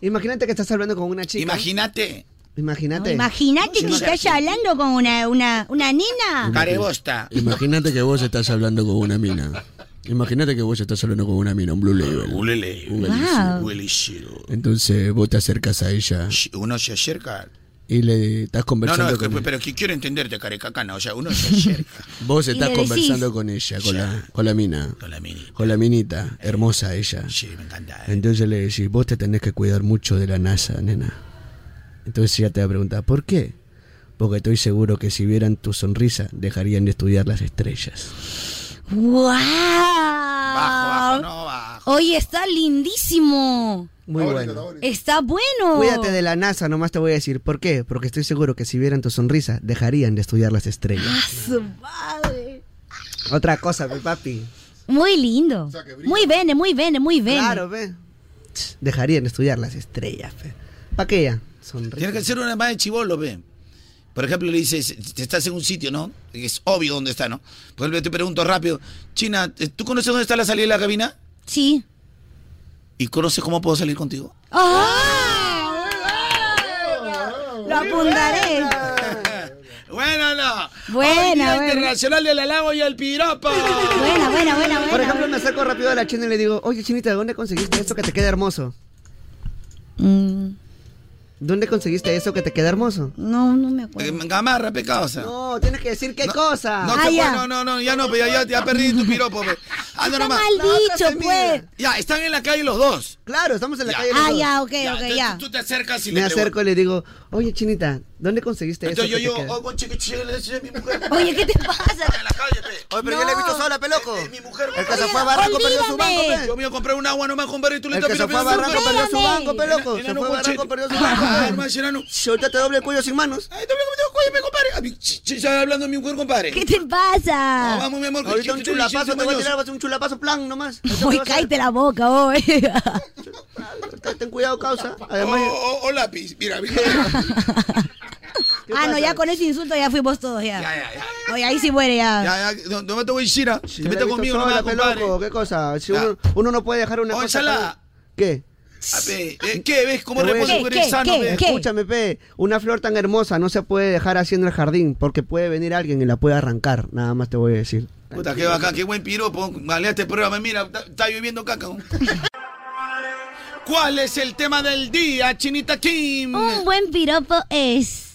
S2: Imagínate que estás hablando con una chica.
S7: Imagínate.
S2: Imagínate.
S4: Imagínate que estás hablando con una, una, una nina.
S7: Carebosta.
S18: Imagínate que vos estás hablando con una mina. Imagínate que vos estás hablando con una mina, un blue label.
S7: Un blue label.
S4: Wow.
S18: Entonces vos te acercas a ella
S7: Uno se acerca.
S18: y le estás
S7: No, no,
S18: conversando
S7: es que- pues,
S18: con ella.
S7: pero que quiero entenderte, carecacana. O sea, uno se acerca.
S18: Vos
S7: Y
S18: estás
S7: le decís-
S18: conversando con ella, con la, con la mina. Con
S7: la minita.
S18: hermosa ella.
S7: Sí, me encanta. eh.
S18: Entonces le decís, vos te tenés que cuidar mucho de la NASA, nena. Entonces ella te va a preguntar, ¿por qué? Porque estoy seguro que si vieran tu sonrisa, dejarían de estudiar las estrellas.
S4: ¡Wow! Ah. Oye, está lindísimo.
S2: Muy bueno.
S4: Está bueno.
S2: Cuídate de la NASA, nomás te voy a decir. ¿Por qué? Porque estoy seguro que si vieran tu sonrisa, dejarían de estudiar las estrellas.
S4: Su madre.
S2: Otra cosa, mi papi.
S4: Muy lindo. Muy bene, muy bene, muy bene.
S2: Claro, ve. Dejarían de estudiar las estrellas, ¿Para qué ya? Sonríe.
S7: Tiene que ser una más de chivolo, ve. Por ejemplo, le dices, te estás en un sitio, ¿no? Es obvio dónde está, ¿no? Por ejemplo, te pregunto rápido, China, eh, ¿tú conoces dónde está la salida de la cabina?
S4: Sí.
S7: ¿Y conoces cómo puedo salir contigo?
S4: ¡Ah! Lo apuntaré.
S7: Bueno, no.
S4: Buena,
S7: Hoy Día
S4: buena.
S7: Internacional del Halago y el Piropa.
S4: Buena, buena, buena,
S2: Por ejemplo, me acerco rápido a la china y le digo, oye chinita, ¿dónde conseguiste eso que te queda hermoso?
S4: Mm.
S2: ¿Dónde conseguiste eso que te queda hermoso? Eh,
S4: No, no me acuerdo.
S7: Gamarra, pecaosa.
S2: No, tienes que decir qué
S4: Ah,
S2: cosa.
S7: No, te puedo- no, no, no, ya no, pues, ya, ya, ya perdí tu piropo. pues. Anda
S4: Está
S7: nomás.
S4: mal
S7: La otra
S4: dicho,
S7: se
S4: pues.
S7: mide. Ya, están en la calle los dos.
S2: Claro, estamos en la calle los
S4: Ah,
S2: dos.
S4: ya, ok, ok,
S7: tú-
S4: ya.
S7: Tú te acercas y
S2: Me
S7: le
S2: acerco y le digo, oye chinita, ¿dónde conseguiste
S7: preguntas.
S2: eso?
S7: Yo,
S2: que
S7: yo,
S2: te queda?"
S7: yo, oh, conche, que chile, le decía a mi mujer.
S4: Oye, ¿qué te pasa?
S2: Oye, pero ¿qué le he visto sola, peloco?
S7: Mi mujer.
S2: El que se fue a Barranco perdió su banco, pe.
S7: Yo me iba a comprar un agua nomás con barrio y tú le
S2: El que se fue a Barranco perdió su banco, peloco. Se fue a Barranco perdió su banco. Ah, Yo te doble el cuello sin manos.
S7: Ay, doble el cuello, me compadre. A mí, ch- ch- ya hablando de mi mujer, compadre.
S4: ¿Qué te pasa?
S7: No, vamos, mi amor. que-
S2: Ahorita
S7: que-
S2: un
S7: que- que-
S2: chulapazo
S7: que-
S2: te voy a
S7: mañoso.
S2: tirar, va a ser un chulapazo plan nomás.
S4: Uy, cállate la boca, hoy.
S2: Ten cuidado, causa.
S7: O
S2: Además,
S7: o- o oh, lápiz, mira, mira.
S4: Ah, no, ya con ese insulto ya fuimos todos, ya. Oye, ahí sí muere, ya.
S7: Ya, ya, no, no me te voy a decir, ah. te
S2: Yo la
S7: metas
S2: he visto
S7: conmigo,
S2: sola,
S7: nomás, compadre. Oh,
S2: peloco, ¿Qué cosa? Si uno, uno no puede dejar una
S7: Oye,
S2: cosa.
S7: Sala.
S2: para- ¿Qué?
S7: A ver, eh, ¿Qué ves? ¿Cómo
S2: Te voy a
S7: responde
S2: decir-
S7: un eres sano? ve?
S2: Escúchame, pe. Una flor tan hermosa no se puede dejar así en el jardín porque puede venir alguien y la puede arrancar. Nada más te voy a decir.
S7: Puta, qué bacán, qué buen piropo. Vale, este programa, mira, está- está lloviendo caca. ¿no? ¿Cuál es el tema del día, Chinita Kim?
S4: Un buen piropo
S2: Uh,
S4: es.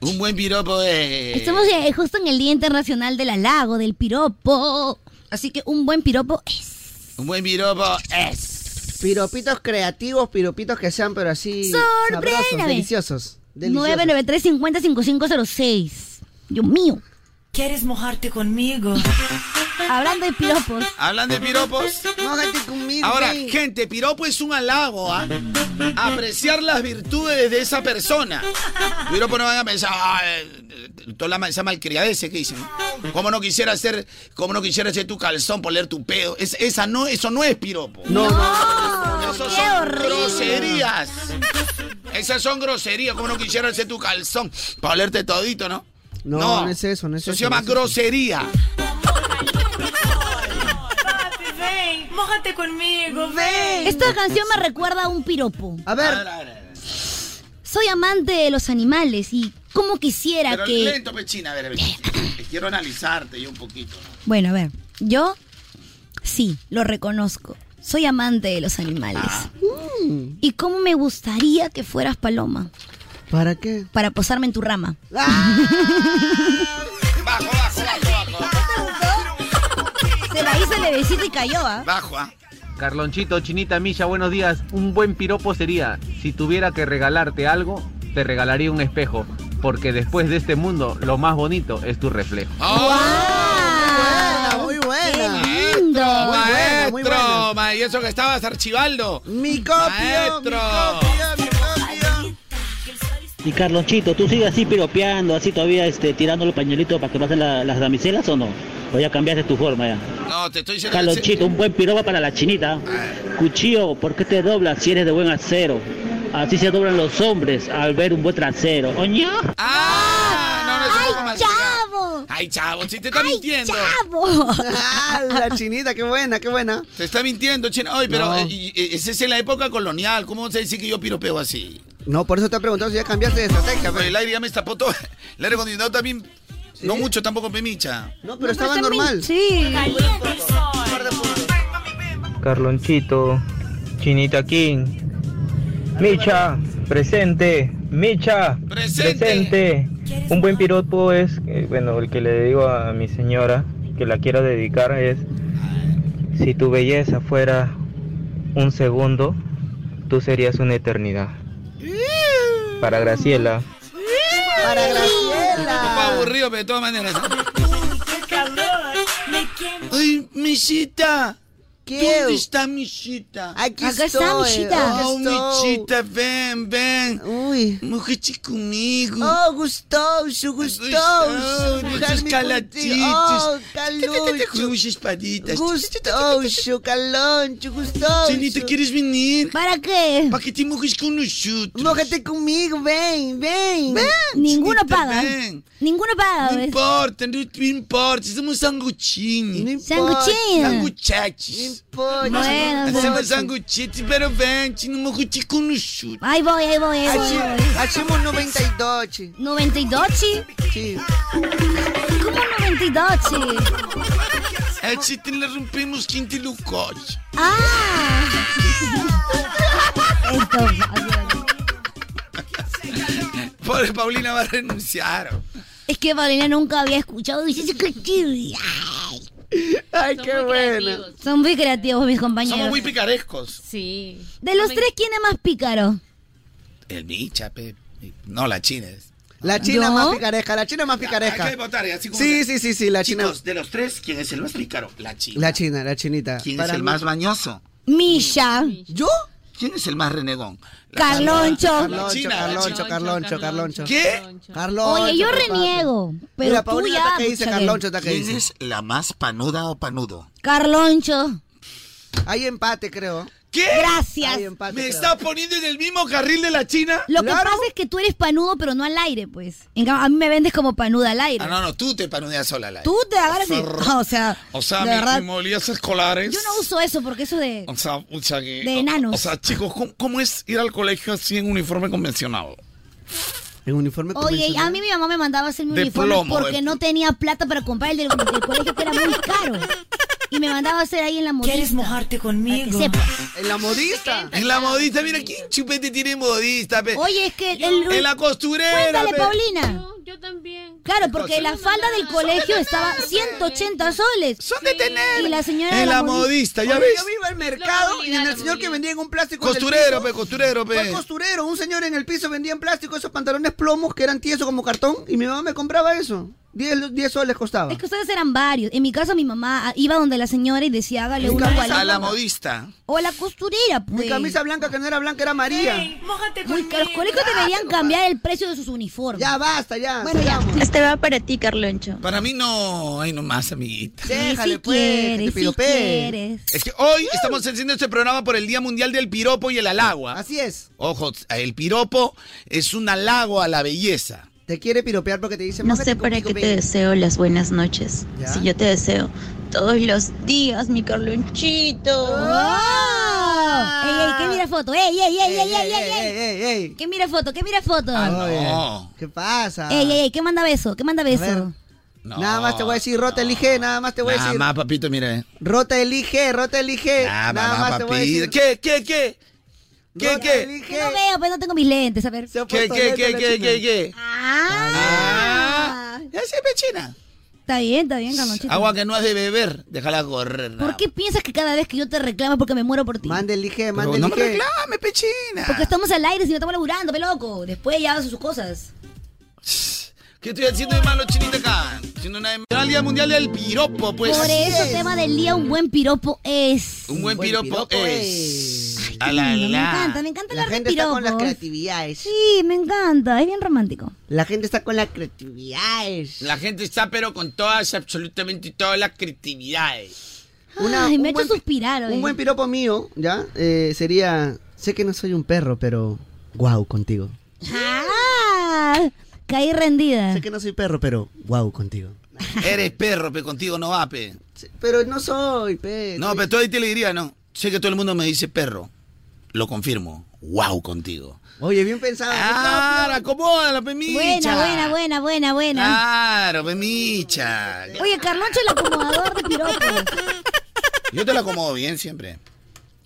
S7: Un buen piropo de...
S4: Estamos eh, justo en el Día Internacional del Halago, del piropo. Así que un buen piropo es.
S7: Un buen piropo es...
S2: Piropitos creativos, piropitos que sean, pero así.
S4: Sorpréndame.
S2: sabrosos, Deliciosos. deliciosos.
S4: 993-50-5506. Dios mío.
S19: ¿Quieres mojarte conmigo?
S4: Hablando de piropos.
S7: Hablan de piropos. Ahora, gente, piropo es un halago, ¿ah? Apreciar las virtudes de esa persona. Piropo no van a pensar, "Ah, eh, eh, toda la, ma- esa malcriadez que dicen. ¿Cómo no quisiera ser, cómo no quisiera ser tu calzón, poner tu pedo? Es- esa no, eso no es piropo.
S2: No,
S7: Eso son groserías. Esas son groserías, como no quisiera ser tu calzón para olerte todito, ¿no?
S2: No,
S7: No.
S2: no, es eso, no es
S7: Eso
S2: eso.
S7: se llama
S2: no es eso.
S7: grosería.
S19: Papi, ven, mojate conmigo, ven.
S4: Esta canción me recuerda a un piropo.
S2: A ver.
S4: Soy amante de los animales y cómo quisiera
S7: Pero
S4: que.
S7: lento, pechina, a ver, a ver. Quiero analizarte yo un poquito.
S4: Bueno, a ver, yo sí, lo reconozco. Soy amante de los animales.
S2: Ah.
S4: Mm, ¿Y cómo me gustaría que fueras paloma?
S2: ¿Para qué? ¡Ah!
S4: Para posarme en tu rama.
S7: Bajo, bajo, bajo,
S4: bajo. Se la hizo el bebecito y cayó, ¿ah?
S7: Bajo, ¿ah?
S20: Carlonchito, Chinita, Milla, buenos días. Un buen piropo sería, si tuviera que regalarte algo, te regalaría un espejo, porque después de este mundo, lo más bonito es tu reflejo.
S7: Ah.
S2: Muy buena.
S7: Maestro,
S2: muy
S7: maestro, ma- y eso que estabas archivaldo.
S2: Mi copio,
S7: maestro.
S21: Y Carlonchito, ¿tú sigues así piropeando, así todavía este, tirando los pañuelitos para que pasen la- las damiselas o no? O ya cambiaste tu forma ya.
S7: No, te estoy diciendo. Ah.
S21: Carlonchito, un buen piroba para la chinita. Cuchillo, ¿por qué te doblas si eres de buen acero? Así se doblan los hombres al ver un buen trasero. Oña.
S7: ¡Ay, chavo! ¡Ay, chavo! Si te está mintiendo.
S2: Ah, la chinita, qué buena, qué buena.
S7: Te está mintiendo, china. Ay, pero
S2: No.
S7: eh, y- eh, ese es en la época colonial. ¿Cómo se dice que yo piropeo así?
S2: No, por eso te he preguntado si ya cambiaste de estrategia. pues.
S7: Pero el aire ya me tapó todo. El aire acondicionado también. No mucho tampoco, Pemicha.
S2: No, pero estaba normal.
S4: Sí.
S22: Carlonchito, Chinita King, Micha, presente, Micha, presente. Un buen piropo es, eh, bueno, el que le digo a mi señora, que la quiero dedicar es, si tu belleza fuera un segundo, tú serías una eternidad. Para Graciela.
S2: Para Graciela.
S7: Fue aburrido, pero de todas maneras. ¡Ay, Michita! ¿Dónde está mi chita?
S2: Aquí Acá está estoy, mi chita.
S7: Oh,
S2: aquí estoy.
S7: mi chita, ven, ven. Uy. Mujete comigo.
S2: Oh, gustoso, gustoso. Mujer,
S7: Muchos
S2: mi
S7: calatitos.
S2: Oh,
S7: Con
S2: caloncho.
S7: mis espaditas.
S2: Gustoso, caloncho, gustoso.
S7: Chinita, ¿quieres venir?
S4: ¿Para qué?
S7: Para que te mojes con nosotros.
S2: Mójate conmigo, ven, ven.
S4: Ninguno
S7: Chinita,
S4: paga.
S7: ven.
S4: Ninguno paga.
S7: No
S4: ¿ves?
S7: importa, no importa. Somos sanguchines.
S4: Sanguchines.
S7: Sanguchetes.
S2: No
S4: importa. é, Bueno,
S7: Hacemos
S4: sanguchines.
S7: sanguchetes, pero ven, te mojete con nosotros.
S4: Ahí voy, ahí voy, ahí voy. ahí voy.
S2: Hacemos 92.
S4: 92?
S2: Sí.
S4: ¿Cómo 92?
S7: El chiste le rompemos quinto lucos.
S4: ¡Ah! Então, Esto,
S7: Pobre Paulina va a renunciar.
S4: es que Paulina nunca había escuchado. Dice "Sí, que chido". Ay,
S2: Ay, qué bueno.
S4: Son muy creativos mis compañeros.
S7: Somos muy picarescos.
S4: Sí. De los tres, ¿quién es más pícaro?
S7: El bicha, pe. No, la china es.
S2: La china
S7: ¿Yo?
S2: más picaresca, la china más picaresca.
S7: Hay que votar, así como
S2: sí,
S7: que-
S2: sí, sí, sí, la china.
S7: Chicos, de los tres, ¿quién es el más pícaro? La china.
S2: La china, la chinita.
S7: ¿Quién
S2: Para
S7: es el
S2: mí-
S7: más bañoso?
S4: Misha.
S2: ¿Yo?
S7: ¿Quién es el más renegón? La
S4: Carloncho.
S7: La
S2: Carloncho,
S7: china, la
S2: Carloncho,
S7: china.
S2: Carloncho, Carloncho.
S7: ¿Qué?
S2: Carloncho.
S4: Oye, yo
S2: papá.
S4: reniego. Pero
S2: Mira,
S4: tú
S2: Paulina
S4: ya.
S2: está que dice
S4: pucha,
S2: Carloncho, está que
S7: ¿Quién
S2: dice.
S7: es la más panuda o panudo?
S4: Carloncho.
S2: Hay empate, creo.
S7: ¿Qué?
S4: Gracias.
S2: Hay empate,
S7: ¿Me
S2: creo.
S7: está poniendo en el mismo carril de la china?
S4: Lo que pasa es que tú eres panudo, pero no al aire, pues. En cambio, a mí me vendes como panuda al aire.
S7: Ah, no, no, tú te panudeas sola, la
S4: Tú te agarras y... O sea,
S7: O sea,
S4: de
S7: mi-
S4: verdad,
S7: mi movilidad escolares.
S4: yo no uso eso porque eso de...
S7: O sea, o sea que-
S4: De enanos.
S7: O sea, chicos, ¿cómo, cómo es ir al colegio así en uniforme convencional?
S2: En uniforme
S4: Oye, a mí mi mamá me mandaba a hacer mi
S7: De
S4: uniforme
S7: plomo,
S2: eh.
S4: porque
S7: de-
S4: no tenía plata para comprar el del, del colegio que era muy caro. Y me mandaba a hacer ahí en la modista.
S19: ¿Quieres mojarte
S4: conmigo?
S2: En la modista.
S7: En la modista, mira, ¿quién chupete tiene modista? pe?
S4: Oye, es que el...
S7: En la costurera.
S4: Cuéntale,
S7: pe.
S4: Paulina. yo también. Claro, porque la falda del colegio estaba 180 soles. Son de tener. Y la señora de
S7: En
S4: la,
S7: la
S4: modista.
S7: modista, ¿ya
S2: Oye,
S7: ves?
S2: Yo vivo al mercado y en el señor que vendía en un plástico. del
S7: Costurero,
S2: piso,
S7: pe, costurero, pe.
S2: Fue costurero, un señor en el piso vendía en plástico esos pantalones plomos que eran tiesos como cartón y mi mamá me compraba eso. 10 10 soles costaba.
S4: Es que ustedes eran varios. En mi casa mi mamá ah, iba donde la señora y decía, hágale una
S7: A la
S4: igualita.
S7: modista.
S4: O la costurera, pues.
S2: Mi camisa blanca que no era blanca era amarilla.
S4: Muy caro. Los colegios deberían cambiar el precio de sus uniformes.
S2: Ya basta, ya.
S4: Bueno, ya.
S8: Este va para ti, Carloncho.
S7: Para mí no hay nomás, amiguita.
S2: Déjale,
S4: si
S2: pues, que te
S4: quieres, si
S2: piropee.
S4: quieres.
S7: Es que hoy estamos haciendo este programa por el Día Mundial del Piropo y el Halago. ¿ah?
S2: Así es.
S7: Ojo, el piropo es un halago a la belleza.
S2: Te quiere piropear porque te dice
S8: No
S2: "Mójate
S8: sé para
S2: conmigo,
S8: qué te
S2: ven".
S8: deseo las buenas noches.
S2: ¿Ya?
S8: Si yo te deseo todos los días, mi Carlonchito.
S4: ¡Oh! Ey, ey, que mira foto. Ey, ey, ey, ey, ey, ey, ey.
S2: ey, ey.
S4: Que mira foto, que mira foto.
S7: Ah,
S2: Oye, ¿Qué pasa?
S4: Ey, ey, ey, que manda beso, que manda beso.
S2: Nada más te voy a decir, Rota elige, nada más te voy a
S7: Nada
S2: decir.
S7: más, papito, mira. eh.
S2: Rota elige, Rota elige.
S7: Nada,
S2: nada
S7: más,
S2: más te voy a decir.
S7: papito. ¿Qué, qué, qué? ¿Qué,
S2: Rota
S7: qué?
S2: elige.
S4: Que no veo, pues no tengo mis lentes, a ver.
S7: ¿Qué, qué, qué, qué, qué, qué?
S4: Ah.
S7: Ya se pechina.
S4: Está bien, está bien, Carlonchito.
S7: Agua que no has de beber, déjala correr. nada
S4: ¿Por qué piensas que cada vez que yo te reclamo es porque me muero por ti?
S2: Mande elige,
S7: mande no me elige. reclame, pechina.
S4: Porque estamos al aire, si no estamos laburando, pe loco. Después ya hacen sus cosas.
S7: ¿Qué estoy haciendo de malo, chinita acá? Siendo una de... Era el Día Mundial del Piropo, pues.
S4: Por eso, tema del día, un buen piropo es.
S7: Un buen piropo es. A la
S4: Me
S7: la.
S4: encanta, me encanta
S2: La
S4: hablar de
S2: gente está
S4: piropos.
S2: con las creatividades.
S4: Sí, me encanta, es bien romántico.
S2: La gente está con las creatividades.
S7: La gente está, pero con todas, absolutamente todas las creatividades.
S2: Una-
S4: Ay,
S2: un
S4: me ha hecho
S2: buen pi-
S4: suspirar hoy.
S2: Un buen piropo mío, ¿ya? Eh, sería, sé que no soy un perro, pero guau contigo.
S4: Ah, caí rendida.
S2: Sé que no soy perro, pero guau contigo.
S7: Eres perro, pe, contigo no va, pe.
S2: Pero no soy, pe.
S7: No, pero todavía te le diría, no. Sé que todo el mundo me dice perro. Lo confirmo. Wow, contigo.
S2: Oye, bien pensado.
S4: Ah.
S7: Claro, acomoda la pemicha.
S4: Buena, buena, buena, buena,
S2: Ah.
S4: buena.
S7: Claro, pemicha.
S4: Oye, Carloncho, el acomodador de piropos.
S7: Yo te la acomodo bien siempre.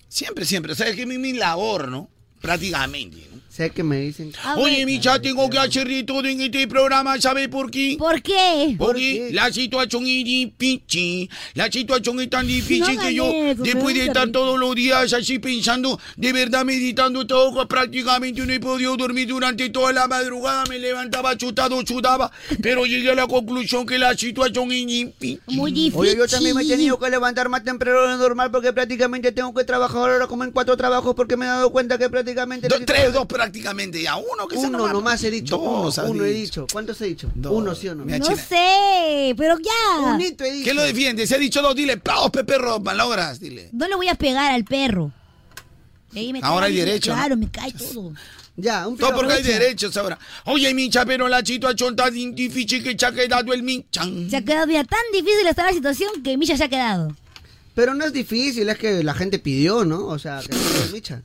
S7: Siempre, siempre. O sea, es que es mi, mi labor, ¿no? Prácticamente. ¿no?
S2: Sé que me dicen.
S4: Ah,
S7: Oye, Micha, tengo que hacer de todo en este programa, ¿sabe por qué?
S4: ¿Por qué?
S7: Porque la situación es difícil. La situación es tan difícil
S4: No
S7: que
S4: hagan
S7: yo,
S4: eso,
S7: después de
S4: pregúntale.
S7: estar todos los días así pensando, de verdad meditando todo, pues, prácticamente no he podido dormir durante toda la madrugada. Me levantaba chutado, chutaba, pero llegué a la conclusión que la situación es difícil.
S4: Muy
S2: Oye, yo también me he tenido que levantar más temprano de lo normal porque prácticamente tengo que trabajar ahora como en cuatro trabajos porque me he dado cuenta que prácticamente...
S7: Dos, tres, dos prácticamente, ya uno que se
S2: Uno nomás he dicho,
S7: Dos,
S2: uno,
S7: has
S2: uno he
S7: dicho.
S2: dicho. ¿Cuántos he dicho? Uno, sí o no.
S7: Mira,
S4: No
S7: China.
S4: sé, pero ya.
S2: eh,
S7: ¿Qué lo defiende? Se ha dicho dos, dile, paos, Pepe Ropa, logras, dile.
S4: No le voy a pegar al perro. Ahí me
S7: Ahora
S4: cae,
S7: hay derecho,
S4: Claro,
S7: ¿no?
S4: me cae todo.
S2: Ya, un
S7: Todo porque hay
S4: aprovecha.
S7: derechos ahora. Oye, Micha, pero la situación tan difícil que se ha quedado el Minchan.
S4: Se ha quedado ya tan difícil está la situación que Misha se ha quedado.
S2: Pero no es difícil, es que la gente pidió, ¿no? O sea, que Micha.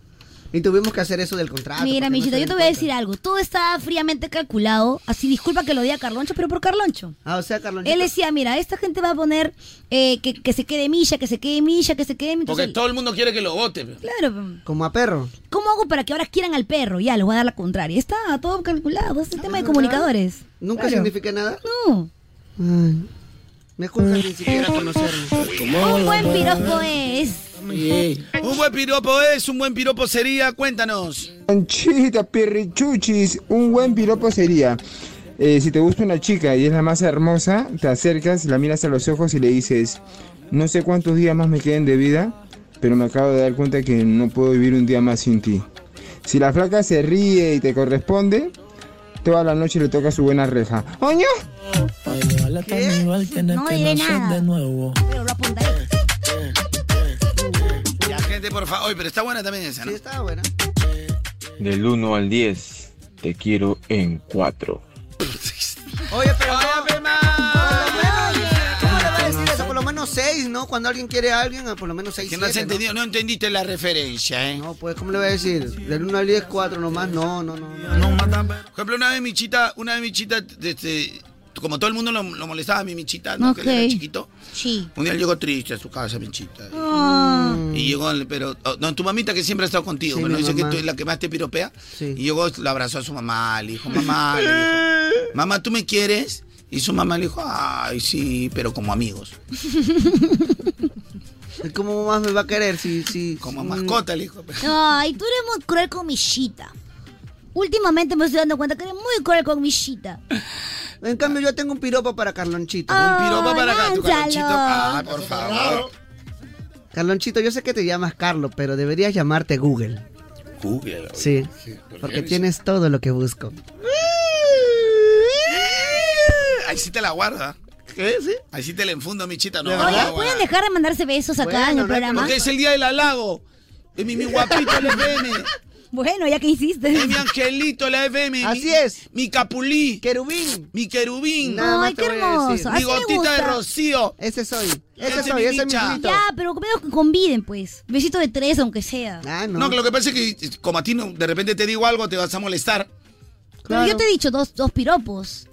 S2: Y tuvimos que hacer eso del
S7: Ah,
S2: contrato.
S4: Mira,
S2: porque no
S4: Michita,
S2: se
S4: yo te
S2: den
S4: voy a
S2: cuenta.
S4: decir algo. Todo estaba fríamente calculado. Así, disculpa que lo diga Carloncho, pero por Carloncho.
S2: Ah, o sea, Carlos.
S4: Él decía, mira, esta gente va a poner eh, que, que se quede Misha, que se quede Misha, que se quede Misha.
S7: Porque
S4: Entonces,
S7: todo el mundo quiere que lo vote. pe.
S4: Claro, pe.
S2: Como a perro.
S4: ¿cómo hago para que ahora quieran al perro? Ya, les voy a dar la contraria. Está todo calculado, es el tema de comunicadores.
S2: ¿Nunca
S4: Claro.
S2: significa nada?
S4: No. Mm.
S2: Me juzgan ni siquiera conocerme.
S4: Un buen piropo es.
S7: Un buen piropo es, un buen piropo sería, cuéntanos.
S6: Conchita, perrichuchis, un buen piropo sería. eh, si te gusta una chica y es la más hermosa, te acercas, la miras a los ojos y le dices, no sé cuántos días más me queden de vida, pero me acabo de dar cuenta que no puedo vivir un día más sin ti. Si la flaca se ríe y te corresponde, toda la noche le toca su buena reja.
S19: ¡Oño!
S4: No diré nada.
S7: Ya, gente, por favor. Oye, pero está buena también esa, ¿no? Sí, está
S2: buena.
S5: Del 1 al 10, te quiero en 4.
S2: Oye, pero. ¿Cómo le va a decir eso? Por lo menos seis, ¿no? Cuando alguien quiere a alguien, ah, por lo menos seis.
S7: Que no has
S2: siete,
S7: entendido, no entendiste la referencia, ¿eh?
S2: No, pues, ¿cómo le voy a decir? Del 1 al 10, 4 nomás. No, no, no. no.
S7: Por ejemplo, una vez Michita, una vez Michita, este, como todo el mundo lo, lo molestaba a mi Michita, ¿no? Que él era
S4: Ok.
S7: chiquito.
S4: Sí.
S7: Un día llegó triste a su casa, Michita.
S4: Ah.
S7: Y llegó, el- pero, oh, no, tu mamita que siempre ha estado contigo,
S2: Sí,
S7: pero no
S2: mi
S7: dice que
S2: mamá.
S7: tú es la que más te piropea. Y llegó, lo abrazó a su mamá, le dijo, mamá, le dijo, mamá, ¿tú me quieres? Y su mamá le dijo, ay, sí, pero como amigos.
S2: ¿Cómo más me va a querer si. si
S7: Como mascota, le dijo.
S4: Ay, tú eres muy cruel con Mishita. Últimamente me estoy dando cuenta que eres muy cruel con Mishita.
S2: En cambio, yo tengo un piropo para Carlonchito.
S4: Ah, Un piropo para acá, tu lánzalo. Carlonchito.
S7: Ah, por favor.
S2: Carlonchito, yo sé que te llamas Carlos, pero deberías llamarte Google.
S7: Google.
S2: Sí, porque tienes todo lo que busco.
S7: Ahí sí te la guarda.
S2: ¿Qué? ¿Sí?
S7: Ahí sí te la enfundo, Michita. No,
S4: Oye,
S7: no, no,
S4: ¿pueden dejar de mandarse besos acá en el programa?
S7: Porque es el día del halago. Es mi, mi guapito la FM.
S4: Bueno, ya que hiciste.
S7: Es mi angelito la FM. Así es. Mi capulí.
S2: Querubín.
S7: Mi querubín.
S4: Nada Ay, más te qué voy a hermoso. decir. Así
S7: Mi
S4: me
S7: gotita
S4: gusta.
S7: de rocío.
S2: Ese soy.
S7: Ese es mi bicha.
S4: Ya, pero menos que conviden, pues. Besito de tres, aunque sea.
S2: Ah,
S7: No, que lo que pasa es que como a ti no- de repente te digo algo, te vas a molestar.
S4: Pero yo te he dicho dos, dos piropos.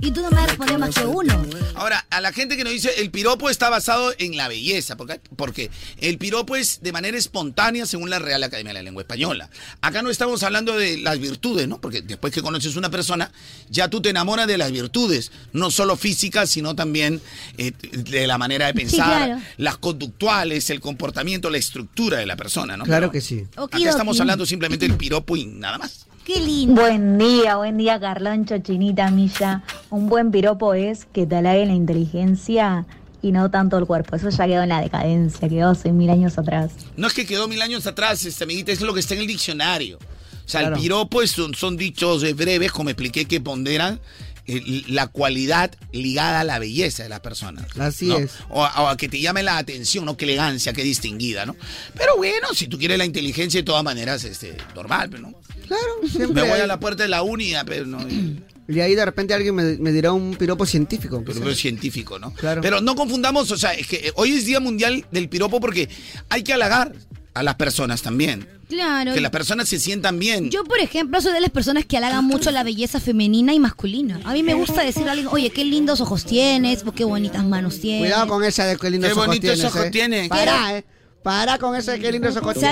S4: Y tú no me has respondido más que uno.
S7: Ahora, a la gente que nos dice, el piropo está basado en la belleza, porque, porque el piropo es de manera espontánea según la Real Academia de la Lengua Española. Acá no estamos hablando de las virtudes, ¿no? Porque después que conoces una persona, ya tú te enamoras de las virtudes, no solo físicas, sino también eh, de la manera de pensar,
S4: claro.
S7: las conductuales, el comportamiento, la estructura de la persona, ¿no?
S2: Claro que sí.
S7: Acá estamos hablando simplemente del piropo y nada más.
S4: Qué lindo.
S23: Buen día, buen día, Carloncho, Chinita, Milla. Un buen piropo es que te halague la inteligencia y no tanto el cuerpo. Eso ya quedó en la decadencia, quedó hace mil años atrás.
S7: No es que quedó mil años atrás, este, amiguita, es lo que está en el diccionario. O sea, el piropo es- son, son dichos eh, breves, como expliqué, que ponderan eh, la cualidad ligada a la belleza de la persona.
S2: Así
S7: ¿no?
S2: es.
S7: O, a- o a que te llame la atención, ¿no? Qué elegancia, qué distinguida, ¿no? Pero bueno, si tú quieres la inteligencia, de todas maneras, este, normal, pero ¿no?
S2: Claro,
S7: Me
S2: siempre.
S7: voy a
S2: hay-
S7: la puerta de la unidad, pero no. y-
S2: Y ahí de repente alguien me, me dirá un piropo científico. aunque
S7: piropo
S2: sea.
S7: científico, ¿no?
S2: Claro.
S7: Pero no confundamos, o sea, es que eh, hoy es Día Mundial del Piropo porque hay que halagar a las personas también.
S4: Claro.
S7: Que las personas se sientan bien.
S4: Yo, por ejemplo, soy de las personas que halagan mucho la belleza femenina y masculina. A mí me gusta decirle a alguien, oye, qué lindos ojos tienes, o qué bonitas manos tienes.
S2: Cuidado con esa de que lindos
S7: Qué
S2: ojos
S7: bonitos
S2: tienes.
S7: ojos
S2: ¿eh?
S7: tiene.
S2: Pará, ¿eh? Para con eso de qué lindo socochón.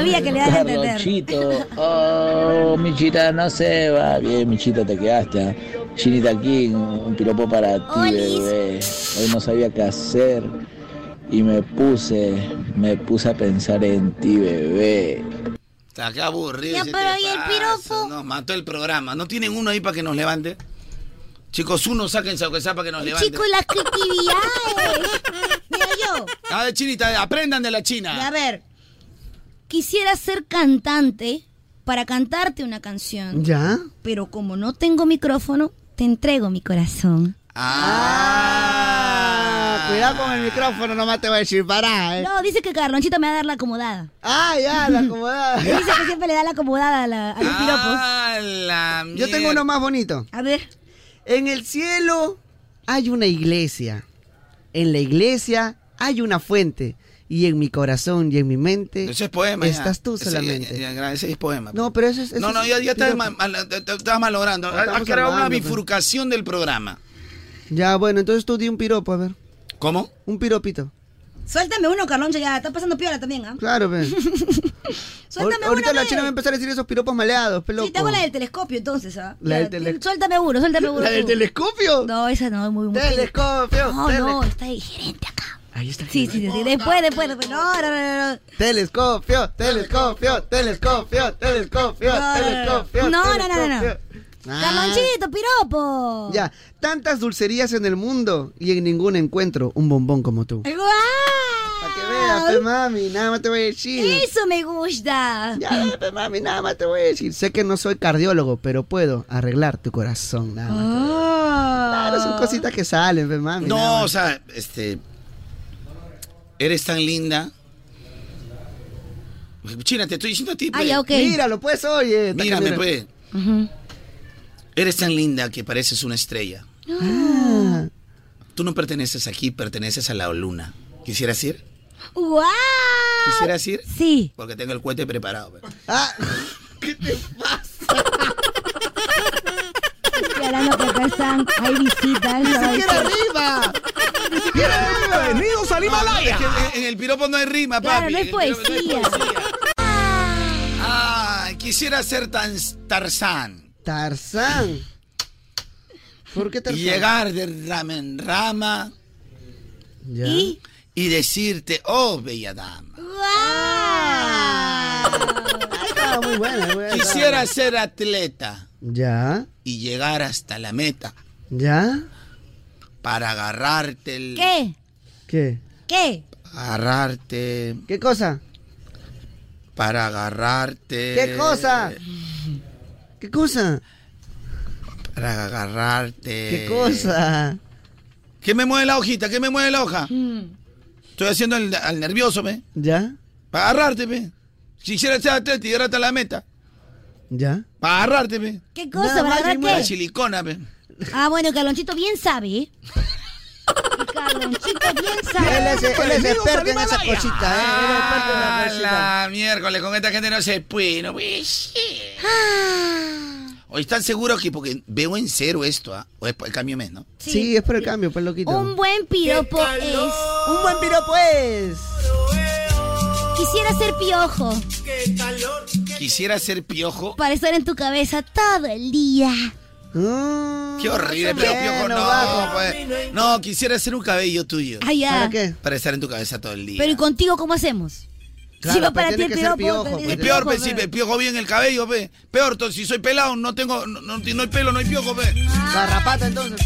S11: Carlonchito. Oh, Michita, no se va. Bien, Michita, te quedaste. ¿ah? Chinita aquí, un piropo para ti, bebé. Hoy no sabía qué hacer. Y me puse, me puse a pensar en ti, bebé.
S7: Está qué aburrido.
S4: Ya,
S7: ese
S4: pero
S7: te
S4: ¿y el
S7: pasa.
S4: piropo?
S7: No, mató el programa. ¿No tienen uno ahí para que nos levante? Chicos, uno saquen que sea para que nos levante.
S4: Chicos, las creatividades. Mira yo.
S7: A ver, chinita, aprendan de la China.
S4: A ver, quisiera ser cantante para cantarte una canción.
S2: ¿Ya?
S4: Pero como no tengo micrófono, te entrego mi corazón.
S2: Ah, cuidado con el micrófono, nomás te voy a decir para, eh.
S4: No, dice que Carlonchito me va a dar la acomodada.
S2: Ah, ya, la acomodada.
S4: dice que siempre le da la acomodada a, la-
S7: Ah,
S4: a los piropos.
S2: Yo tengo uno más bonito.
S4: A ver.
S2: En el cielo hay una iglesia. En la iglesia hay una fuente. Y en mi corazón y en mi mente
S7: Ese es poema. ya.
S2: estás tú
S7: Ese-
S2: solamente.
S7: ya- ya- ese es poema.
S2: No, pero ese es.
S7: no,
S2: ese
S7: no,
S2: es
S7: ya, ya estás,
S2: piropo.
S7: mal- mal- te- te- estás malogrando.
S2: No, estamos
S7: Ha creado una
S2: hablando, pues.
S7: bifurcación del programa.
S2: Ya, bueno, entonces tú di un piropo, a ver.
S7: ¿Cómo?
S2: Un piropito.
S4: Suéltame uno, Carloncho, ya. Está pasando piola también, ¿ah?
S2: Claro, ve.
S4: Suéltame
S2: Ahor- Ahorita
S4: una
S2: la
S4: vez.
S2: china va a empezar a decir esos piropos maleados, peloco.
S4: Sí, te hago la del telescopio entonces, ¿ah?
S2: La del
S4: Ya,
S2: tele-
S4: Suéltame uno, suéltame
S2: ¿La
S4: uno.
S2: del telescopio?
S4: No, esa no, es muy... muy
S2: Telescopio,
S4: No, no,
S2: tele-
S4: está ahí, gerente acá.
S2: Ahí está.
S4: Sí, sí, sí, sí, Después, después, después. No, no, no, no.
S2: Telescopio, telescopio, telescopio, telescopio,
S4: No, no, no, no.
S2: telescopio.
S4: No, no, no, no, no.
S2: telescopio. Ah.
S4: Carlonchito, piropo.
S2: Ya, tantas dulcerías en el mundo y en ningún encuentro un bombón como tú.
S4: ¡Guau!
S2: Para que veas, pe, mami, nada más te voy a decir.
S4: ah. Eso me gusta.
S2: Ya, pe, mami, nada más te voy a decir. Sé que no soy cardiólogo, pero puedo arreglar tu corazón, nada más.
S4: Ah.
S2: Claro, son cositas que salen, pe, mami. nada
S7: No,
S2: más.
S7: o sea, este. Eres tan linda. China, te estoy diciendo a ti. pe.
S2: Míralo, pues, oye. está
S7: pues. Mírame,
S2: que mira.
S7: pues. Eres tan linda que pareces una estrella.
S2: Ah.
S7: Tú no perteneces aquí, perteneces a la luna. ¿Quisieras ir?
S4: ¡Guau!
S7: ¿Quisieras ir?
S4: Sí.
S7: Porque tengo el cohete preparado. pe.
S2: Ah,
S4: Y ahora lo que pasan, hay visitas.
S2: ¡Ni
S4: ¿no?
S2: siquiera arriba! ¡Ni siquiera arriba!
S7: No, no, es que en el piropo no hay rima,
S4: Claro,
S7: papi.
S4: no hay
S7: En el piropo no hay
S4: poesía.
S7: Ay, quisiera ser tan Tarzán.
S2: Tarzán. ¿Por qué Tarzán?
S7: Y llegar de rama en rama.
S2: ¿Y?
S7: Y decirte, oh, bella dama.
S2: Ah, muy buena, muy buena.
S7: Quisiera ser atleta
S2: Ya,
S7: y llegar hasta la meta
S2: ya.
S7: para agarrarte el... Eh,
S4: ¿Qué?
S2: ¿Qué?
S4: ¿Qué?
S7: Agarrarte,
S2: ¿Qué cosa?
S7: para agarrarte...
S2: ¿Qué cosa? ¿Qué cosa?
S7: Para agarrarte...
S2: ¿Qué cosa?
S7: ¿Qué me mueve la hojita? ¿Qué me mueve la hoja?
S4: Mm.
S7: Estoy haciendo al, al nervioso, ¿ve?
S2: ¿Ya?
S7: Para agarrarte, ¿ve? Si quisiera ser atleta y llegar hasta la meta,
S2: ¿Ya?
S7: para agarrarte, ¿ve?
S4: ¿Qué cosa? ¿Para agarrar
S7: La
S4: qué?
S7: silicona, ¿ve?
S4: Ah, bueno, Carlonchito bien sabe. ¿eh? Carlonchito bien
S2: Él
S4: sabe.
S2: es, él es experto en esas cositas, ¿eh? Él es experto en esas
S7: Ah,
S2: cositas.
S7: la miércoles, con esta gente no se puede, no puede ser.
S4: Ah.
S7: Hoy están seguros que porque veo en cero esto, ¿ah? O es por el cambio mes, ¿no?
S2: Sí, es por el cambio, pues loquito.
S4: Un buen piropo es.
S2: Un buen pues. piropo es.
S4: Quisiera ser piojo
S7: Quisiera ser piojo.
S4: para estar en tu cabeza todo el día.
S7: Qué horrible, pero piojo no. pues. No, quisiera ser un cabello tuyo.
S4: Ah, ya. ¿Para
S2: qué?
S7: Para estar en tu cabeza todo el día.
S4: Pero ¿y contigo cómo hacemos?
S7: Claro,
S4: va
S2: pues,
S4: para
S7: pero
S4: ti
S7: tiene
S4: el pues,
S7: que ser
S4: piropo,
S7: piojo,
S4: te-
S7: Es
S4: te-
S7: peor,
S4: piojo,
S7: pe, si me piojo pues. bien el cabello, pe. Peor, to- si soy pelado, no tengo, no, no- no hay pelo, no hay piojo, pe.
S2: Garrapata, entonces.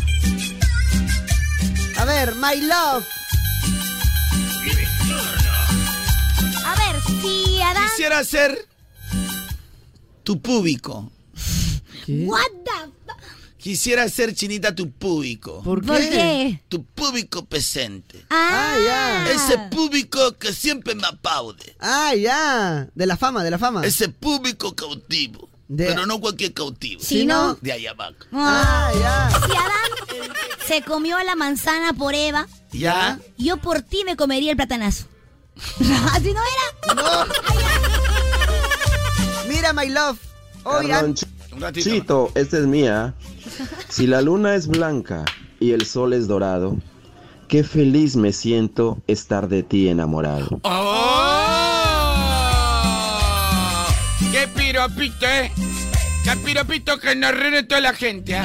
S2: A ver, my love.
S4: A ver, si Adán.
S7: Quisiera ser tu público.
S4: What the
S7: Quisiera ser chinita tu público.
S2: ¿Por qué? ¿Por qué?
S7: Tu público presente.
S4: Ah,
S2: ya.
S7: Ese público que siempre me aplaude.
S2: Ah, ya. De la fama, de la fama.
S7: Ese público cautivo. Pero no cualquier cautivo.
S4: Sino-
S7: De Ayabaca.
S4: Ah, ya. Si Adán se comió la manzana por Eva,
S7: ¿Ya?
S4: yo por ti me comería el platanazo. ¿Así no era?
S2: Mira, my love. Oigan.
S12: Chito, esta es mía. Si la luna es blanca y el sol es dorado, qué feliz me siento estar de ti enamorado.
S7: ¡Oh!
S10: Qué piropito, ¿eh? Qué piropito que nos reúne toda la gente. ¿ah?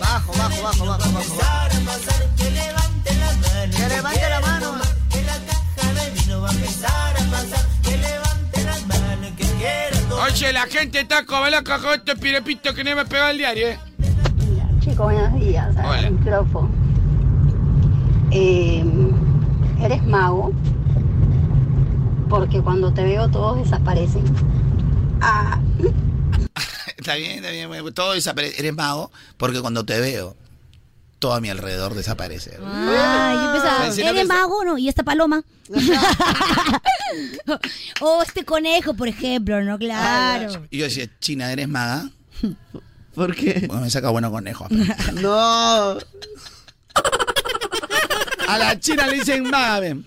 S1: Bajo, bajo, bajo, bajo, bajo. Que levante la mano.
S10: Oye, la gente está como loca con este piropito que no me pegado el diario, ¿eh?
S13: Chicos, buenos días.
S10: Hola.
S13: Al micrófono. Eh, eres mago porque cuando te veo todos desaparecen. Ah,
S7: Está bien, está bien. bueno, Todo desaparece. Eres mago porque cuando te veo, todo a mi alrededor desaparece.
S4: Ay, yo pensaba,
S7: Pensé lo que
S4: ¿eres
S7: está-
S4: mago? No, y esta paloma. o este conejo, por ejemplo, ¿no? Claro.
S7: Y yo decía, China, ¿eres maga?
S2: ¿Por qué?
S7: Bueno, me saca bueno
S13: Ah,
S7: conejo.
S2: No.
S7: A la China le dicen maga, ven.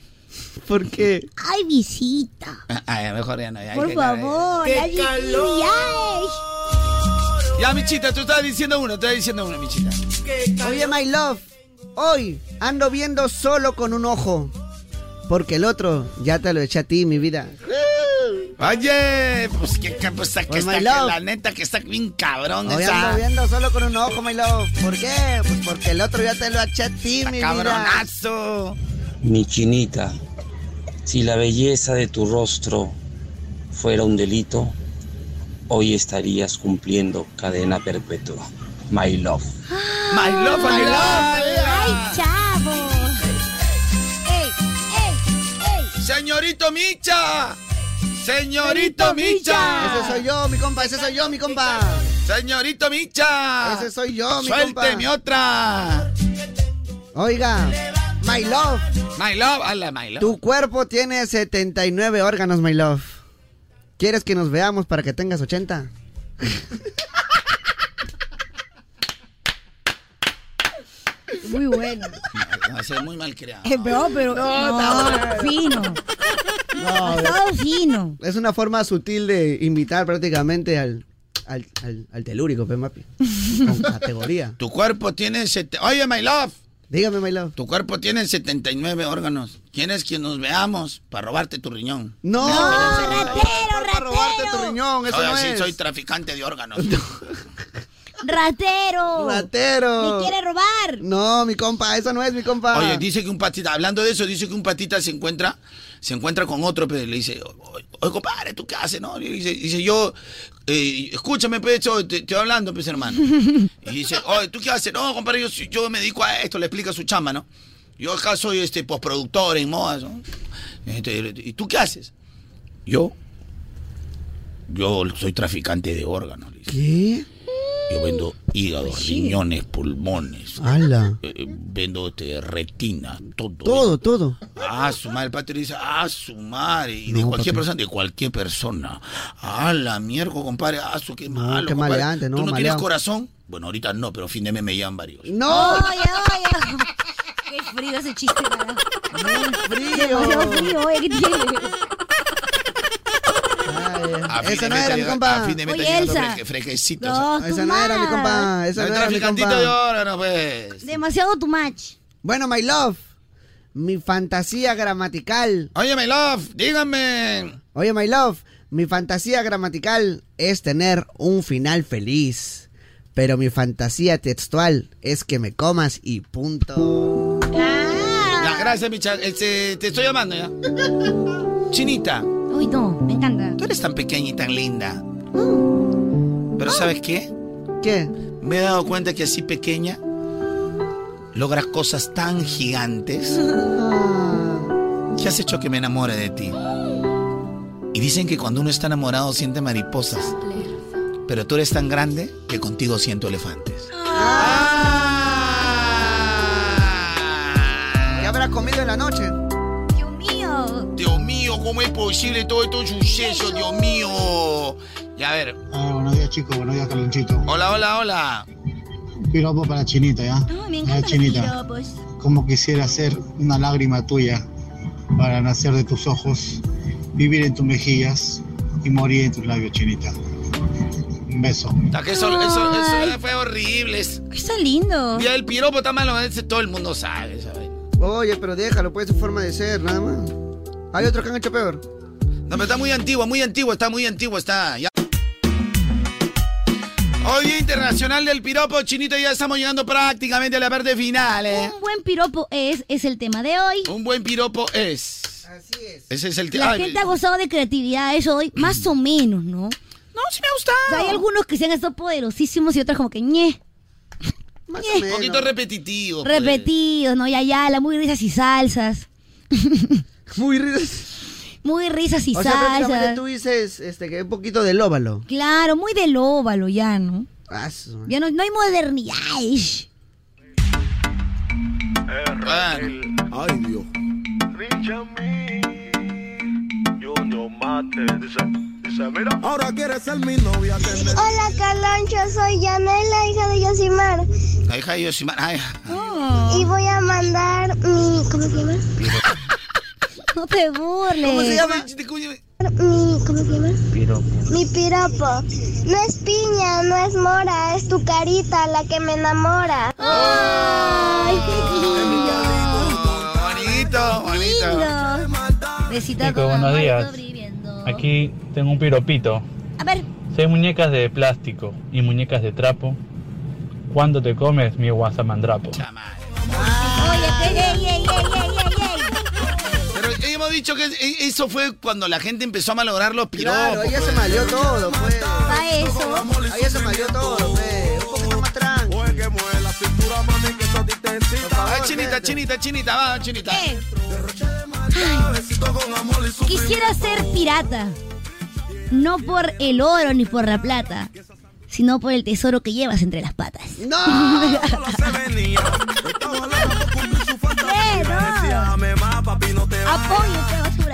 S2: ¿Por qué?
S4: Ay, visita.
S1: Ah,
S7: Ay, mejor ya no. ya,
S4: Por
S7: que-
S4: favor,
S7: ¡Qué
S4: ay,
S7: calor!
S4: ay,
S7: Ya, Michita, tú estabas diciendo uno, estabas diciendo uno, Michita.
S2: Oye, my love, hoy ando viendo solo con un ojo. Porque el otro ya te lo eché a ti, mi vida.
S7: Oye, pues que, que- pues, que
S2: Pues,
S7: está,
S2: my
S7: que
S2: love.
S7: la neta que está bien cabrón
S2: Hoy
S7: esa.
S2: ando viendo solo con un ojo, my love. ¿Por qué? Pues porque el otro ya te lo eché a ti, mi
S7: cabronazo.
S14: Mi chinita, si la belleza de tu rostro fuera un delito, hoy estarías cumpliendo cadena perpetua. My love.
S7: My love, my love.
S4: Ay, chavo.
S10: ¡Ey, ey, ey! ¡Señorito Micha! ¡Señorito Micha!
S2: Ese soy yo, mi compa, ese soy yo, mi compa.
S10: ¡Señorito Micha!
S2: Ese soy yo, mi
S10: ¡Suélteme
S2: compa.
S10: otra!
S2: Oiga, my love,
S10: My love, hola, my love.
S2: tu cuerpo tiene 79 órganos, my love. ¿Quieres que nos veamos para que tengas 80?
S4: Muy bueno.
S7: No, ese es muy mal creado.
S4: Eh, pero, pero,
S7: No,
S4: no,
S7: está bueno.
S4: fino. Ha estado fino.
S2: Es una forma sutil de invitar prácticamente al, al, al, al telúrico, pe, mapi. Con categoría.
S7: Tu cuerpo tiene. sete- Oye, my love.
S2: Dígame, my love.
S7: Tu cuerpo tiene 79 órganos. ¿Quieres que nos veamos para robarte tu riñón?
S2: No,
S7: Para robarte tu riñón,
S2: eso no es.
S7: soy traficante de órganos.
S4: Ratero.
S2: Ratero.
S4: Me quiere robar.
S2: No, mi compa, eso no es mi compa.
S7: Oye, dice que un patita, hablando de eso, dice que un patita se encuentra, se encuentra con otro, pero le dice, oye, oye, compadre, ¿tú qué haces, no? Y dice, dice, yo, eh, escúchame, pecho, te estoy hablando, pues, hermano. Y dice, oye, ¿tú qué haces? No, compadre, yo, soy- yo me dedico a esto, le explica su chamba, ¿no? Yo acá soy, este, postproductor en modas, ¿no? Este, ¿Y tú qué haces? Yo, yo soy traficante de órganos. le dice.
S2: ¿Qué?
S7: Yo vendo hígados, riñones, pulmones.
S2: Ala.
S7: eh, eh, vendo este, retina, todo.
S2: Todo, todo.
S7: Ah, su madre, el pato le dice, ah, su madre. Y de
S2: No,
S7: cualquier
S2: papi.
S7: persona, de cualquier persona. Ah, la mierda, compadre. Ah, su, qué
S2: No,
S7: malo.
S2: qué
S7: compadre.
S2: maleante, no,
S7: ¿Tú no tienes
S2: maleado.
S7: corazón? Bueno, ahorita no, pero fin de mes me llevan varios.
S2: No.
S4: Oye, oye. Qué frío ese chiste, carajo.
S2: frío.
S4: Demasiado frío, oye, ¿qué tiene?
S7: A fin
S2: Ese
S7: de
S2: no
S7: mes
S2: era
S7: te
S2: mi
S7: llegan-
S2: compa.
S7: A fin de mes te
S4: Oye,
S7: llegan
S4: Elsa.
S7: los fresque- fresquecitos.
S4: No,
S7: Ah,
S4: tu Esa no era mi
S2: compa, esa
S7: Soy
S2: no era mi
S7: traficantito
S2: compa.
S7: de órganos, pues.
S4: Demasiado tu match.
S2: Bueno, my love, mi fantasía gramatical.
S7: Oye, my love, dígame.
S2: Oye, my love, mi fantasía gramatical es tener un final feliz. Pero mi fantasía textual es que me comas y punto.
S4: Ah.
S7: Ya, gracias, Micha. Este, te estoy llamando ya. Chinita.
S4: Uy, no, me encanta.
S7: Tú eres tan pequeña y tan linda.
S4: Ah.
S7: Pero ¿sabes qué?
S2: ¿Qué?
S7: Me he dado cuenta que así pequeña logras cosas tan gigantes que has hecho que me enamore de ti. Y dicen que cuando uno está enamorado siente mariposas. Pero tú eres tan grande que contigo siento elefantes.
S2: ¿Qué habrás comido en la noche?
S4: Ah. Dios mío.
S7: Dios mío, ¿cómo es posible todo esto suceso? Dios mío. Y a ver.
S24: buenos días, chicos. Buenos días, Calonchito.
S7: Hola, hola, hola.
S24: Un piropo para Chinita, ¿ya?
S4: Ay, me
S24: Ya,
S4: encantan
S24: Chinita.
S4: los piropos.
S24: Como quisiera ser una lágrima tuya para nacer de tus ojos, vivir en tus mejillas y morir en tus labios, Chinita. Un beso.
S7: Ta que Eso, eso,
S4: Ay.
S7: eso fue horrible.
S4: Está lindo.
S7: Ya el piropo está malo, ese todo el mundo sabe, ¿sabes?
S2: pues, Oye, pero déjalo, puede ser forma de ser, nada más. Hay otros que han hecho peor.
S7: No, pero está muy antigua, muy antigua, está muy antigua, está. Ya. Hoy Día Internacional del Piropo, Chinito, ya estamos llegando prácticamente a la parte final, ¿eh?
S4: Un buen piropo es, es el tema de hoy.
S7: Un buen piropo es. Así es. Ese es el tema.
S4: La gente ha gozado de creatividades hoy, más o menos, ¿no?
S7: No, sí me ha gustado.
S4: hay algunos que se han estado poderosísimos y otros como que ñe.
S7: Un poquito repetitivo. pues.
S4: Repetidos, ¿no? Ya, ya, la muy risas y salsas.
S2: Muy risas.
S4: Muy risas y
S2: O sea,
S4: salsas.
S2: prácticamente tú dices este, que un poquito del óvalo.
S4: Claro, muy del óvalo ya, ¿no?
S2: Ah, su-
S4: Ya no, no hay modernidad. ish.
S7: Ay, Dios.
S9: Ahora quieres ser mi novia.
S15: Hola Carloncho, soy Yanel, la hija de Yosimar.
S7: La hija de Yosimar. Ay,
S4: Oh.
S15: Y voy a mandar mi. ¿Cómo se llama?
S4: No te burles.
S15: ¿Cómo se llama? Mi. ¿Cómo se llama?
S11: Piropo.
S15: Mi piropo. No es piña, no es mora, es tu carita la que me enamora.
S4: ¡Ay, qué
S7: bonito,
S4: bonito. Besita
S9: Nico,
S4: con
S9: buenos
S4: amor,
S9: días.
S4: todo brillando.
S9: Aquí tengo un piropito.
S4: A ver,
S9: Seis muñecas de plástico y muñecas de trapo. ¿Cuándo te comes mi guasamandrapo?
S4: oye, que- ey, ey, ey, ey, ey, ey.
S7: Pero ya hemos dicho que e- eso fue cuando la gente empezó a malograr los piropos.
S2: Claro, ahí ya se malió todo, Oh, pues.
S4: Pa' eso.
S2: Ahí ya se malió todo, pues. Un poquito más tranqui.
S7: Ah, chinita, chinita, chinita, va, chinita.
S4: Quisiera ser pirata. No por el oro ni por la plata, sino por el tesoro que llevas entre las patas.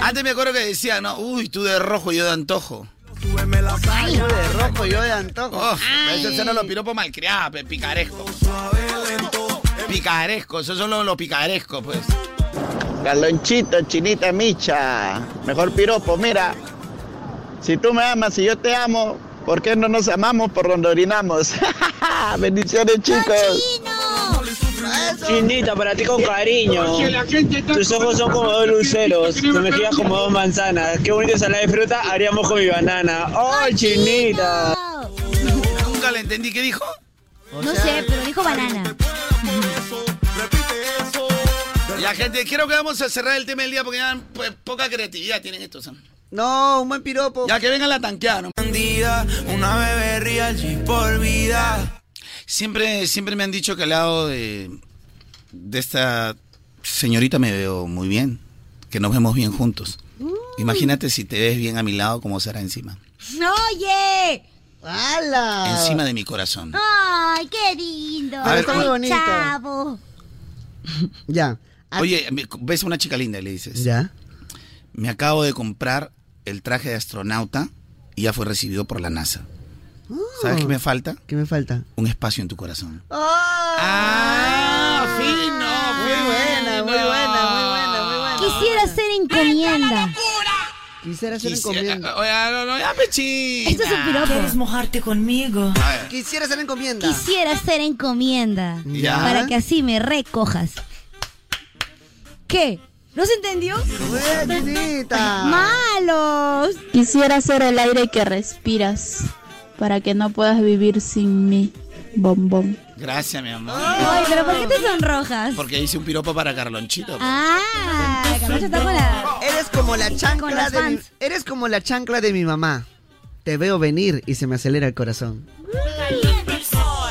S7: Antes me acuerdo que decía, no, uy, tú de rojo, yo de antojo.
S2: Yo de rojo, yo de antojo.
S7: Oh, esos eran los piropos malcriados, pe, picaresco. Picaresco, esos son los, los picarescos, pues.
S25: Calonchito, chinita, micha. Mejor piropo, mira. Si tú me amas y yo te amo, ¿por qué no nos amamos por donde orinamos? Bendiciones, chicos.
S26: Chinita, para ti con cariño. Tus ojos son como dos luceros, tus mejillas como dos manzanas. Qué bonito salada de fruta haríamos con mi banana. ¡Oh, chinita!
S7: Nunca le entendí qué dijo.
S4: No sé, pero dijo banana.
S7: La gente, creo que vamos a cerrar el tema del día porque ya pues, poca creatividad tienen estos.
S2: No, un buen piropo.
S7: Ya que vengan la tanqueada, ¿no? Una bebé real por vida. Siempre, siempre me han dicho que al lado de, de esta señorita me veo muy bien, que nos vemos bien juntos. Imagínate si te ves bien a mi lado, como será encima.
S4: ¡Oye!
S2: ¡Hala!
S4: Ah.
S7: Encima de mi corazón.
S4: ¡Ay, qué lindo!
S7: A ver,
S4: Ay,
S7: muy bonito.
S4: chavo.
S2: Ya.
S7: Oye, me- ves a una chica linda y le dices.
S2: Ya.
S7: Me acabo de comprar el traje de astronauta y ya fue recibido por la NASA. ¿Sabes qué me falta?
S2: Oh. ¿Qué me falta?
S7: Un espacio en tu corazón.
S2: ¡Ah!
S7: ¡Fino!
S2: Muy buena, muy buena, muy buena, muy buena.
S4: Quisiera ser encomienda.
S2: Quisiera ser
S7: Quisiera-
S2: encomienda.
S7: Oye, no, no, ya me china.
S4: Esto es un piropo.
S19: ¿Quieres mojarte conmigo?
S2: Quisiera ser encomienda.
S4: Quisiera ser encomienda.
S2: Ya.
S4: Para que así me recojas. ¿Qué? ¿No se entendió? ¡Malos!
S27: Quisiera ser el aire que respiras para que no puedas vivir sin mí, bombón.
S7: Gracias, mi amor.
S4: Ay, pero ¿por qué te sonrojas?
S7: Porque hice un piropo para Carlonchito.
S4: Ah, Carloncho está con la...
S2: Eres como la chancla
S4: las
S2: de mi, Eres como la chancla de mi mamá. Te veo venir y se me acelera el corazón.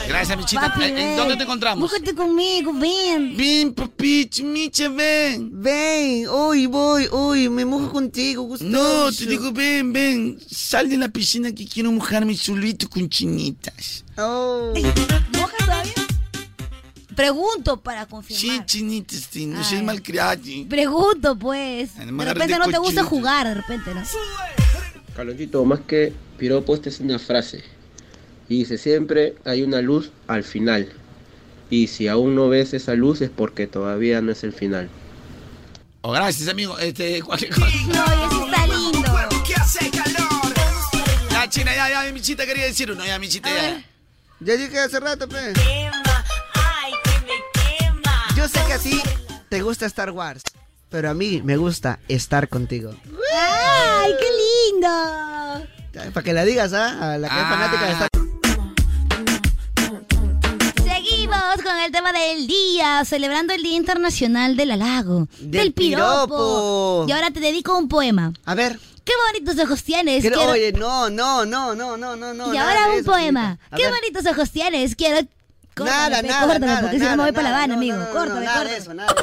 S7: Gracias, mi chita.
S4: Papi,
S7: Eh, eh,
S4: ven.
S7: ¿Dónde te encontramos?
S4: Búscate conmigo, ven.
S7: Ven, papi, miche, ven.
S2: Ven, uy, voy, uy, me mojo contigo, Gustavo.
S7: No, te digo, ven, ven. Sal de la piscina que quiero mojarme solito con chinitas.
S2: Oh.
S4: ¿Mojas todavía? Pregunto para confirmar. Ah.
S7: Sí, chinitas, sí, no seas malcriada. sí.
S4: Pregunto, pues.
S7: Además,
S4: De
S7: agarré
S4: repente no te gusta
S7: cochino.
S4: jugar, de repente, ¿no?
S28: Carlonchito, más que piropo, esta es una frase. Y dice, siempre hay una luz al final. Y si aún no ves esa luz es porque todavía no es el final.
S7: Oh, gracias, amigo. Este, cualquier cosa.
S4: No, y eso está lindo.
S7: ¿Qué hace calor? Ya, China, ya, ya, mi chita quería decir uno. Ya, mi chita, ya.
S2: Ya dije hace rato, pe. Yo sé que a ti te gusta Star Wars, pero a mí me gusta estar contigo.
S4: Ah, ¡Ay, qué lindo!
S2: Para que la digas, ¿ah? A la que es fanática de estar.
S4: Seguimos con el tema del día, celebrando el Día Internacional del Halago, del, piropo.
S2: piropo.
S4: Y ahora te dedico un poema.
S2: A ver.
S4: ¡Qué bonitos ojos tienes!
S2: Creo-
S4: quiero-
S2: Oye, no, no, no, no, no, no, no.
S4: y
S2: nada
S4: ahora
S2: de
S4: un
S2: eso,
S4: poema.
S2: señorita. A
S4: ¡Qué
S2: ver.
S4: bonitos ojos tienes! Quiero...
S2: Nada,
S4: Córtame,
S2: nada,
S4: córtame,
S2: nada,
S4: porque si no me voy
S2: nada,
S4: para La Habana, amigo.
S2: no, no,
S4: córtame,
S2: nada
S4: córtame.
S2: de eso, nada,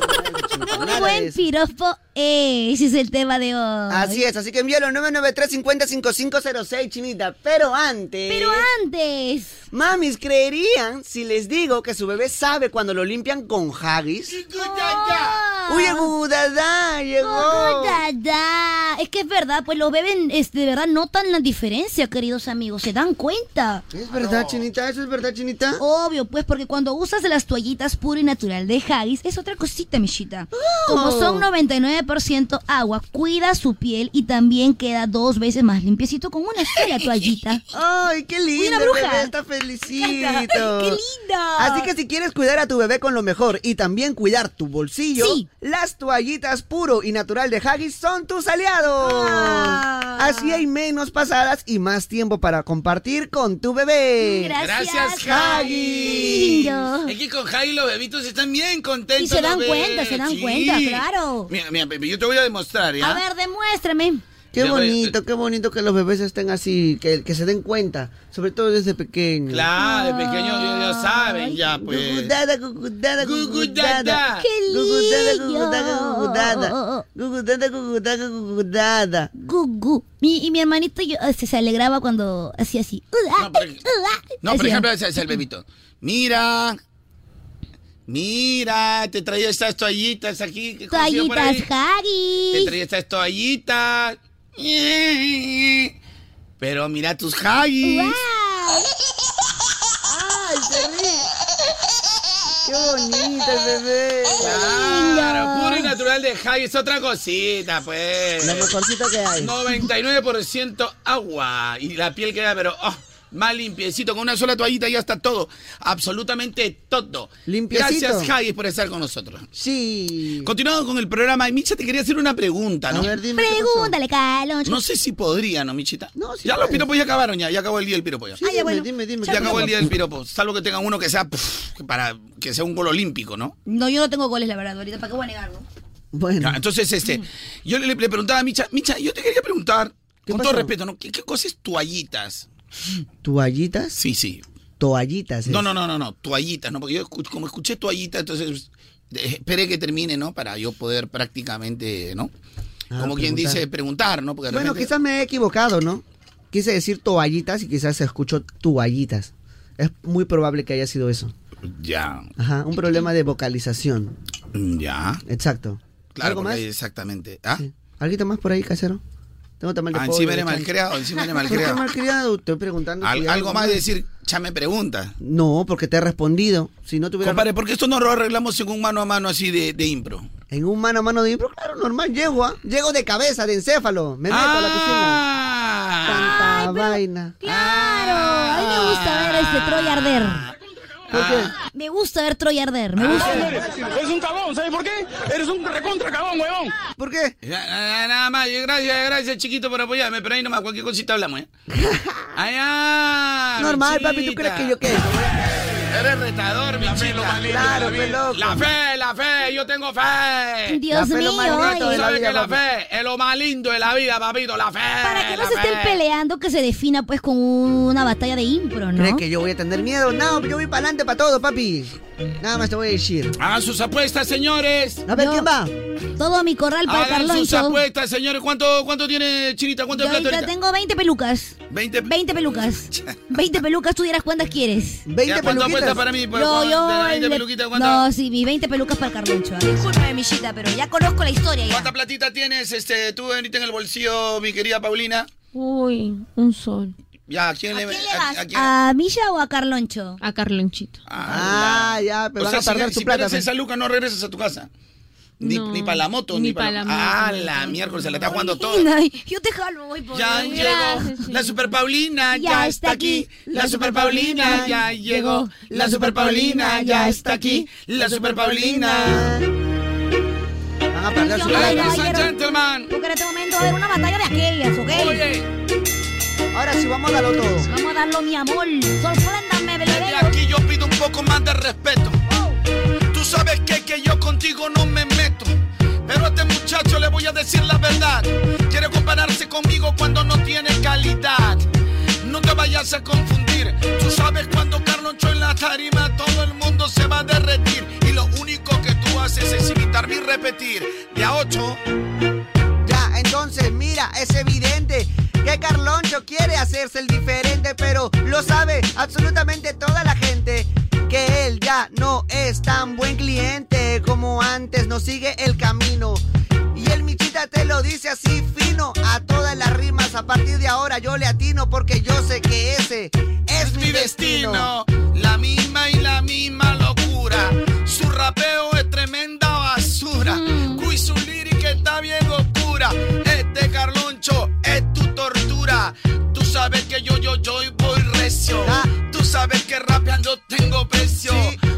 S4: Un buen piropo es, ese es el tema de hoy.
S2: Así es, así que envíalo al 993-50-5506, chinita. Pero antes.
S4: Pero antes.
S2: Mamis, ¿creerían si les digo que su bebé sabe cuando lo limpian con haggis? ¡Uy, el budadá Ah, llegó!
S4: Oh, dadá. Es que es verdad, pues los bebés es, de verdad notan la diferencia, queridos amigos, se dan cuenta.
S2: ¿Es verdad, Chinita? ¿Eso es verdad, Chinita?
S4: Obvio, pues porque cuando usas las toallitas puro y natural de Haggis es otra cosita, Michita.
S2: Oh.
S4: Como son 99% agua, cuida su piel y también queda dos veces más limpiecito con una sola toallita.
S2: ¡Ay, qué lindo!
S4: una
S2: el
S4: bruja.
S2: bebé está felicito.
S4: ¡Qué lindo!
S2: Así que si quieres cuidar a tu bebé con lo mejor y también cuidar tu bolsillo, las toallitas puro y natural de Haggis son tus aliados.
S4: Ah.
S2: Así hay menos pasadas y más tiempo para compartir con tu
S4: Mm,
S2: bebé.
S7: Gracias,
S2: Haggis.
S7: Jagi. Es que con Jagi los bebitos están bien contentos.
S4: Y se dan
S7: los
S4: cuenta, se dan
S7: bebés,
S4: cuenta,
S7: sí.
S4: claro.
S7: Mira, mira, Pepe, yo te voy a demostrar, ¿ya?
S4: A ver, demuéstrame.
S2: Qué
S7: Ya, pero-
S2: bonito, qué bonito que los bebés estén así, que, que se den cuenta, sobre todo desde pequeños.
S7: Claro, Ah, de pequeño ya, ya saben, ya, pues.
S2: Gugudada, gugudada, gugudada.
S7: Qué
S2: Gugudada,
S4: lindo.
S2: gugudada, gugudada. Gugudada, gugudada, gugudada.
S4: Gugu. Mi, y mi hermanito yo, este, se alegraba cuando hacía así. No, por,
S7: No, por ejemplo, ese es el bebito. Mira. Mira, te traía estas toallitas aquí. que consiguió por
S4: Toallitas
S7: ahí. Te
S4: Haggis.
S7: traía estas toallitas. Pero mira tus Haggis.
S2: ¡Ay, se ríe! ¡Qué bonito el bebé!
S7: Claro, puro y natural de Haggis. Es otra cosita, pues.
S2: Lo mejorcito que hay.
S7: 99% agua. Y la piel queda, pero oh, más limpiecito. Con una sola toallita ya está todo. Absolutamente todo.
S2: Limpiecito.
S7: Gracias, Haggis, por estar con nosotros.
S2: Sí.
S7: Continuando con el programa, y Micha te quería hacer una pregunta, ¿no?
S4: Pregúntale, Caloncho.
S7: No sé si podría, ¿no, Michita? No,
S4: sí
S7: ya los
S4: puedes.
S7: piropos ya acabaron, ya, ya acabó el día del piropo ya.
S4: Ah, ya, bueno.
S7: Ya acabó el día del piropo, salvo que tengan uno que sea pff, para que sea un gol olímpico, ¿no?
S4: No, yo no tengo goles, la verdad, ahorita. ¿Para qué voy a negarlo?
S2: Bueno.
S7: entonces, este, yo le, le preguntaba a Micha, Micha, yo te quería preguntar, con todo respeto, ¿no? ¿Qué, qué cosa es toallitas?
S2: ¿Toallitas?
S7: Sí, sí.
S2: Toallitas.
S7: No, no, no, no, no, toallitas, ¿no? Porque yo escu- como escuché toallita, entonces eh, esperé que termine, ¿no? Para yo poder prácticamente, ¿no? como quien
S2: Ah, preguntar.
S7: dice, preguntar, ¿no? Porque de
S2: Bueno,
S7: repente-
S2: quizás me he equivocado, ¿no? Quise decir toallitas y quizás se escuchó toallitas. Es muy probable que haya sido eso.
S7: Ya.
S2: Ajá, un problema de vocalización.
S7: Mm, Ya.
S2: Exacto.
S7: Claro,
S2: ¿Algo
S7: porque
S2: más?
S7: ahí exactamente. ¿Ah?
S2: ¿Alguito más por ahí, casero? Tengo tamal de
S7: Ah,
S2: pollo,
S7: encima eres
S2: de chancho.
S7: malcriado, encima eres
S2: ¿Por qué
S7: malcriado.
S2: malcriado? Estoy preguntando. si
S7: Al-
S2: hay
S7: algo más decir, ya me pregunta.
S2: No, porque te he respondido. Si no tuviera.
S7: Compadre, ¿por qué esto no lo arreglamos en un mano a mano así de, de impro?
S2: En un mano a mano de impro, claro, normal, llego, ¿ah? Llego de cabeza, de encéfalo. Me meto a la piscina. Tanta vaina.
S4: Claro, a mí me gusta ver a este Troy arder.
S2: Ah,
S4: Ah. Me gusta ver Troy arder, me gusta.
S1: Ah,
S10: Eres un cagón, ¿sabes por qué? Eres un recontra cagón, huevón.
S2: ¿Por qué?
S7: Nada más, y gracias, gracias chiquito por apoyarme, pero ahí nomás cualquier cosita hablamos, ¿eh? Ay, ah,
S2: Normal,
S7: Michita.
S2: papi, ¿tú crees que yo qué?
S7: Eres retador, mi chica.
S2: Claro, pe loco.
S7: La fe, la fe, yo tengo fe.
S4: Dios La fe es lo más mío, bonito ay. de la
S7: ¿Sabes
S4: vida,
S7: que la
S4: papi?
S7: fe es lo más lindo de la vida, papito? La fe. Para
S4: Que no se estén peleando que se defina pues con una batalla de impro, ¿no?
S2: ¿Crees que yo voy a tener miedo? No, yo voy para adelante para todo, papi. Nada más te voy a decir.
S7: Hagan sus apuestas, señores.
S2: A ver, ¿quién va?
S4: Todo mi corral para
S7: Hagan sus
S4: Carloncho.
S7: apuestas, señores. ¿Cuánto, cuánto tiene Chinita? ¿Cuánto
S4: Yo
S7: de plata
S4: ahorita
S7: ahorita?
S4: tengo 20 pelucas.
S7: 20,
S4: 20 pelucas. 20 pelucas, tú dirás cuántas quieres.
S2: 20
S7: Ya, ¿cuánto peluquitas? apuestas para mí? ¿Para
S4: No,
S7: cuánto?
S4: yo
S7: ¿De las 20
S4: le-
S7: peluquitas cuánto?
S4: No, sí, mis 20 pelucas para Carloncho. Disculpame, Michita, pero ya conozco la historia ya.
S7: ¿Cuánta platita tienes este, tú ahorita en el bolsillo, mi querida Paulina?
S8: Uy, un sol.
S7: Ya, ¿a quién le, Ah. a- a quién-
S4: ¿A Milla o a Carloncho?
S8: A Carlonchito.
S7: Ah,
S2: ya,
S7: O sea, si- si, pierdes esa luca, no regresas a tu casa. Ni,
S8: No,
S7: ni para la moto,
S8: ni
S7: ni,
S8: pa'
S7: para
S8: la
S7: Ah,
S8: moto.
S7: la miércoles se la está jugando todo.
S4: Ay, yo te jalo, voy por
S7: Ya
S4: ahí.
S7: llegó la Super Paulina, ya está aquí. La Super Paulina ya llegó. La Super Paulina ya está aquí. La Super Paulina.
S15: van a perder su
S4: Ay,
S15: like.
S4: caballero, Porque en este momento va a haber una batalla de aquellas, ¿ok?
S15: Ahora sí, vamos a darlo todo.
S4: Vamos a darlo, mi amor. Sorpréndame, bebé.
S7: aquí yo pido un poco más de respeto. Tú sabes que, que yo contigo no me meto. Pero a este muchacho le voy a decir la verdad. Quiere compararse conmigo cuando no tiene calidad. No te vayas a confundir. Tú sabes cuando Carloncho en la tarima todo el mundo se va a derretir. Y lo único que tú haces es imitarme y repetir. De a 8.
S2: Ya, entonces, mira, es evidente que Carloncho quiere hacerse el diferente, pero lo sabe absolutamente toda la gente. Que él ya no es tan buen cliente como antes, no sigue el camino. Y el Michita te lo dice así fino a todas las rimas. A partir de ahora yo le atino porque yo sé que ese es, mi destino.
S7: La misma y la misma locura. Su rapeo es tremenda basura.
S2: Mm.
S7: Uy, su lírica está bien oscura. Este Carloncho es tu tortura. Tú sabes que yo, yo, yo voy recio.
S2: Ah.
S7: Tú sabes que rapeando tengo precio.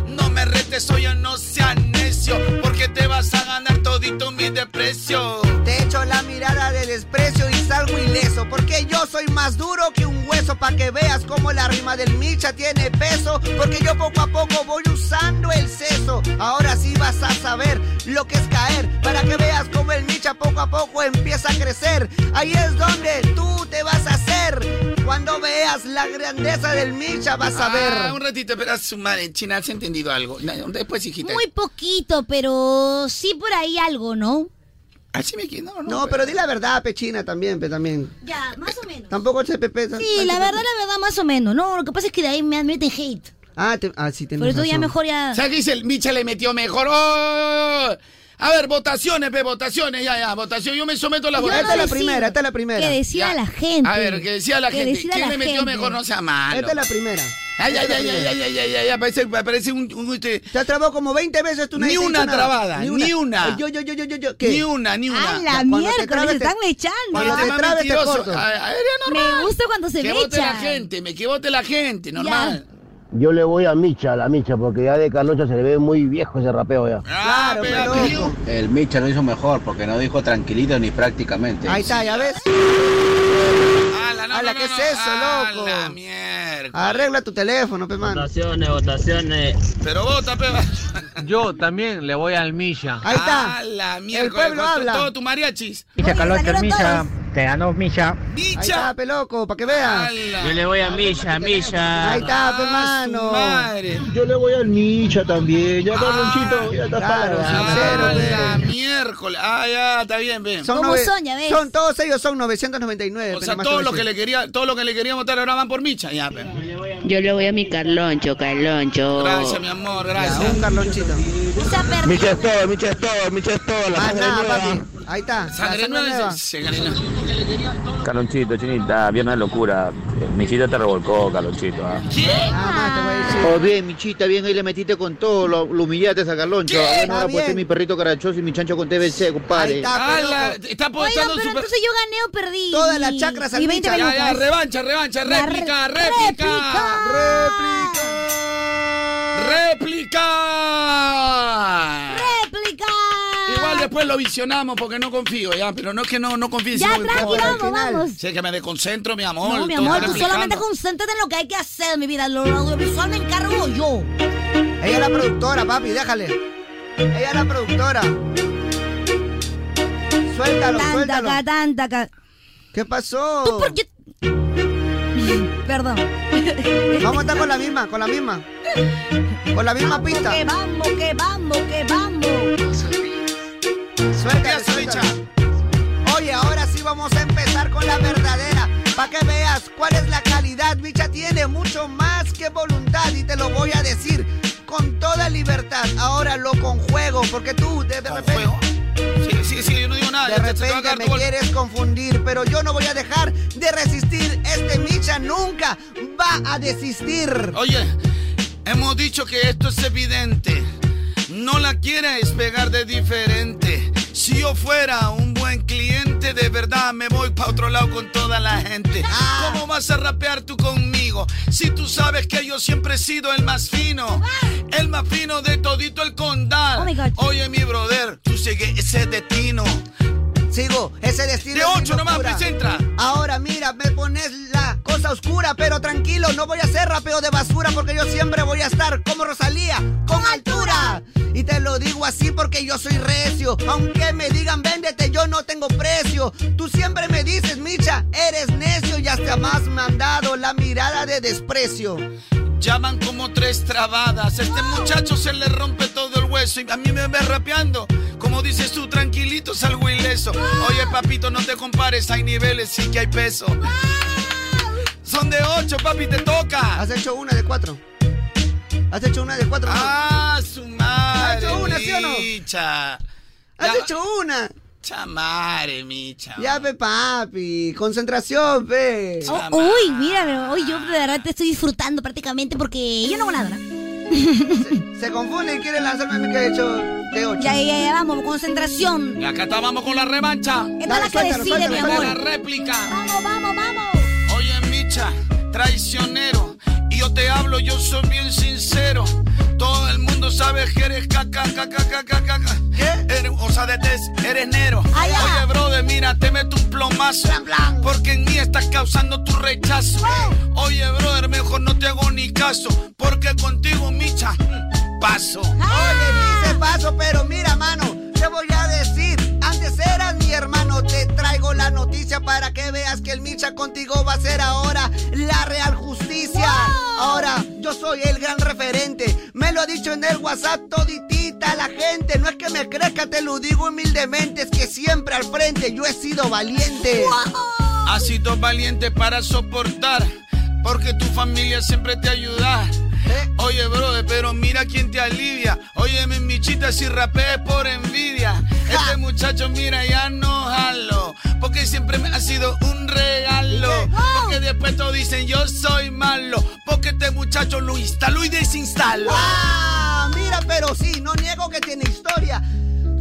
S7: No me retes, oye, no seas necio. Porque te vas a ganar todito mi desprecio.
S2: Te echo la mirada de desprecio y salgo ileso Porque yo soy más duro que un hueso Pa' que veas como la rima del Micha tiene peso Porque yo poco a poco voy usando el seso Ahora sí vas a saber lo que es caer Para que veas como el Micha poco a poco empieza a crecer Ahí es donde tú te vas a hacer Cuando veas la grandeza del Micha vas a ver
S7: Ah, un ratito, espera, su madre. China, ¿has entendido algo? No, Después, hijita.
S4: Muy poquito, pero sí por ahí algo, ¿no?
S7: Así me
S4: no,
S7: quedo.
S15: No, pero di la verdad, Pechina, también,
S2: pues,
S15: pe, también.
S4: Ya, más o menos.
S15: Tampoco es Pepe.
S4: Sí, la verdad, la verdad, más o menos. No, lo que pasa es que de ahí me meten hate.
S15: Ah, te- ah, sí, tienes
S4: Por eso ya
S15: razón.
S4: mejor ya...
S7: ¿Sabes qué dice el Micha le metió mejor? ¡Oh! A ver, votaciones, ve, votaciones, ya, ya, votación. Yo me someto a las
S15: Yo no Esta
S7: votaciones.
S15: es la decido. primera, esta es la primera. Que decida
S7: Ya.
S15: la gente.
S7: A ver, que decida la
S15: Que
S7: gente.
S15: decida
S7: ¿Quién
S15: la
S7: le metió
S15: gente.
S7: mejor? No sea malo.
S15: Esta es la primera.
S7: Ay, ay,
S15: Esta es la
S7: ay, ay, ay,
S15: primera.
S7: ay, ay, ay, ay, parece, parece un, un- este-
S15: Te has trabado como 20 veces tú no
S7: Ni
S15: has dicho
S7: una
S15: nada.
S7: trabada, ni una.
S15: Ay, Yo, yo, yo, yo, yo, yo. ¿qué?
S7: Ni una, ni una.
S4: ¡A la
S15: Cuando te
S4: mierda!
S15: trabes,
S4: ¡Me
S15: te-
S4: están echando!
S15: Cuando te
S7: Más
S15: trabes te
S7: mentiroso.
S15: corto.
S7: A- a- era normal.
S4: Me gusta cuando se
S7: que
S4: me
S7: vote la
S4: echan.
S7: gente, me que vote la gente, normal.
S6: Yo le voy a Micha, a la Micha, porque ya de Carloncho se le ve muy viejo ese rapeo ya.
S15: ¡Ah,
S7: Claro, Ah, pero...
S12: El Micha lo hizo mejor porque no dijo tranquilito ni prácticamente.
S15: Ahí está, ya ves.
S7: ¡Hala, no,
S15: ¿qué es eso, loco? Arregla tu teléfono, pe, mano.
S1: Votaciones, votaciones.
S7: Pero vota, peba.
S1: Yo también le voy al Misha.
S15: Ahí está.
S7: A la mierda.
S15: El pueblo
S7: con
S15: habla.
S7: Todo tu mariachis.
S1: Misha Carloncho, Misha. Te ganó Misha.
S15: Ahí está, pe, loco, para que veas.
S1: Yo le voy a Misha, Misha.
S15: Ahí está, pe, mano.
S6: Yo le voy al Micha también. Ya Carlonchito, ya está
S15: Claro,
S7: A
S15: sincero, pe.
S7: Ah, la miércoles. Ah, ya, está bien, bien.
S15: nove- Son todos ellos, son 999.
S7: O sea, todo lo que le quería, todo lo que le quería votar ahora van por Micha, ya, pe.
S1: Yo le voy a mi Carloncho, Carloncho.
S7: Gracias, mi amor, gracias.
S15: un Carlonchito.
S6: Micha es todo, Micha es todo, Micha es todo. La
S15: Más
S6: sangre
S15: Ah, nada,
S6: nueva.
S15: papi. Ahí está. la
S7: Sangre nueva, se- se ganó.
S12: Calonchito, chinita, viernes de locura. Michita te revolcó, Calonchito. ¿ah?
S6: Oh, bien, Michita, bien, ahí le metiste con todo, lo, lo humillaste a Carloncho. Bueno, ahora pues mi perrito carachoso y mi chancho con TBC, compadre.
S7: Ala, está
S4: Oigan,
S7: apostando
S4: pero
S7: super.
S4: entonces yo gané o perdí.
S15: Todas las chacras al
S4: Y 20
S15: Micha.
S7: Ya,
S4: pelucas.
S7: ya, revancha, revancha,
S4: La re-
S7: réplica, réplica. ¡Réplica!
S4: ¡Réplica!
S7: Igual después lo visionamos porque no confío, ya, pero no es que no, no confíe.
S4: Ya,
S7: sino que-
S4: tranqui, vamos, vamos.
S7: Sí, que me desconcentro, mi amor.
S4: No, mi
S7: todo
S4: amor, tú
S7: replicando.
S4: solamente concéntrate en lo que hay que hacer, mi vida. Lo lo audiovisual me encargo yo.
S15: Ella es la productora, papi, déjale. Ella es la productora. Suéltalo, suéltalo.
S4: Tantaca, tantaca.
S15: ¿Qué pasó? ¿Tú por
S4: qué? Perdón.
S15: Vamos a estar con la misma, con la misma. Con la misma pista.
S4: Que vamos, que vamos, que vamos.
S15: Suelta, suelta.
S2: Oye, ahora sí vamos a empezar con la verdadera. Para que veas cuál es la calidad. Micha tiene mucho más que voluntad y te lo voy a decir con toda libertad. Ahora lo conjuego porque tú de, de repente...
S7: Sí, sí, sí, yo no digo nada.
S2: De
S7: ya te- te va a
S2: repente
S7: cagar
S2: me
S7: tu gol.
S2: quieres confundir, pero yo no voy a dejar de resistir. Este Micha nunca va a desistir.
S7: Oye, hemos dicho que esto es evidente. No la quieres pegar de diferente. Si yo fuera un buen cliente. gente, de verdad me voy pa' otro lado con toda la gente.
S2: Ah.
S7: ¿Cómo vas a rapear tú conmigo? Si tú sabes que yo siempre he sido el más fino,
S2: Ah.
S7: el más fino de todito el
S2: Oh
S7: condado. Oye, mi brother, tú sigue ese destino.
S2: Sigo, ese destino.
S7: De
S2: es mi
S7: ocho nomás,
S2: locura.
S7: pues, entra.
S2: Ahora mira, me pones la cosa oscura, pero tranquilo, no voy a ser rapeo de basura porque yo siempre voy a estar como Rosalía, con altura. Y te lo digo así porque yo soy recio. Aunque me digan véndete, yo no tengo precio. Tú siempre me dices, Micha, eres necio y hasta más mandado la mirada de desprecio.
S7: Llaman como tres trabadas. Este muchacho se le rompe todo el hueso y a mí me ve rapeando. Como dices tú, tranquilito salgo ileso. Oye, papito, no te compares, hay niveles, sí que hay peso. Son de ocho, papi, te toca.
S2: Has hecho una de cuatro. Has hecho una de cuatro. ¿no?
S7: Ah, su madre.
S2: Has hecho una, ¿sí o no?
S7: Micha.
S2: Has hecho una.
S7: Chamare, micha.
S2: Ya, pe, papi. Concentración, pe.
S4: Oh, uy, mírame, hoy yo de verdad te estoy disfrutando prácticamente porque yo no hago nada.
S2: Se confunden, quieren lanzarme a mí que he hecho de ocho.
S4: Ya, ya, ya, vamos, concentración.
S7: Y acá estábamos con la revancha.
S4: Esta es la que decide, mi amor.
S7: La réplica.
S4: Vamos, vamos, vamos.
S7: Oye, micha, traicionero. Y yo te hablo, yo soy bien sincero. Todo el mundo sabe que eres caca, caca, caca, caca. ¿Qué? Eres, o sea, de tez, eres nero. Oye, brother, mira, te meto un plomazo. Porque en mí estás causando tu rechazo. Oye, brother, mejor no te hago ni caso. Porque contigo, micha, mm, paso.
S2: Oye, dice paso, pero mira, mano, te voy a decir. Antes eras mi hermano, te traigo la noticia para que veas que el Micha contigo va a ser ahora la real justicia. Ahora yo soy el gran referente, me lo ha dicho en el WhatsApp toditita la gente. No es que me crezca, te lo digo humildemente, es que siempre al frente yo he sido valiente.
S7: Has sido valiente para soportar, porque tu familia siempre te ayuda. Oye, brother, pero mira quién te alivia. Oye, mi michita, si rapees por envidia. Este muchacho, mira, ya no jalo. Porque siempre me ha sido un regalo. Porque después todos dicen yo soy malo. Porque este muchacho lo instaló y desinstaló.
S2: ¡Ah! Mira, pero sí, no niego que tiene historia.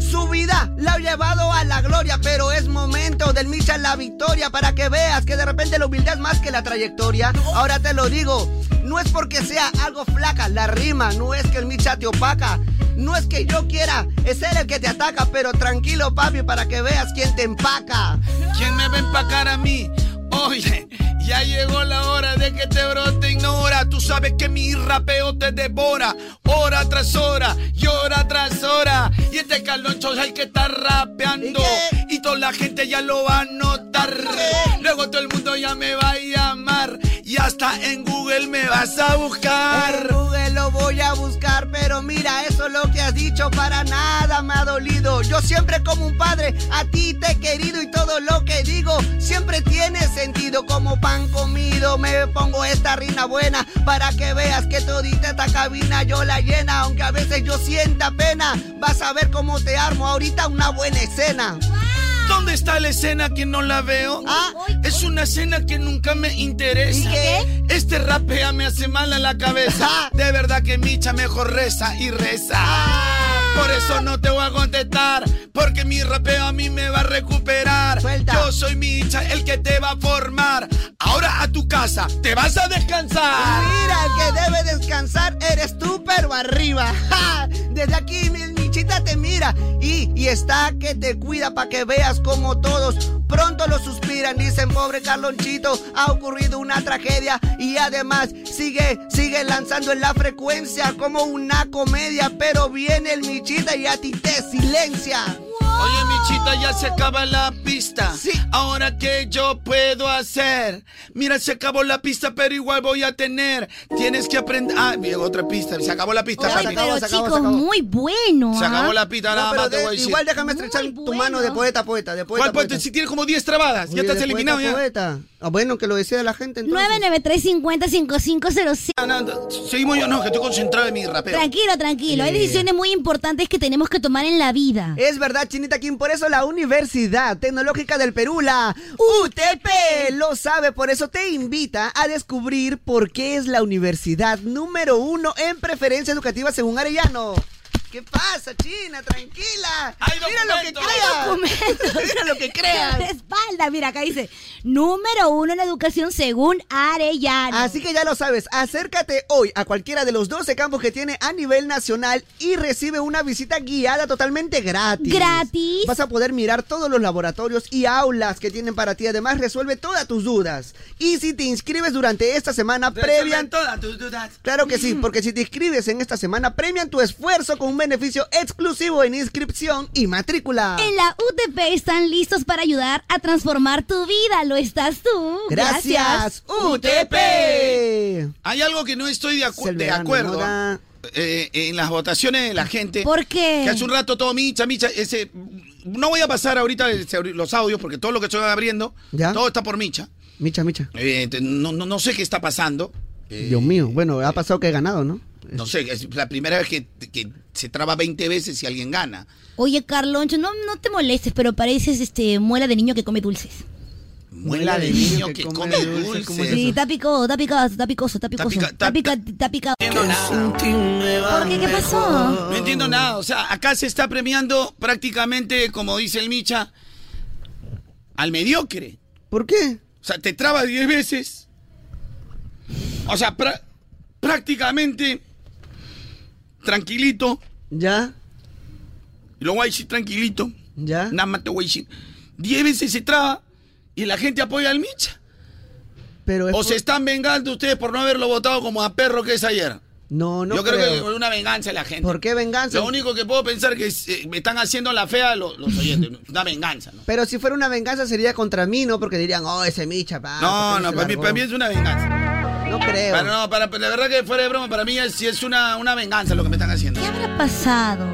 S2: Su vida la ha llevado a la gloria, pero es momento del Micha la victoria para que veas que de repente la humildad es más que la trayectoria. Ahora te lo digo, no es porque sea algo flaca la rima, no es que el Micha te opaca, no es que yo quiera es ser el que te ataca, pero tranquilo papi para que veas quién te empaca.
S7: ¿Quién me va a empacar a mí? Oye, ya llegó la hora de que este bro te ignora. Tú sabes que mi rapeo te devora. Hora tras hora y hora tras hora. Y este Carloncho es el que está rapeando. ¿Y, toda la gente ya lo va a notar. Luego todo el mundo ya me va a llamar. Y hasta en Google me vas a buscar.
S2: En Google lo voy a buscar, pero mira, eso lo que has dicho para nada me ha dolido. Yo siempre como un padre, a ti te he querido y todo lo que digo siempre tiene sentido. Como pan comido, me pongo esta rina buena para que veas que todita esta cabina yo la llena. Aunque a veces yo sienta pena, vas a ver cómo te armo ahorita una buena escena.
S7: ¿Dónde está la escena que no la veo? es una escena que nunca me interesa. Este rapea me hace mal a la cabeza. De verdad que Micha mejor reza y reza. Por eso no te voy a contestar, porque mi rapeo a mí me va a recuperar. Yo soy Micha, el que te va a formar. Ahora a tu casa, te vas a descansar.
S2: Mira, el que debe descansar eres tú, pero arriba. ¡Ja! Desde aquí mi michita te mira y, y está que te cuida para que veas como todos pronto lo suspiran. Dicen, pobre Carlonchito, ha ocurrido una tragedia y además sigue, sigue lanzando en la frecuencia como una comedia. Pero viene el michita y a ti te silencia.
S7: Oye, Michita, ya se acaba la pista. Ahora que yo puedo hacer. Mira, se acabó la pista, pero igual voy a tener. Tienes que aprender. Ah, mira, otra pista. Se acabó la pista.
S4: Oye,
S7: papi.
S4: pero chicos, muy bueno.
S7: Se
S4: ¿ah?
S7: acabó la pista, nada
S2: pero
S7: más te
S2: de-
S7: voy a decir.
S2: igual déjame estrechar tu mano de poeta a poeta. De poeta,
S7: ¿Cuál
S2: a poeta.
S7: puesto? Si tienes como 10 trabadas, ya
S2: Oye,
S7: estás
S2: de
S7: eliminado
S2: poeta a
S7: ya.
S2: poeta. Ah, bueno, que lo decida la gente entonces.
S4: 993-50-5505.
S7: Seguimos yo, no, que estoy concentrado en mi rapeo.
S4: Tranquilo, tranquilo. Hay
S2: Eh.
S4: decisiones muy importantes que tenemos que tomar en la vida.
S2: Es verdad, Chinita Kim, por eso la Universidad Tecnológica del Perú, la UTP, lo sabe, por eso te invita a descubrir por qué es la universidad número uno en preferencia educativa según Arellano. ¿Qué pasa, China? Tranquila. Mira lo que
S4: Hay documentos.
S2: creas. Mira lo que
S4: De
S2: creas.
S4: espalda, mira, acá dice, número uno en educación según Arellano.
S2: Así que ya lo sabes, acércate hoy a cualquiera de los 12 campos que tiene a nivel nacional y recibe una visita guiada totalmente gratis.
S4: Gratis.
S2: Vas a poder mirar todos los laboratorios y aulas que tienen para ti. Además, resuelve todas tus dudas. Y si te inscribes durante esta semana previa...
S7: Resuelven todas tus dudas.
S2: Claro que sí, porque si te inscribes en esta semana, premian tu esfuerzo con un beneficio exclusivo en inscripción y matrícula.
S4: En la UTP están listos para ayudar a transformar tu vida. Lo estás tú.
S2: Gracias, UTP.
S7: Hay algo que no estoy de, acu-
S2: Es el
S7: de
S2: verano,
S7: acuerdo.
S2: ¿no? Da-
S7: eh, en las votaciones de la gente.
S4: ¿Por qué?
S7: Que hace un rato todo micha, micha, ese... No voy a pasar ahorita el- los audios porque todo lo que estoy abriendo,
S1: ¿Ya?
S7: todo está por micha.
S1: Micha, Micha.
S7: Eh, te- no, no, no sé qué está pasando.
S1: Dios mío. Bueno, ha pasado que he ganado, ¿no?
S7: No sé, es la primera vez que, que se traba 20 veces si alguien gana.
S4: Oye, Carloncho, no, no te molestes, pero pareces este muela de niño que come dulces.
S7: Muela de niño que come dulces.
S4: Sí, está picado, está picado, está picoso, está picoso. Está pica- está picado. ¿Por qué? ¿Qué pasó?
S7: No entiendo nada. O sea, acá se está premiando prácticamente, como dice el Micha, al mediocre.
S1: ¿Por qué?
S7: O sea, te traba 10 veces. O sea, prá- prácticamente tranquilito.
S1: Ya.
S7: Lo voy a decir tranquilito.
S1: Ya.
S7: Nada más te voy a decir. 10 veces se traba y la gente apoya al Micha.
S1: Pero es
S7: o se están vengando ustedes por no haberlo votado como a perro que es ayer.
S1: No, no
S7: Yo creo,
S1: creo.
S7: que es una venganza de la gente.
S1: ¿Por qué venganza?
S7: Lo único que puedo pensar que es, eh, me están haciendo la fea lo- los, oyentes. Una venganza, ¿no?
S1: Pero si fuera una venganza sería contra mí, ¿no? Porque dirían, oh, ese Micha, pa,
S7: No, pues
S1: ¿por qué
S7: no,
S1: se
S7: para mí,
S1: largó?
S7: para mí es una venganza.
S1: Ah, No creo.
S7: Para, no, para, la verdad que fuera de broma, para mí es, sí es una, una venganza lo que me están haciendo.
S4: ¿Qué ha pasado?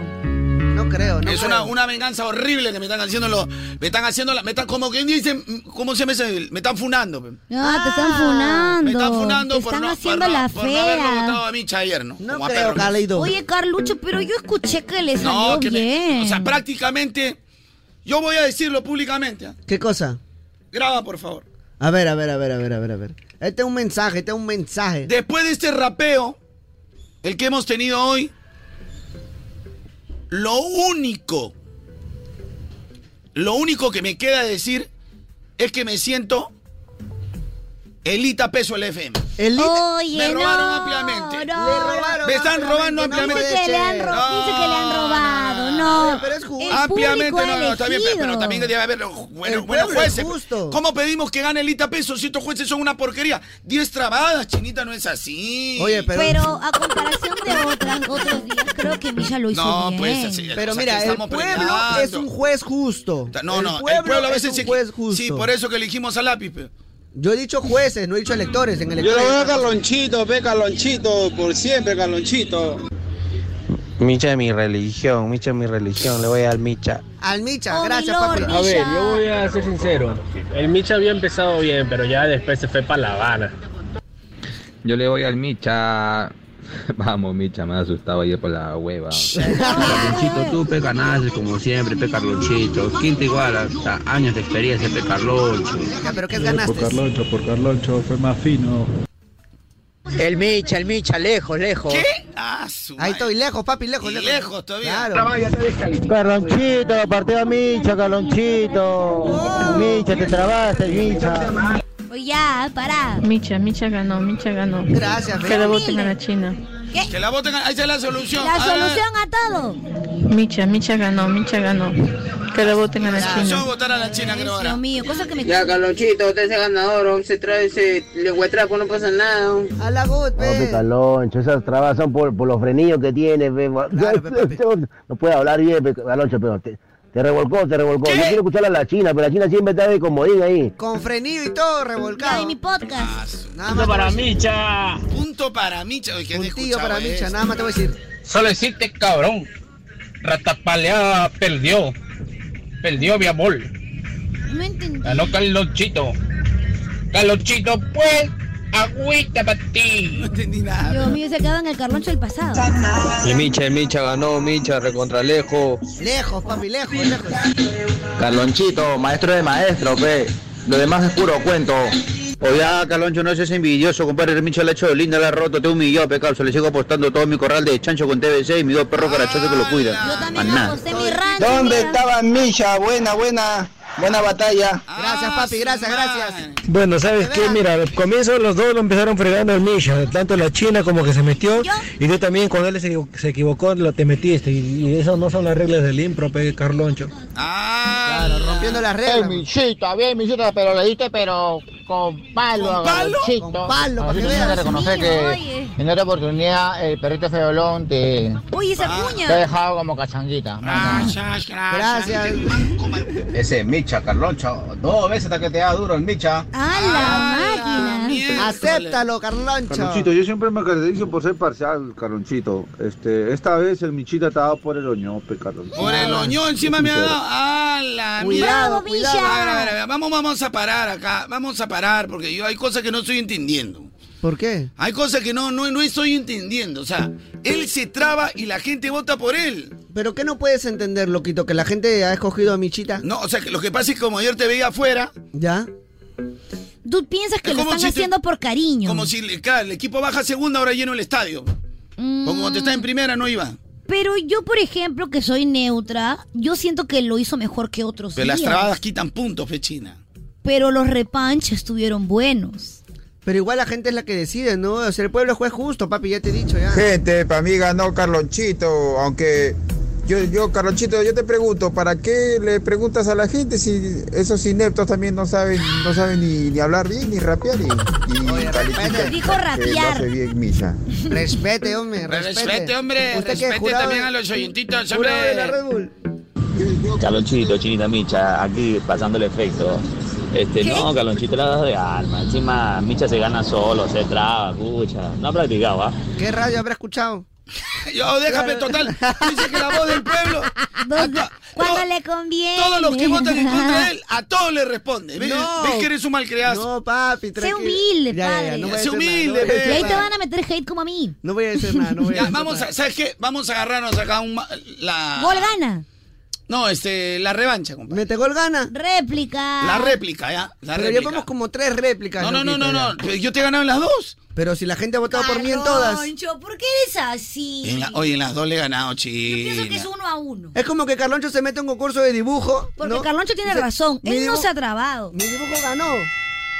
S1: No creo,
S7: es una, una venganza horrible que me están haciendo los. Me están haciendo la. Me están, como quien dice, mm, ¿cómo se me dice? Me están funando. pe.
S4: Ah, te están funando.
S7: Me están funando
S4: Te
S7: por
S4: están
S7: no-
S4: haciendo
S7: por no-
S4: la
S7: por no haberlo votado
S4: fea.
S7: a Micha ayer, ¿no? Como a
S1: creo,
S7: perro.
S1: Carlito.
S4: Oye, Carlucho, pero yo escuché que le salió
S7: No, que me-
S4: bien.
S7: o sea, prácticamente. Yo voy a decirlo públicamente. ¿ah?
S1: ¿Qué cosa?
S7: Graba, por favor.
S1: A ver, a ver, a ver, a ver, a ver, a ver. Este es un mensaje, este es un mensaje.
S7: Después de este rapeo, el que hemos tenido hoy, lo único, lo único que me queda decir es que me siento Elita Peso el FM.
S4: Oye,
S7: Me robaron
S4: no,
S7: ampliamente.
S4: no.
S7: Le robaron Me están robando ampliamente.
S4: Dice que le han, ro-
S7: No,
S4: dice que le han robado. No,
S1: Oye, pero es justo.
S4: El
S7: Ampliamente,
S4: público
S7: no, no, está bien, pero,
S4: elegido.
S7: pero también debe haber bueno,
S1: El
S7: bueno,
S1: pueblo es
S7: jueces.
S1: justo.
S7: ¿Cómo pedimos que gane Elita Peso si estos jueces son una porquería? Diez trabadas, chinita, no es así.
S1: Oye, pero...
S4: Pero a comparación de otras, otros días, creo que Misha lo hizo
S7: No,
S4: bien.
S7: pues, así,
S1: Pero
S7: o sea,
S1: mira,
S7: que
S1: el
S7: estamos
S1: pueblo
S7: peleando.
S1: es un juez justo.
S7: No, no, el pueblo a veces
S1: es un
S7: se
S1: juez justo.
S7: Sí, por eso que elegimos a lápiz. pe.
S1: Yo he dicho jueces, no he dicho electores. En
S6: Yo lo
S1: electores
S6: veo a Carlonchito, ve Carlonchito, por siempre Carlonchito.
S12: Micha es mi religión, Micha es mi religión, le voy al Micha.
S1: Al Micha,
S4: Oh, mi
S1: gracias,
S4: lord,
S1: papi.
S4: Micha. A ver, yo
S29: voy a ser sincero. El Micha había empezado bien, pero ya después se fue para La Habana.
S30: Yo le voy al Micha. Vamos, Micha, me has asustado ayer por la hueva.
S12: Carlonchito, tú pecanaces como siempre, pecarlonchito. ¿Quién te iguala? Hasta años de experiencia, pecarloncho.
S1: Ya, pero ¿qué ganaste?
S12: Carloncho, por Carloncho, fue más fino.
S6: El Micha, el Micha, lejos, lejos.
S7: Ah, su
S1: Ahí estoy lejos, papi, lejos,
S7: lejos.
S1: lejos.
S7: todavía.
S6: Carlonchito, partido a Micha, Carlonchito. Micha, te trabaste, Micha.
S4: Oye, ya, pará.
S27: Micha, Micha ganó, Micha ganó.
S1: Gracias,
S27: Que le voten a la China.
S7: Que la voten, ahí está la solución.
S4: La
S7: Ah,
S4: solución a todo.
S27: Micha, Micha ganó, Micha ganó. Que le voten a la
S7: la solución
S27: China.
S7: es votar a la China, creo ahora.
S4: Dios mío, cosa que me...
S6: Ya, Carlonchito, usted es el ganador, aún se trae ese lenguatrapo, no pasa nada.
S1: A la
S12: Ah,
S1: pues. good,
S6: No, Caloncho, esas trabas son por, por los frenillos que tiene. pe. no puede hablar bien, pe, Caloncho, pero te, te revolcó, te revolcó. Yo quiero escuchar a la China, pero la China siempre está de comodín ahí.
S1: Con frenillo y todo, revolcado.
S4: Ya, de mi
S7: Ah,
S4: podcast.
S1: Nada más te voy a decir.
S7: Micha. Punto para Micha. Oye, ¿qué has
S1: Puntillo
S7: escuchado
S1: para Micha,
S7: esto?
S1: nada más te voy a decir.
S30: Solo existe cabrón. Ratapaleada perdió. Perdió mi amor.
S4: No entendí.
S30: Ganó Carlonchito. Carlonchito, pues, agüita para ti.
S7: No entendí nada.
S4: Dios mío, se ha quedado en el carloncho del pasado.
S12: El Micha, el Micha ganó, Micha, recontra lejos.
S1: Lejos, papi, lejos, lejos.
S12: Carlonchito, maestro de maestro, pe. Lo demás es puro cuento.
S6: Oye, ah, Caloncho, no seas envidioso, compadre. El Micha la ha hecho linda, la ha roto, te humilló, pecalzo. Le sigo apostando todo mi corral de chancho con TBC y mi dos perros carachosos que lo cuidan. Yo también
S25: ¿Dónde estaba Misha? Buena, buena, buena batalla.
S7: Ah,
S1: Gracias, papi, gracias, gracias.
S12: Bueno, ¿sabes qué? Mira, al comienzo los dos lo empezaron fregando el Misha, tanto la China como que se metió, y tú también cuando él se, equivo- se equivocó lo te metiste, y, y eso no son las reglas del impro, pe, Carloncho.
S1: Claro, rompiendo las reglas.
S13: Bien, Michita, bien, Michita, pero le diste, pero con palo.
S1: ¿Con palo?
S13: Con
S1: palo, para que veas.
S13: que reconocer
S1: Sí,
S13: que
S1: oye.
S13: en otra oportunidad el perrito feolón te,
S4: Oye, esa
S7: Ah.
S13: te
S4: cuña.
S13: ha dejado como cachanguita.
S1: Gracias, gracias.
S14: Ese Micha, Carloncho. Dos veces hasta que te da duro el Micha.
S1: Acéptalo, Carloncho.
S21: Carlonchito, yo siempre me caracterizo por ser parcial, Carlonchito. Este, esta vez el Michita te ha dado por el oñope, Carlonchito.
S7: Por el oñón encima me ha dado. ¡Ah, la
S21: Cuidado,
S7: mierda!
S21: cuidado.
S7: A ver, a ver, a ver, Vamos, vamos a parar acá. Vamos a parar porque yo hay cosas que no estoy entendiendo.
S2: ¿Por qué?
S7: Hay cosas que no, no, no estoy entendiendo. O sea, él se traba y la gente vota por él.
S2: ¿Pero qué no puedes entender, loquito? ¿Que la gente ha escogido a Michita?
S7: No, o sea, que lo que pasa es que como ayer te veía afuera,
S2: ¿Ya?
S4: Tú piensas que
S7: Es
S4: lo
S7: como
S4: están
S7: si te-
S4: haciendo por cariño.
S7: como si le- claro, el equipo baja a segunda, ahora lleno el estadio. Como cuando
S4: Mm.
S7: está en primera no iba.
S4: Pero yo, por ejemplo, que soy neutra, yo siento que lo hizo mejor que otros
S7: Pero las
S4: días.
S7: trabadas quitan puntos, Fechina.
S4: Pero los repanches estuvieron buenos.
S2: Pero igual la gente es la que decide, ¿no? O sea, el pueblo es juez justo, papi, ya te he dicho, ya.
S14: Gente, para mí ganó Carlonchito, aunque yo, yo, Carlonchito, yo te pregunto, ¿para qué le preguntas a la gente si esos ineptos también no saben, no saben ni, ni hablar bien, ni rapear? Y, y califican
S1: respete. Dijo
S14: que lo
S1: rapear.
S14: hace bien, Misha.
S2: Respete, hombre,
S1: respete.
S7: Respete, hombre.
S1: Usted que es
S7: Respete
S1: jurado-
S7: también a los oyentitos, hombre.
S1: jurado de la Red
S22: Calonchito, Chinita Micha, aquí pasando el efecto. Este,
S1: ¿Qué?
S22: no, Calonchito la das de alma. Encima Micha se gana solo, se traba, pucha. No ha practicado, ¿ah?
S2: ¿Qué radio habrá escuchado?
S7: Yo, déjame, total. Dice que la voz del pueblo.
S4: Cuando le conviene.
S7: Todos los que votan en contra de él, a todos le responde. ¿Ves,
S4: No.
S7: ves que eres un malcriado?
S2: No, papi,
S4: Sé humilde, padre.
S7: Sé humilde, ve.
S4: Y ahí te van a meter hate como a mí.
S2: No voy a decir nada, no voy
S7: Ya, vamos a, ¿sabes qué? Vamos a agarrarnos acá un ma- la
S4: Gol gana.
S7: No, este, la revancha, compadre.
S2: Ah. Mete gol gana.
S4: Réplica.
S7: La réplica, ya. La
S2: Pero
S7: réplica.
S2: llevamos como tres réplicas.
S7: No, no, no,
S2: loquito,
S7: no, no.
S2: ya.
S7: pero Yo te he ganado en las dos.
S2: Pero si la gente ha votado por mí en todas.
S4: Carloncho, ¿por qué eres así?
S7: En la- oye, en las dos le he ganado, chino.
S4: que es uno a uno.
S2: Es como que Carloncho se mete a un concurso de dibujo.
S4: Porque
S2: ¿no?
S4: Carloncho tiene
S2: Dice,
S4: razón.
S2: mi
S4: Él no
S2: dibu-
S4: se ha trabado.
S2: Mi dibujo ganó.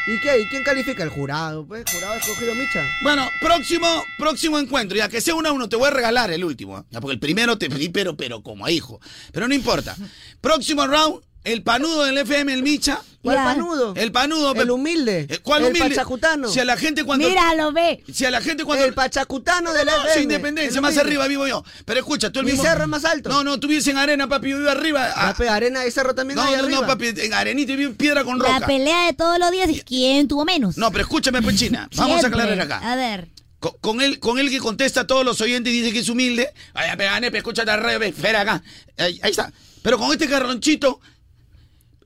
S2: ¿Y qué? ¿Y quién califica? El jurado, pues. El jurado ha escogido a Micha.
S7: Bueno, próximo, próximo encuentro. Ya que sea uno a uno, te voy a regalar el último. ¿eh? Ya, porque el primero te pedí, pero, pero como a hijo. Pero no importa. Próximo round, el panudo del FM, el Micha.
S2: ¿Cuál Ya. panudo?
S7: El panudo.
S2: El
S7: pe-
S2: humilde.
S7: Eh, ¿Cuál
S2: El
S7: humilde?
S2: pachacutano.
S7: Si a la gente cuando.
S4: Míralo, ve.
S7: Si a la gente cuando.
S2: El pachacutano del
S7: no,
S2: FM,
S7: sin independencia,
S2: el
S7: más
S2: humilde.
S7: arriba vivo yo. Pero escucha, tú el
S2: Mi
S7: mismo.
S2: cerro es más alto.
S7: No, no, tú vives en arena, papi, yo vivo arriba. Ah,
S2: arena y cerro también
S7: no,
S2: hay
S7: no,
S2: arriba.
S7: no, papi, en arenita y vivo en piedra con
S4: La
S7: roca.
S4: pelea de todos los días es quién tuvo menos.
S7: No, pero escúchame, Pechina. Vamos a
S4: Siempre.
S7: aclarar acá.
S4: A ver.
S7: Con, con él, con él que contesta a todos los oyentes y dice que es humilde. Ay, pe, gané, pe, escúchate al radio, pe, espera acá. Ahí, ahí está. Pero con este carronchito,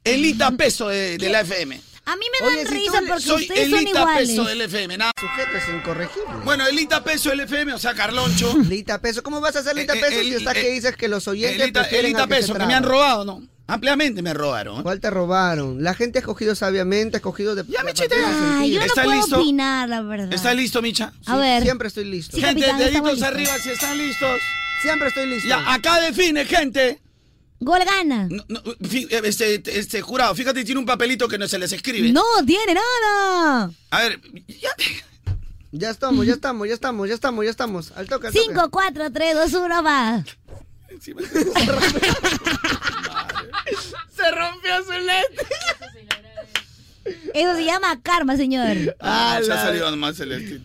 S7: elita peso de, de la FM.
S4: A mí me dan
S2: Oye, si
S4: risa
S2: tú le-
S4: porque
S7: Soy
S4: ustedes son
S7: elita
S4: iguales.
S7: peso del FM. nada.
S2: Sujeto es incorregible.
S7: Bueno, elita peso del FM, o sea, Carloncho.
S2: Lita Peso, ¿cómo vas a hacer Lita
S7: Eh, eh,
S2: Peso
S7: el-
S2: si está
S7: eh,
S2: que dices que los oyentes
S7: Elita,
S2: prefieren
S7: elita
S2: al que se
S7: peso, que
S2: traba?
S7: me han robado, ¿no? Ampliamente me robaron.
S2: ¿Cuál te robaron? La gente ha escogido sabiamente, ha escogido de... Ya,
S7: Michita,
S4: Ay, yo no
S7: ¿Está
S4: puedo
S7: listo?
S4: opinar, la verdad.
S7: ¿Está listo, Micha?
S4: A ver.
S2: Siempre estoy listo.
S4: Sí,
S7: gente,
S4: capitán, estamos
S7: deditos
S4: listos.
S7: arriba si están listos.
S2: Siempre estoy listo.
S7: Ya, acá define, gente.
S4: Gol gana.
S7: No, fí- eh, este, este jurado, fíjate, tiene un papelito que no se les escribe.
S4: No tiene nada.
S7: A ver,
S2: Ya estamos, ya estamos, ya estamos, ya estamos, ya estamos. Al toque, al toque.
S4: 5, 4, 3, 2, 1, va.
S1: Se rompió su lente.
S4: Eso se llama karma, señor.
S7: Ah, se ha salido nomás el este.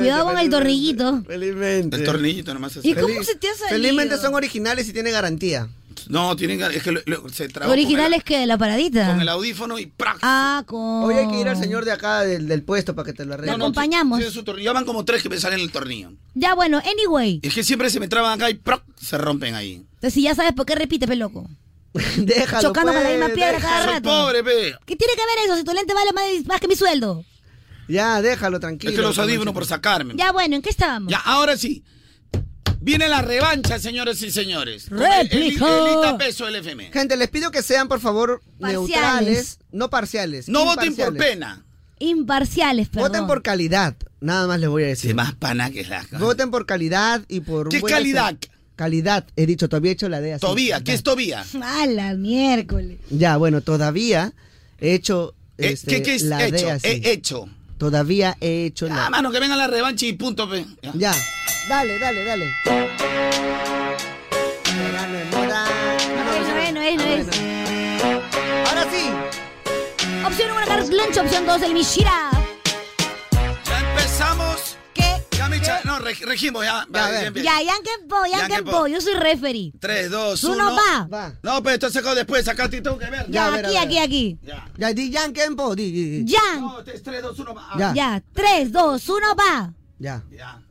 S4: Cuidado con el tornillito.
S2: Felizmente.
S7: El tornillito nomás se
S4: ¿Y cómo
S7: salió.
S4: se te ha salido?
S2: Felizmente son originales y tienen garantía.
S7: No, tienen que- es que lo- lo- se trabó
S4: ¿Original
S7: con
S4: es que de la
S7: el,
S4: paradita?
S7: con el audífono y ¡prac!
S4: Ah, con...
S2: Hoy hay que ir al señor de acá del, del puesto para que te lo arregle.
S4: Lo acompañamos.
S7: tiene su tornillo. Ya van como tres que me salen el tornillo.
S4: Ya, bueno, anyway.
S7: Es que siempre se me traban acá y ¡prac! se rompen ahí.
S4: Entonces, si ya sabes por qué repite, pe loco.
S2: Déjalo,
S4: Chocando con la
S2: pues,
S4: misma piedra cada
S7: Soy
S4: rato.
S7: pobre, pe.
S4: ¿Qué tiene que ver eso si tu lente vale más, más que mi sueldo?
S2: Ya, déjalo tranquilo.
S7: Es que los adivino por sacarme.
S4: Ya, bueno, ¿en qué estábamos?
S7: Ya, ahora sí. Viene la revancha, señores y señores. Con
S2: Réplica.
S7: El, el- elita peso del FM.
S2: Gente, les pido que sean, por favor,
S7: Parciales.
S2: neutrales, no parciales.
S7: No voten por
S2: imparciales.
S7: pena.
S4: Imparciales, perdón.
S1: Voten por calidad, nada más les voy a decir.
S7: más pana que la.
S1: Voten por calidad y por... un
S7: ¿Qué
S1: buen
S7: calidad?
S1: desempeño. Calidad, he dicho, todavía he hecho la de así.
S7: Tobía, ¿qué es Tobía?
S4: Mala miércoles.
S1: Ya, bueno, todavía he hecho...
S7: Eh,
S1: este,
S7: ¿Qué, qué es
S1: la
S7: hecho? Eh,
S1: D así.
S7: He hecho.
S1: Todavía he hecho la...
S7: Ah, mano, que venga la revancha y punto, pe. Ya.
S1: Ya. Dale, dale, dale.
S4: No es, no es, no es.
S1: Ahora sí.
S4: Opción 1, Carlos Lancho. Opción 2, el Mishira.
S7: Empezamos.
S4: ¿Qué?
S7: Ya, me echa- No, reg- regimos, ya. Va, bien, bien.
S4: Ya, Yankenpo, Yankenpo. Yo soy referee.
S7: Tres, dos,
S4: Tú
S7: uno.
S4: no va.
S7: No, pero esto es sacado después, acá te tengo que ver.
S4: Ya, aquí, aquí, aquí.
S1: Ya, di Yan Kenpo. Di, di- di.
S4: Yan.
S7: No, tres, tres, dos, uno, va.
S4: Ya. Ya, 3, 2, 1, va.
S1: Ya.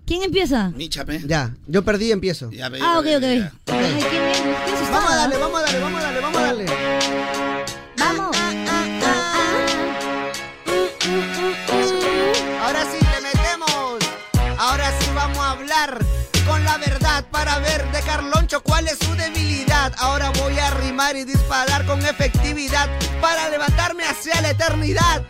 S4: ¿Quién empieza?
S7: Micha, pe.
S1: Ya. Yo perdí, empiezo.
S7: Ya, ve,
S4: Ah, ok,
S7: ve,
S4: ok.
S7: ve.
S4: Ay, qué bien. Qué asustada.
S1: Vamos a darle, vamos a darle, vamos a darle, vamos a darle.
S4: Vamos.
S2: Ah, ah. Ahora sí le metemos. Ahora sí vamos a hablar con la verdad para ver de Carloncho cuál es su debilidad. Ahora voy a rimar y disparar con efectividad para levantarme hacia la eternidad.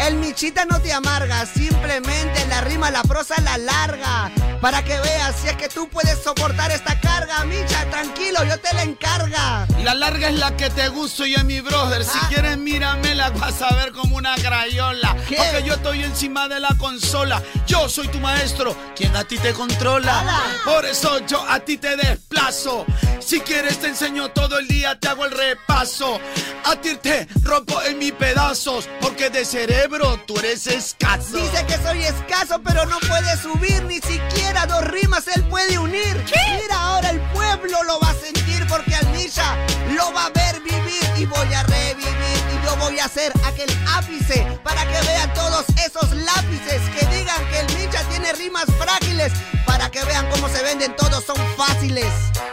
S2: El michita no te amarga, simplemente la rima, la prosa la larga. Para que veas si es que tú puedes soportar esta carga, Micha, tranquilo, yo te la encarga.
S7: La larga es la que te gusto yo, mi brother. Si quieres, mírame, la vas a ver como una crayola. Porque yo estoy encima de la consola. Yo soy tu maestro, quien a ti te controla. Por eso yo a ti te desplazo. Si quieres, te enseño todo el día, te hago el repaso. A ti te rompo en mis pedazos. Porque de cerebro tú eres escaso.
S2: Dice que soy escaso, pero no puede subir ni siquiera dos rimas. Él puede unir. Mira, ahora el pueblo lo va a sentir porque al Misha lo va a ver vivir y voy a revivir. Y yo voy a hacer aquel ápice para que vean todos esos lápices que digan que el Misha tiene rimas frágiles. Para que vean cómo se venden, todos son fáciles.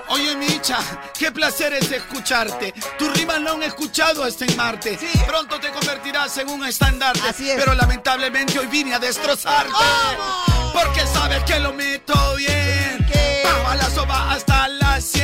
S7: Oye, Micha, qué placer es escucharte. Tus rimas no han escuchado este Marte. Pronto te convertirás en un estandarte. Pero lamentablemente hoy vine a destrozarte. Porque sabes que lo meto bien. Bajo la soba hasta las 100.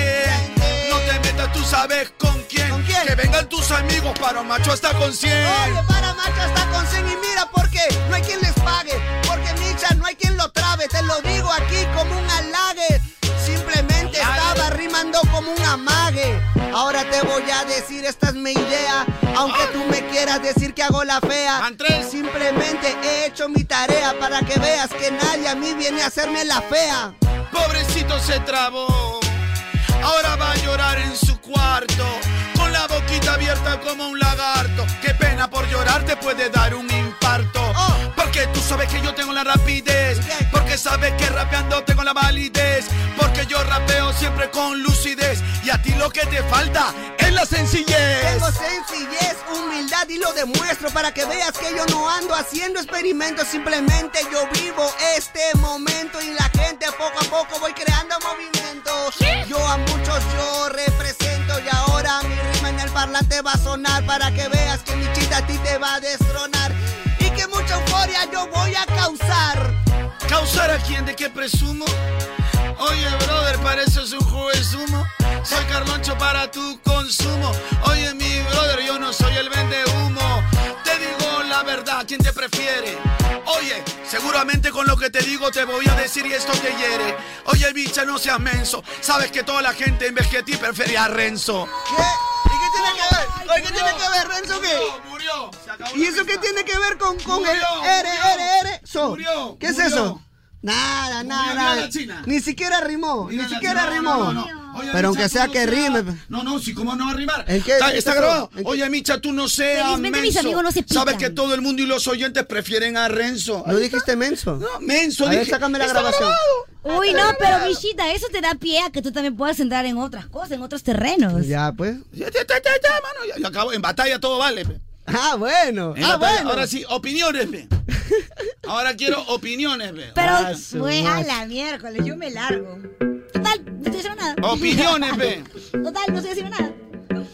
S7: No te metas, tú sabes con quién. Que vengan tus amigos para macho hasta con 100.
S2: Oye, para macho hasta con cien y mira porque no hay quien les pague, porque Micha no hay quien lo trabe, te lo digo aquí como un halague. Simplemente estaba rimando como un amague. Ahora te voy a decir, esta es mi idea. Aunque tú me quieras decir que hago la fea, simplemente he hecho mi tarea para que veas que nadie a mí viene a hacerme la fea.
S7: Pobrecito se trabó. Ahora va a llorar en su cuarto. Con la boquita abierta como un lagarto. Qué pena por llorar te puede dar un infarto. Porque tú sabes que yo tengo la rapidez. Porque sabes que rapeando tengo la validez. Porque yo rapeo siempre con lucidez. Y a ti lo que te falta es la sencillez.
S2: Tengo sencillez, humildad y lo demuestro para que veas que yo no ando haciendo experimentos, simplemente yo vivo este momento y la gente poco a poco voy creando movimientos. Yo a muchos yo represento y ahora mi rima en el parlante va a sonar para que veas que mi chita a ti te va a destronar y que mucha euforia yo voy a causar.
S7: ¿Causar a quién? ¿De qué presumo? Oye, brother, para eso es un jugo de zumo. Soy Carloncho para tu consumo. Oye, mi brother, yo no soy el vende humo. Te digo la verdad, ¿quién te prefiere? Oye, seguramente con lo que te digo te voy a decir y esto te hiere. Oye, bicha, no seas menso. Sabes que toda la gente en vez que a ti prefería a Renzo.
S2: ¿Y qué tiene que ver? Oye, ¿Qué tiene que ver, Renzo? ¿Qué?
S7: Murió.
S2: ¿Y eso qué tiene que ver con, con el
S7: Murió,
S2: R,
S7: murió,
S2: R, R? So,
S7: murió,
S2: ¿Qué es
S7: murió.
S2: eso? Nada, nada,
S7: Murió la
S2: nada.
S7: china.
S2: Ni siquiera rimó, ni siquiera
S7: no, no,
S2: rimó.
S7: no, no. Oye,
S2: Pero
S7: Micha,
S2: aunque
S7: tú
S2: sea
S7: no
S2: que
S7: seas-
S2: rime.
S7: No, no, si cómo no va a rimar.
S2: ¿En qué?
S7: Está,
S2: ¿Qué
S7: está
S2: pasó?
S7: grabado.
S2: ¿En qué?
S7: Oye, Micha, tú no seas
S4: Felizmente mis
S7: menso.
S4: amigos no se pican.
S7: Sabes que todo el mundo y los oyentes prefieren a Renzo.
S1: ¿No dijiste menso?
S7: No, menso.
S1: A ver,
S7: dije.
S1: sácame la
S7: Está
S1: grabación.
S7: grabado.
S4: Uy, no,
S7: Está
S4: pero
S7: grabado.
S4: Michita, eso te da pie a que tú también puedas entrar en otras cosas, en otros terrenos.
S1: Ya, pues.
S7: Ya, ya, ya, ya, ya, mano, ya, ya acabó. En batalla todo vale. pe.
S1: Ah, bueno.
S7: En
S1: ah,
S7: batalla.
S1: bueno.
S7: Ahora sí, opiniones, pe. Ahora quiero opiniones, pe.
S4: Pero,
S7: Ah, su
S4: güey, a
S7: madre.
S4: la miércoles, yo me largo. Total, no estoy haciendo nada.
S7: Opiniones, ve.
S4: Total, no estoy haciendo nada.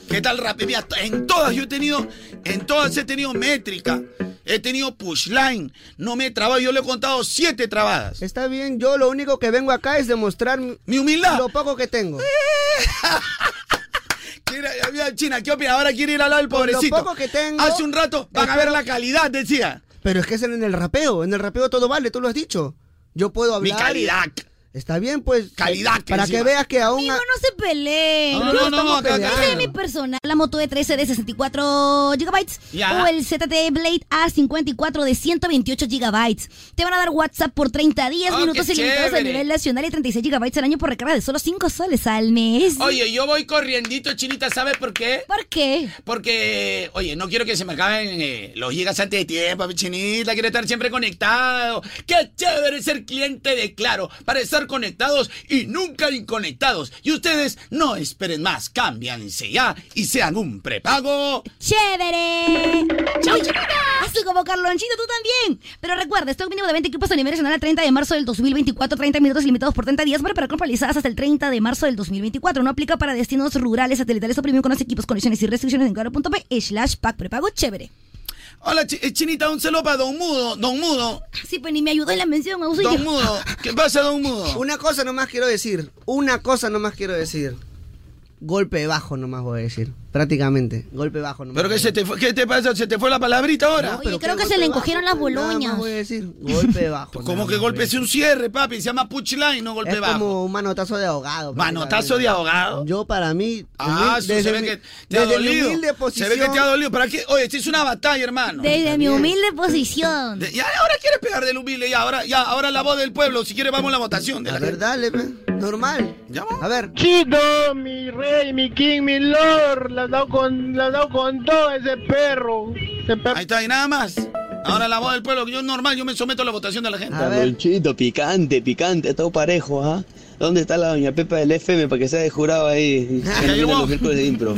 S7: ¿Qué tal rap? Mira, en todas yo he tenido, en todas he tenido métrica, he tenido push line, no me he trabado, yo le he contado siete trabadas.
S1: Está bien, yo lo único que vengo acá es demostrar mi
S7: humildad. Eh,
S1: Lo poco que tengo.
S7: Mira, mira, China, ¿qué opina? Ahora quiere ir al lado del
S1: Con lo
S7: pobrecito.
S1: poco que tengo,
S7: Hace un rato van a ver la calidad, decía.
S2: Pero es que es en el rapeo. En el rapeo todo vale, tú lo has dicho. Yo puedo
S7: Mi
S2: hablar. y-
S7: calidad.
S2: Está bien, pues.
S7: Calidad,
S2: Para
S7: encima.
S2: que veas que aún.
S4: Amigo, no se peleen.
S2: No, no, no,
S4: estamos
S2: no, acá,
S4: peleando.
S2: acá.
S4: Esa es mi persona. La Moto E13 de 64 GB
S2: Ya.
S4: o el ZTE Blade A54 de 128 GB. Te van a dar WhatsApp por 30 días,
S7: Oh,
S4: minutos
S7: qué
S4: ilimitados a
S7: chévere.
S4: nivel nacional y 36 GB al año por recarga de solo 5 soles al mes.
S7: Oye, yo voy corriendito, Chinita, ¿sabes por qué?
S4: ¿Por qué?
S7: Porque, oye, no quiero que se me acaben eh, los gigas antes de tiempo, mi Chinita, quiero estar siempre conectado. Qué chévere ser cliente de Claro, para estar conectados y nunca inconectados. Y ustedes no esperen más, cámbianse ya y sean un prepago.
S4: ¡Chévere! ¡Chau, Así como Carlonchito, tú también. Pero recuerda, stock mínimo de 20 equipos a nivel nacional al 30 de marzo del 2024, 30 minutos limitados por 30 días, pero para compras realizadas hasta el 30 de marzo del 2024. No aplica para destinos rurales, satelitales o premium con los equipos, condiciones y restricciones en claro.p slash pack prepago chévere.
S7: Hola, Chi- eh, Chinita, un saludo para Don Mudo, Don Mudo.
S4: Sí, pues ni me ayudó en la mención, auxilio.
S7: Don Mudo, ¿qué pasa, Don Mudo?
S2: Una cosa nomás quiero decir. Una cosa nomás quiero decir. Golpe bajo nomás voy a decir. Prácticamente. Golpe bajo nomás.
S7: ¿Pero qué, se te fue- qué te pasa? ¿Se te fue la palabrita ahora?
S4: Oye, creo que se le encogieron las boloñas.
S2: Golpe bajo.
S7: ¿Cómo que golpe es un cierre, papi? Se llama punchline, no golpe
S2: es
S7: bajo.
S2: como un manotazo de ahogado. pues,
S7: ¿Manotazo de ahogado?
S2: Yo para mí.
S7: Ah,
S2: desde-
S7: eso se
S2: desde
S7: ve
S2: mi-
S7: que te ha
S2: desde mi
S7: dolido.
S2: humilde
S7: Se ve que te
S2: posición-
S7: ha dolido. ¿Para qué? Oye, esta es una batalla, hermano.
S4: Desde mi humilde posición.
S7: De- Ya, ahora quieres pegar del humilde, ya, ahora, ya, ahora la voz del pueblo. Si quieres, vamos a la votación. De la gente.
S2: Dale, pe, normal. A ver.
S31: Chito, mi rey, mi king, mi lord, la has dado con, la has dado con todo ese perro.
S7: Ahí está, y nada más. Ahora la voz del pueblo. Yo normal, yo me someto a la votación de la gente.
S12: Carlonchito, picante, picante, todo parejo, ¿ah? ¿Dónde está la doña Pepa del FM para que sea de jurado ahí? Que nos viene los miércoles de impro.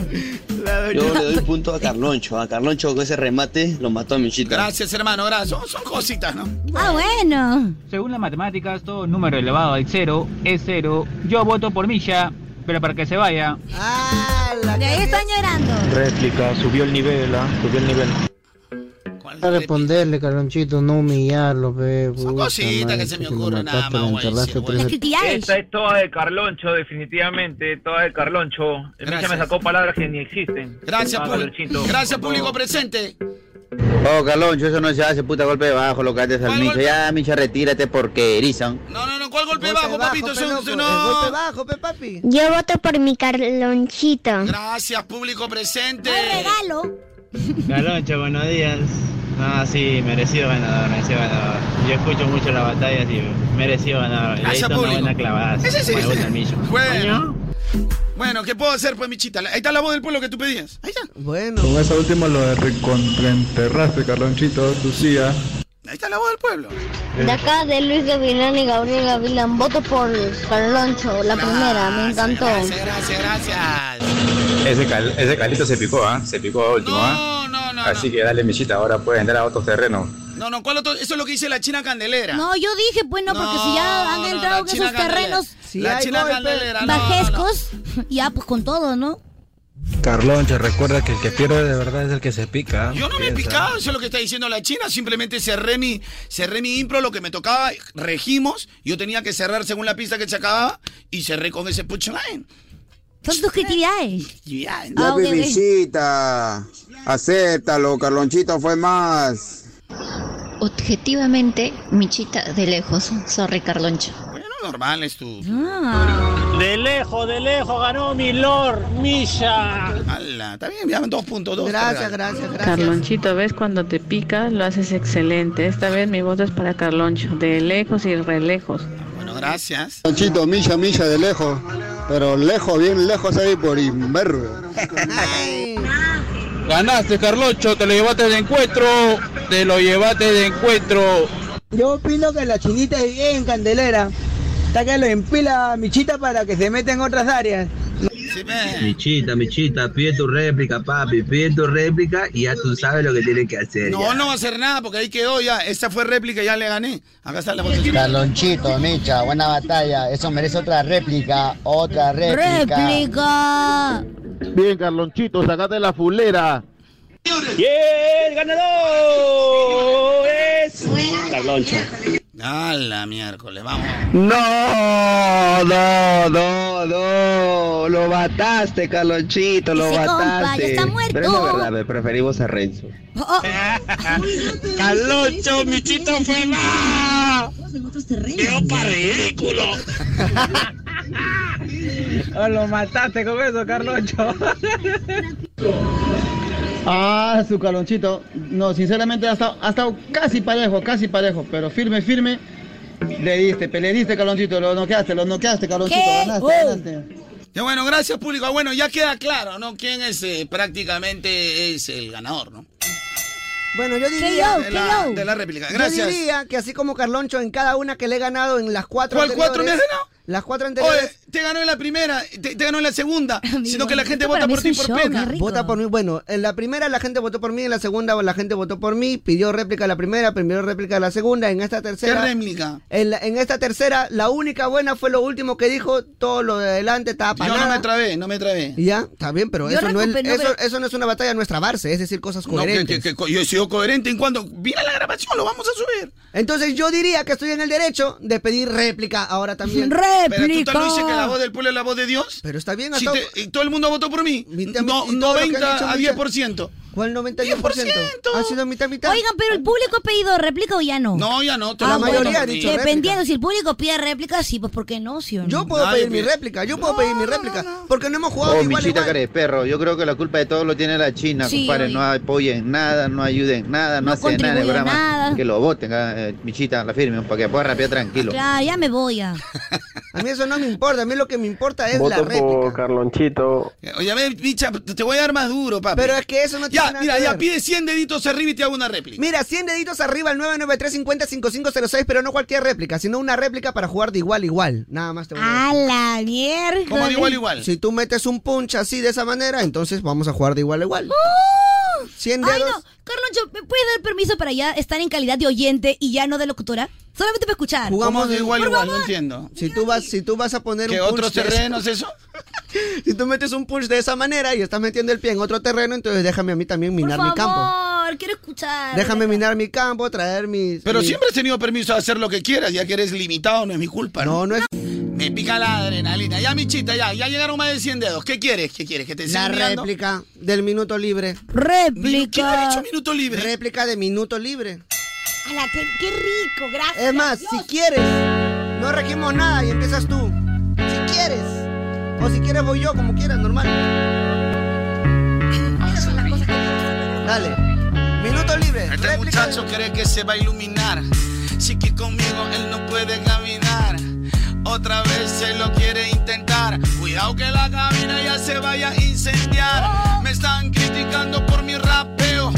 S12: Yo le doy punto a Carloncho, a Carloncho con ese remate lo mató a Michita.
S7: Gracias, hermano, gracias. Son, son cositas, ¿no?
S4: Ah, bueno.
S32: Según las matemáticas, todo número elevado al cero es cero. Yo voto por Misha, pero para que se vaya.
S4: De ahí están llorando.
S6: Réplica, subió el nivel, ¿ah? Subió el nivel.
S33: A responderle, Carlonchito, no humillarlo, pe. Son
S6: cositas que se me ocurren, nada más voy a decir, güey.
S1: Esta es toda de Carloncho, definitivamente, toda de Carloncho. El Micha
S7: Gracias.
S1: me sacó palabras que ni existen.
S7: Gracias,
S1: Ah,
S7: pub-
S1: Carlonchito,
S7: gracias
S1: por
S7: público
S1: favor.
S7: presente.
S34: Oh, Caloncho, eso no se hace, puta, golpe de bajo, lo que haces al Micha. Ya, Micha, retírate porque erizan.
S7: No, no, no, ¿cuál golpe bajo, papito? Son-
S2: loco,
S7: son-
S2: el
S7: no.
S2: golpe bajo, pe, papi.
S15: Yo voto por mi Carlonchito.
S7: Gracias, público presente.
S4: regalo.
S6: Carloncho, buenos días. No, sí, merecido ganador, merecido ganador. Yo escucho mucho la batalla, sí, merecido ganador. Le
S7: Gracias,
S6: hizo una
S7: público.
S6: buena clavada.
S7: Ese sí,
S6: Muy
S7: ese.
S6: buena, Millo.
S7: Bueno. Bueno, ¿qué puedo hacer, pues, Michita? Ahí está la voz del pueblo que tú pedías. Ahí está.
S2: Bueno.
S35: Con esa última lo de recontraenterraste, Carlonchito, Lucía.
S7: Ahí está la voz del pueblo.
S15: De acá de Luis Gavilán y Gabriel Gavilán, voto por Carloncho, la primera, me encantó.
S7: Gracias, gracias.
S1: Ese, cal- ese calito se picó, ¿ah? Se picó último, ¿ah?
S7: no, no,
S1: Así que dale, Michita, ahora puede entrar a otros terrenos.
S7: No, no, ¿cuál otro? Eso es lo que dice la China Candelera.
S4: No, yo dije, pues no, porque si ya han entrado en esos terrenos
S7: Si La hay China golpe, Candelera, no,
S4: bajescos, ya pues con todo, ¿no?
S36: Carloncho, recuerda que el que pierde de verdad es el que se pica. ¿ah?
S7: Yo no me he picado, eso es lo que está diciendo la China. Simplemente cerré mi, cerré mi impro, lo que me tocaba, regimos. Yo tenía que cerrar según la pista que se acababa y cerré con ese punchline.
S4: Son tus creatividades. Ah.
S7: Ya,
S14: Ya,
S4: ok, ok.
S14: bebecita, acéptalo, Carlonchito fue más.
S15: Objetivamente, Michita de lejos. Sorry, Carloncho.
S7: No, normal es tu...
S6: Ah.
S15: De
S7: lejos, de lejos ganó mi Lord, Misha. Ala, está bien, ya dos puntos, dos.
S2: Gracias,
S7: regalo.
S2: gracias, gracias.
S27: Carlonchito, ¿ves cuando te pica? Lo haces excelente. Esta vez mi voto es para Carloncho, de lejos y re lejos.
S7: Bueno, gracias.
S35: Carlonchito, milla, milla de lejos. Pero lejos, bien lejos ahí por Inverno.
S6: Ganaste, Carloncho, te lo llevaste de encuentro. Te lo llevaste de encuentro.
S37: Yo opino que la chinita es bien candelera. Está que lo empila a Michita para que se meta en otras áreas.
S6: Michita, Michita, pide tu réplica, papi, pide tu réplica y ya tú sabes lo que tienes que hacer.
S7: No, no va a hacer nada porque ahí quedó ya. Esta fue réplica, ya le gané. Acá está la votación.
S35: Carlonchito, Micha, buena batalla. Eso merece otra réplica, otra réplica.
S37: Bien, Carlonchito, sacate la fulera.
S1: ¡Y el ganador es... Carloncho.
S7: A la miércoles, vamos.
S1: No, no, no, no. Lo mataste, Carlonchito, lo
S4: Ese compa ya
S1: mataste.
S4: está muerto.
S1: Pero es la verdad, me preferimos a Renzo.
S4: Caloncho, Michito
S38: Fela.
S4: ¡Qué
S38: para ridículo!
S12: Oh, lo mataste con eso, Carloncho.
S6: Ah, su calonchito. No, sinceramente ha estado, ha estado casi parejo, casi parejo, pero firme, firme. Le diste, pe- le diste, calonchito, lo noqueaste, lo noqueaste, calonchito, ganaste, ganaste.
S7: Ya bueno, gracias público. Ah, Bueno, ya queda claro, ¿no? Quién es eh, prácticamente es el ganador, ¿no?
S2: Bueno, yo diría.
S7: KO, De la- KO. de la réplica. Gracias.
S2: Yo diría que así como Carloncho, en cada una que le he ganado en las cuatro
S7: ¿Cuál
S2: anteriores.
S7: cuatro me has ganado?
S2: Las cuatro anteriores.
S7: Oye, te ganó en la primera, te, te ganó en la segunda, sino que la gente
S2: Esto
S7: vota
S2: para mí
S7: por
S2: es
S7: ti
S2: un
S7: por
S2: show,
S7: pena.
S2: qué rico. Vota por mí. Bueno, en la primera la gente votó por mí, en la segunda la gente votó por mí, pidió réplica a la primera, pidió réplica a la segunda, en esta tercera.
S7: ¿Qué réplica?
S2: En, la- en esta tercera, la única buena fue lo último que dijo, todo lo de adelante estaba
S7: Yo no
S2: nada.
S7: me trabé, no me trabé.
S2: Y Ya, está bien, pero
S7: Yo
S2: eso no, es,
S7: recopé, no,
S2: eso,
S7: pero-
S2: eso no es una batalla, no es trabarse, es decir cosas
S7: No, que,
S2: coherentes.
S7: que- que co- yo he sido coherente en cuanto viene la grabación, lo vamos a subir.
S2: Entonces yo diría que estoy en el derecho de pedir réplica ahora también.
S7: Pero tú tal vez dices que la voz del pueblo es la voz de Dios.
S2: Pero está bien,
S7: Si
S2: hasta-
S7: te- y todo el mundo votó por mí. No,
S2: y todo lo que han
S7: 90 a
S2: hecho, Micha.
S7: 10%.
S2: ¿Cuál 91%? Ha sido mitad, mitad. Ah,
S4: Oigan, pero el público ha pedido réplica o ya no.
S7: No, ya no. todo
S2: La
S7: el mundo
S2: mayoría
S7: votó
S2: ha
S7: por mí.
S2: dicho réplica.
S4: Dependiendo, si el público pide réplica, sí, pues ¿por qué no? ¿Sí o no?
S2: Yo puedo
S39: Nadie
S2: pedir mi
S39: pide.
S2: réplica, yo puedo pedir mi réplica. Porque no hemos jugado
S39: Oh,
S2: igual,
S39: Michita
S2: igual.
S39: cara de perro, yo creo que la culpa de todo lo tiene la China,
S2: Sí,
S39: compadre.
S2: oye.
S39: No apoyen nada, no ayuden nada, no, hacen nada en el
S4: contribuyen
S39: programa.
S4: nada.
S39: Que lo voten, ah, eh, Michita, la firme, para que pueda rapear tranquilo.
S4: Claro, ya me voy ya.
S2: A mí eso no me importa, a mí lo que me importa es la
S39: Voto
S2: réplica.
S7: por
S6: Carlonchito.
S7: Oye, a ver, Micha, te voy a dar más duro, papi.
S2: Pero es que eso no tiene
S7: Ya,
S2: nada
S7: mira,
S2: que
S7: ya,
S2: ver.
S7: pide 100 deditos arriba y te hago una réplica.
S2: Mira, 100 deditos arriba al 993-50-5506, pero no cualquier réplica, sino una réplica para jugar de igual a igual. Nada más te voy a
S4: decir. ¡A la mierda!
S7: ¿Cómo de igual a igual?
S2: Si tú metes un punch así de esa manera, entonces vamos a jugar de igual a igual. 100
S4: ¡Oh! Ay,
S2: dedos.
S4: no. Carloncho, ¿me puedes dar permiso para ya estar en calidad de oyente y ya no de locutora? Solamente para escuchar.
S7: Jugamos de igual a
S4: Por
S7: igual, no
S4: favor.
S7: entiendo.
S2: Si tú vas, si tú vas a poner
S7: ¿Qué
S2: un punch
S7: otros
S2: de esa-
S7: terrenos eso?
S2: si tú metes un punch de esa manera y estás metiendo el pie en otro terreno, entonces déjame a mí también
S4: Por
S2: minar mi campo.
S4: favor, quiero escuchar.
S2: Déjame minar mi campo, traer mis.
S7: Pero
S2: mis-
S7: siempre has tenido permiso de hacer lo que quieras, ya que eres limitado, no es mi culpa. No,
S2: no es.
S7: Me pica la adrenalina. Ya, Michita, ya, ya llegaron más de 100 dedos. ¿Qué quieres? ¿Qué quieres? ¿Que te
S2: La
S7: siga mirando?
S2: réplica del minuto libre.
S4: Réplica.
S2: ¿Quién ha dicho
S7: minuto libre?
S2: Réplica de minuto libre.
S4: Ala, qué, qué rico, gracias.
S2: Es más, si quieres, no regimos nada y empiezas tú. Si quieres. O si quieres voy yo, como quieras, normal. Esas son las cosas que pienso. Dale. Minuto libre.
S7: Este muchacho cree que se va a iluminar. Si que conmigo él no puede caminar. Otra vez se lo quiere intentar. Cuidado que la cabina ya se vaya a incendiar. Me están criticando por mi rapeo.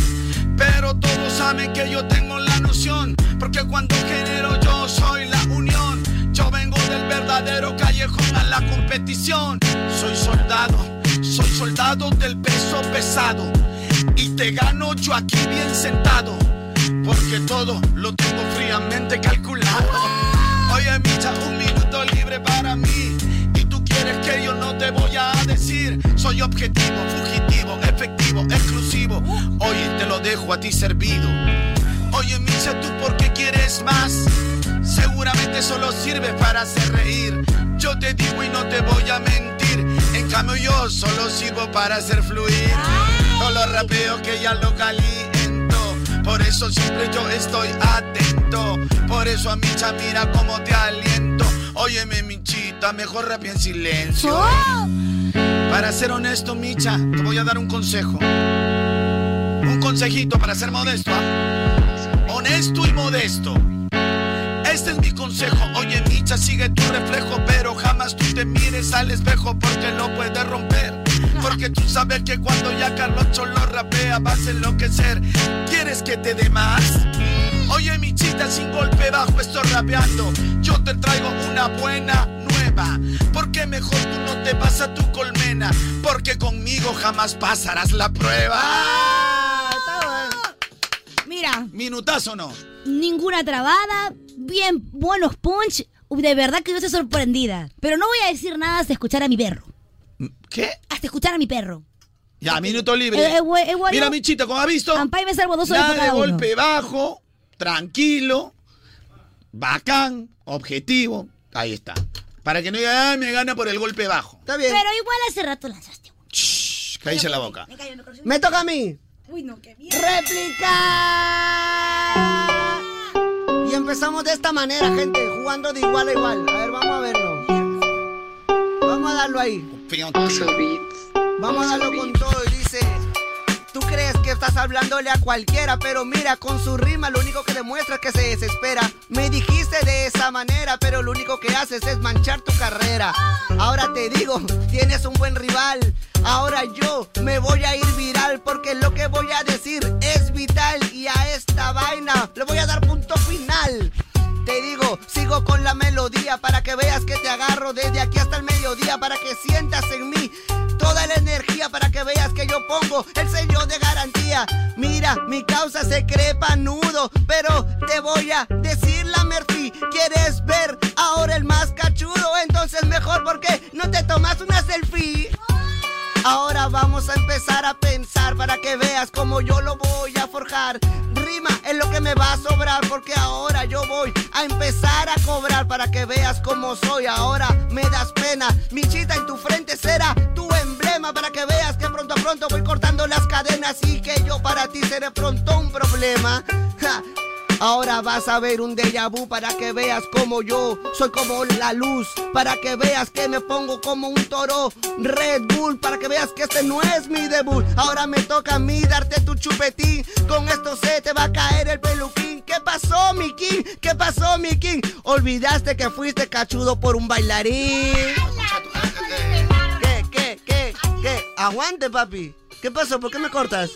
S7: Pero todos saben que yo tengo la noción. Porque cuando genero yo soy la unión. Yo vengo del verdadero callejón a la competición. Soy soldado, soy soldado del peso pesado. Y te gano yo aquí bien sentado. Porque todo lo tengo fríamente calculado. Oye, Micha, un minuto libre para mí. Y tú quieres que yo no te voy a decir. Soy objetivo, fugitivo, efectivo, exclusivo. Oye, te lo dejo a ti servido. Oye, Micha, ¿tú por qué quieres más? Seguramente solo sirve para hacer reír. Yo te digo y no te voy a mentir. En cambio, yo solo sirvo para hacer fluir. Todo lo rapeo que ya lo caliento. Por eso siempre yo estoy atento. Por eso a Micha, mira cómo te aliento. Óyeme, Michita, mejor rapea en silencio. Para ser honesto, Micha, te voy a dar un consejo. Un consejito para ser modesto. ¿ah? Honesto y modesto. Este es mi consejo. Oye, Micha, sigue tu reflejo, pero jamás tú te mires al espejo porque lo puedes romper. Porque tú sabes que cuando ya Carloncho lo rapea vas a enloquecer. ¿Quieres que te dé más? Oye, Michita, sin golpe bajo estoy rapeando. Yo te traigo una buena nueva. Porque mejor tú no te vas a tu colmena. Porque conmigo jamás pasarás la prueba.
S4: Mira,
S7: Minutazo no.
S4: ninguna trabada, bien buenos punch. De verdad que yo estoy sorprendida. Pero no voy a decir nada hasta escuchar a mi perro.
S7: ¿Qué?
S4: Hasta escuchar a mi perro.
S7: Ya, minuto libre.
S4: Eh, eh, güey, eh, güey,
S7: Mira,
S4: yo-
S7: Michita, como ha visto.
S4: Ampay me salvo dos horas
S7: Nada
S4: por
S7: de
S4: cada uno.
S7: golpe bajo, tranquilo. bacán, objetivo, ahí está. Para que no diga, "Ay, me gana por el golpe bajo.
S2: Está bien.
S4: Pero igual hace rato lanzaste.
S7: Shh, Cállese la boca.
S2: Me toca a mí.
S4: Uy, no, qué mierda.
S2: ¡Réplica! Y empezamos de esta manera, gente, jugando de igual a igual. A ver, vamos a verlo. Vamos a darlo ahí. Vamos a darlo con todo y dice. Tú crees que estás hablándole a cualquiera, pero mira, con su rima lo único que demuestra es que se desespera. Me dijiste de esa manera, pero lo único que haces es manchar tu carrera. Ahora te digo, tienes un buen rival. Ahora yo me voy a ir viral porque lo que voy a decir es vital y a esta vaina le voy a dar punto final. Te digo, sigo con la melodía para que veas que te agarro desde aquí hasta el mediodía, para que sientas en mí toda la energía, para que veas que yo pongo el sello de garantía. Mira, mi causa se cree panudo, pero te voy a decir la Murphy. ¿Quieres ver ahora el más cachudo? Entonces mejor porque no te tomas una selfie. Ahora vamos a empezar a pensar para que veas cómo yo lo voy a forjar. Rima es lo que me va a sobrar porque ahora yo voy a empezar a cobrar para que veas cómo soy. Ahora me das pena. Mi chita en tu frente será tu emblema para que veas que pronto a pronto voy cortando las cadenas y que yo para ti seré pronto un problema. Ja. Ahora vas a ver un déjà vu para que veas como yo soy como la luz, para que veas que me pongo como un toro Red Bull, para que veas que este no es mi debut. Ahora me toca a mí darte tu chupetín, con esto se te va a caer el peluquín. ¿Qué pasó, mi king? ¿Qué pasó, mi king? Olvidaste que fuiste cachudo por un bailarín. ¿Qué, qué, qué, qué? Aguante, papi. ¿Qué pasó? ¿Por qué me cortas?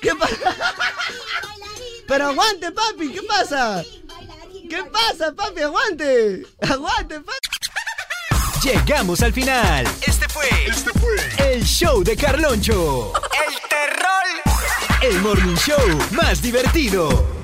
S2: ¿Qué pasa? Pero aguante, papi, ¿qué pasa? ¿Qué pasa, papi? Aguante. Aguante, papi.
S1: Llegamos al final. Este fue, el show de Carloncho. El terror. El morning show más divertido.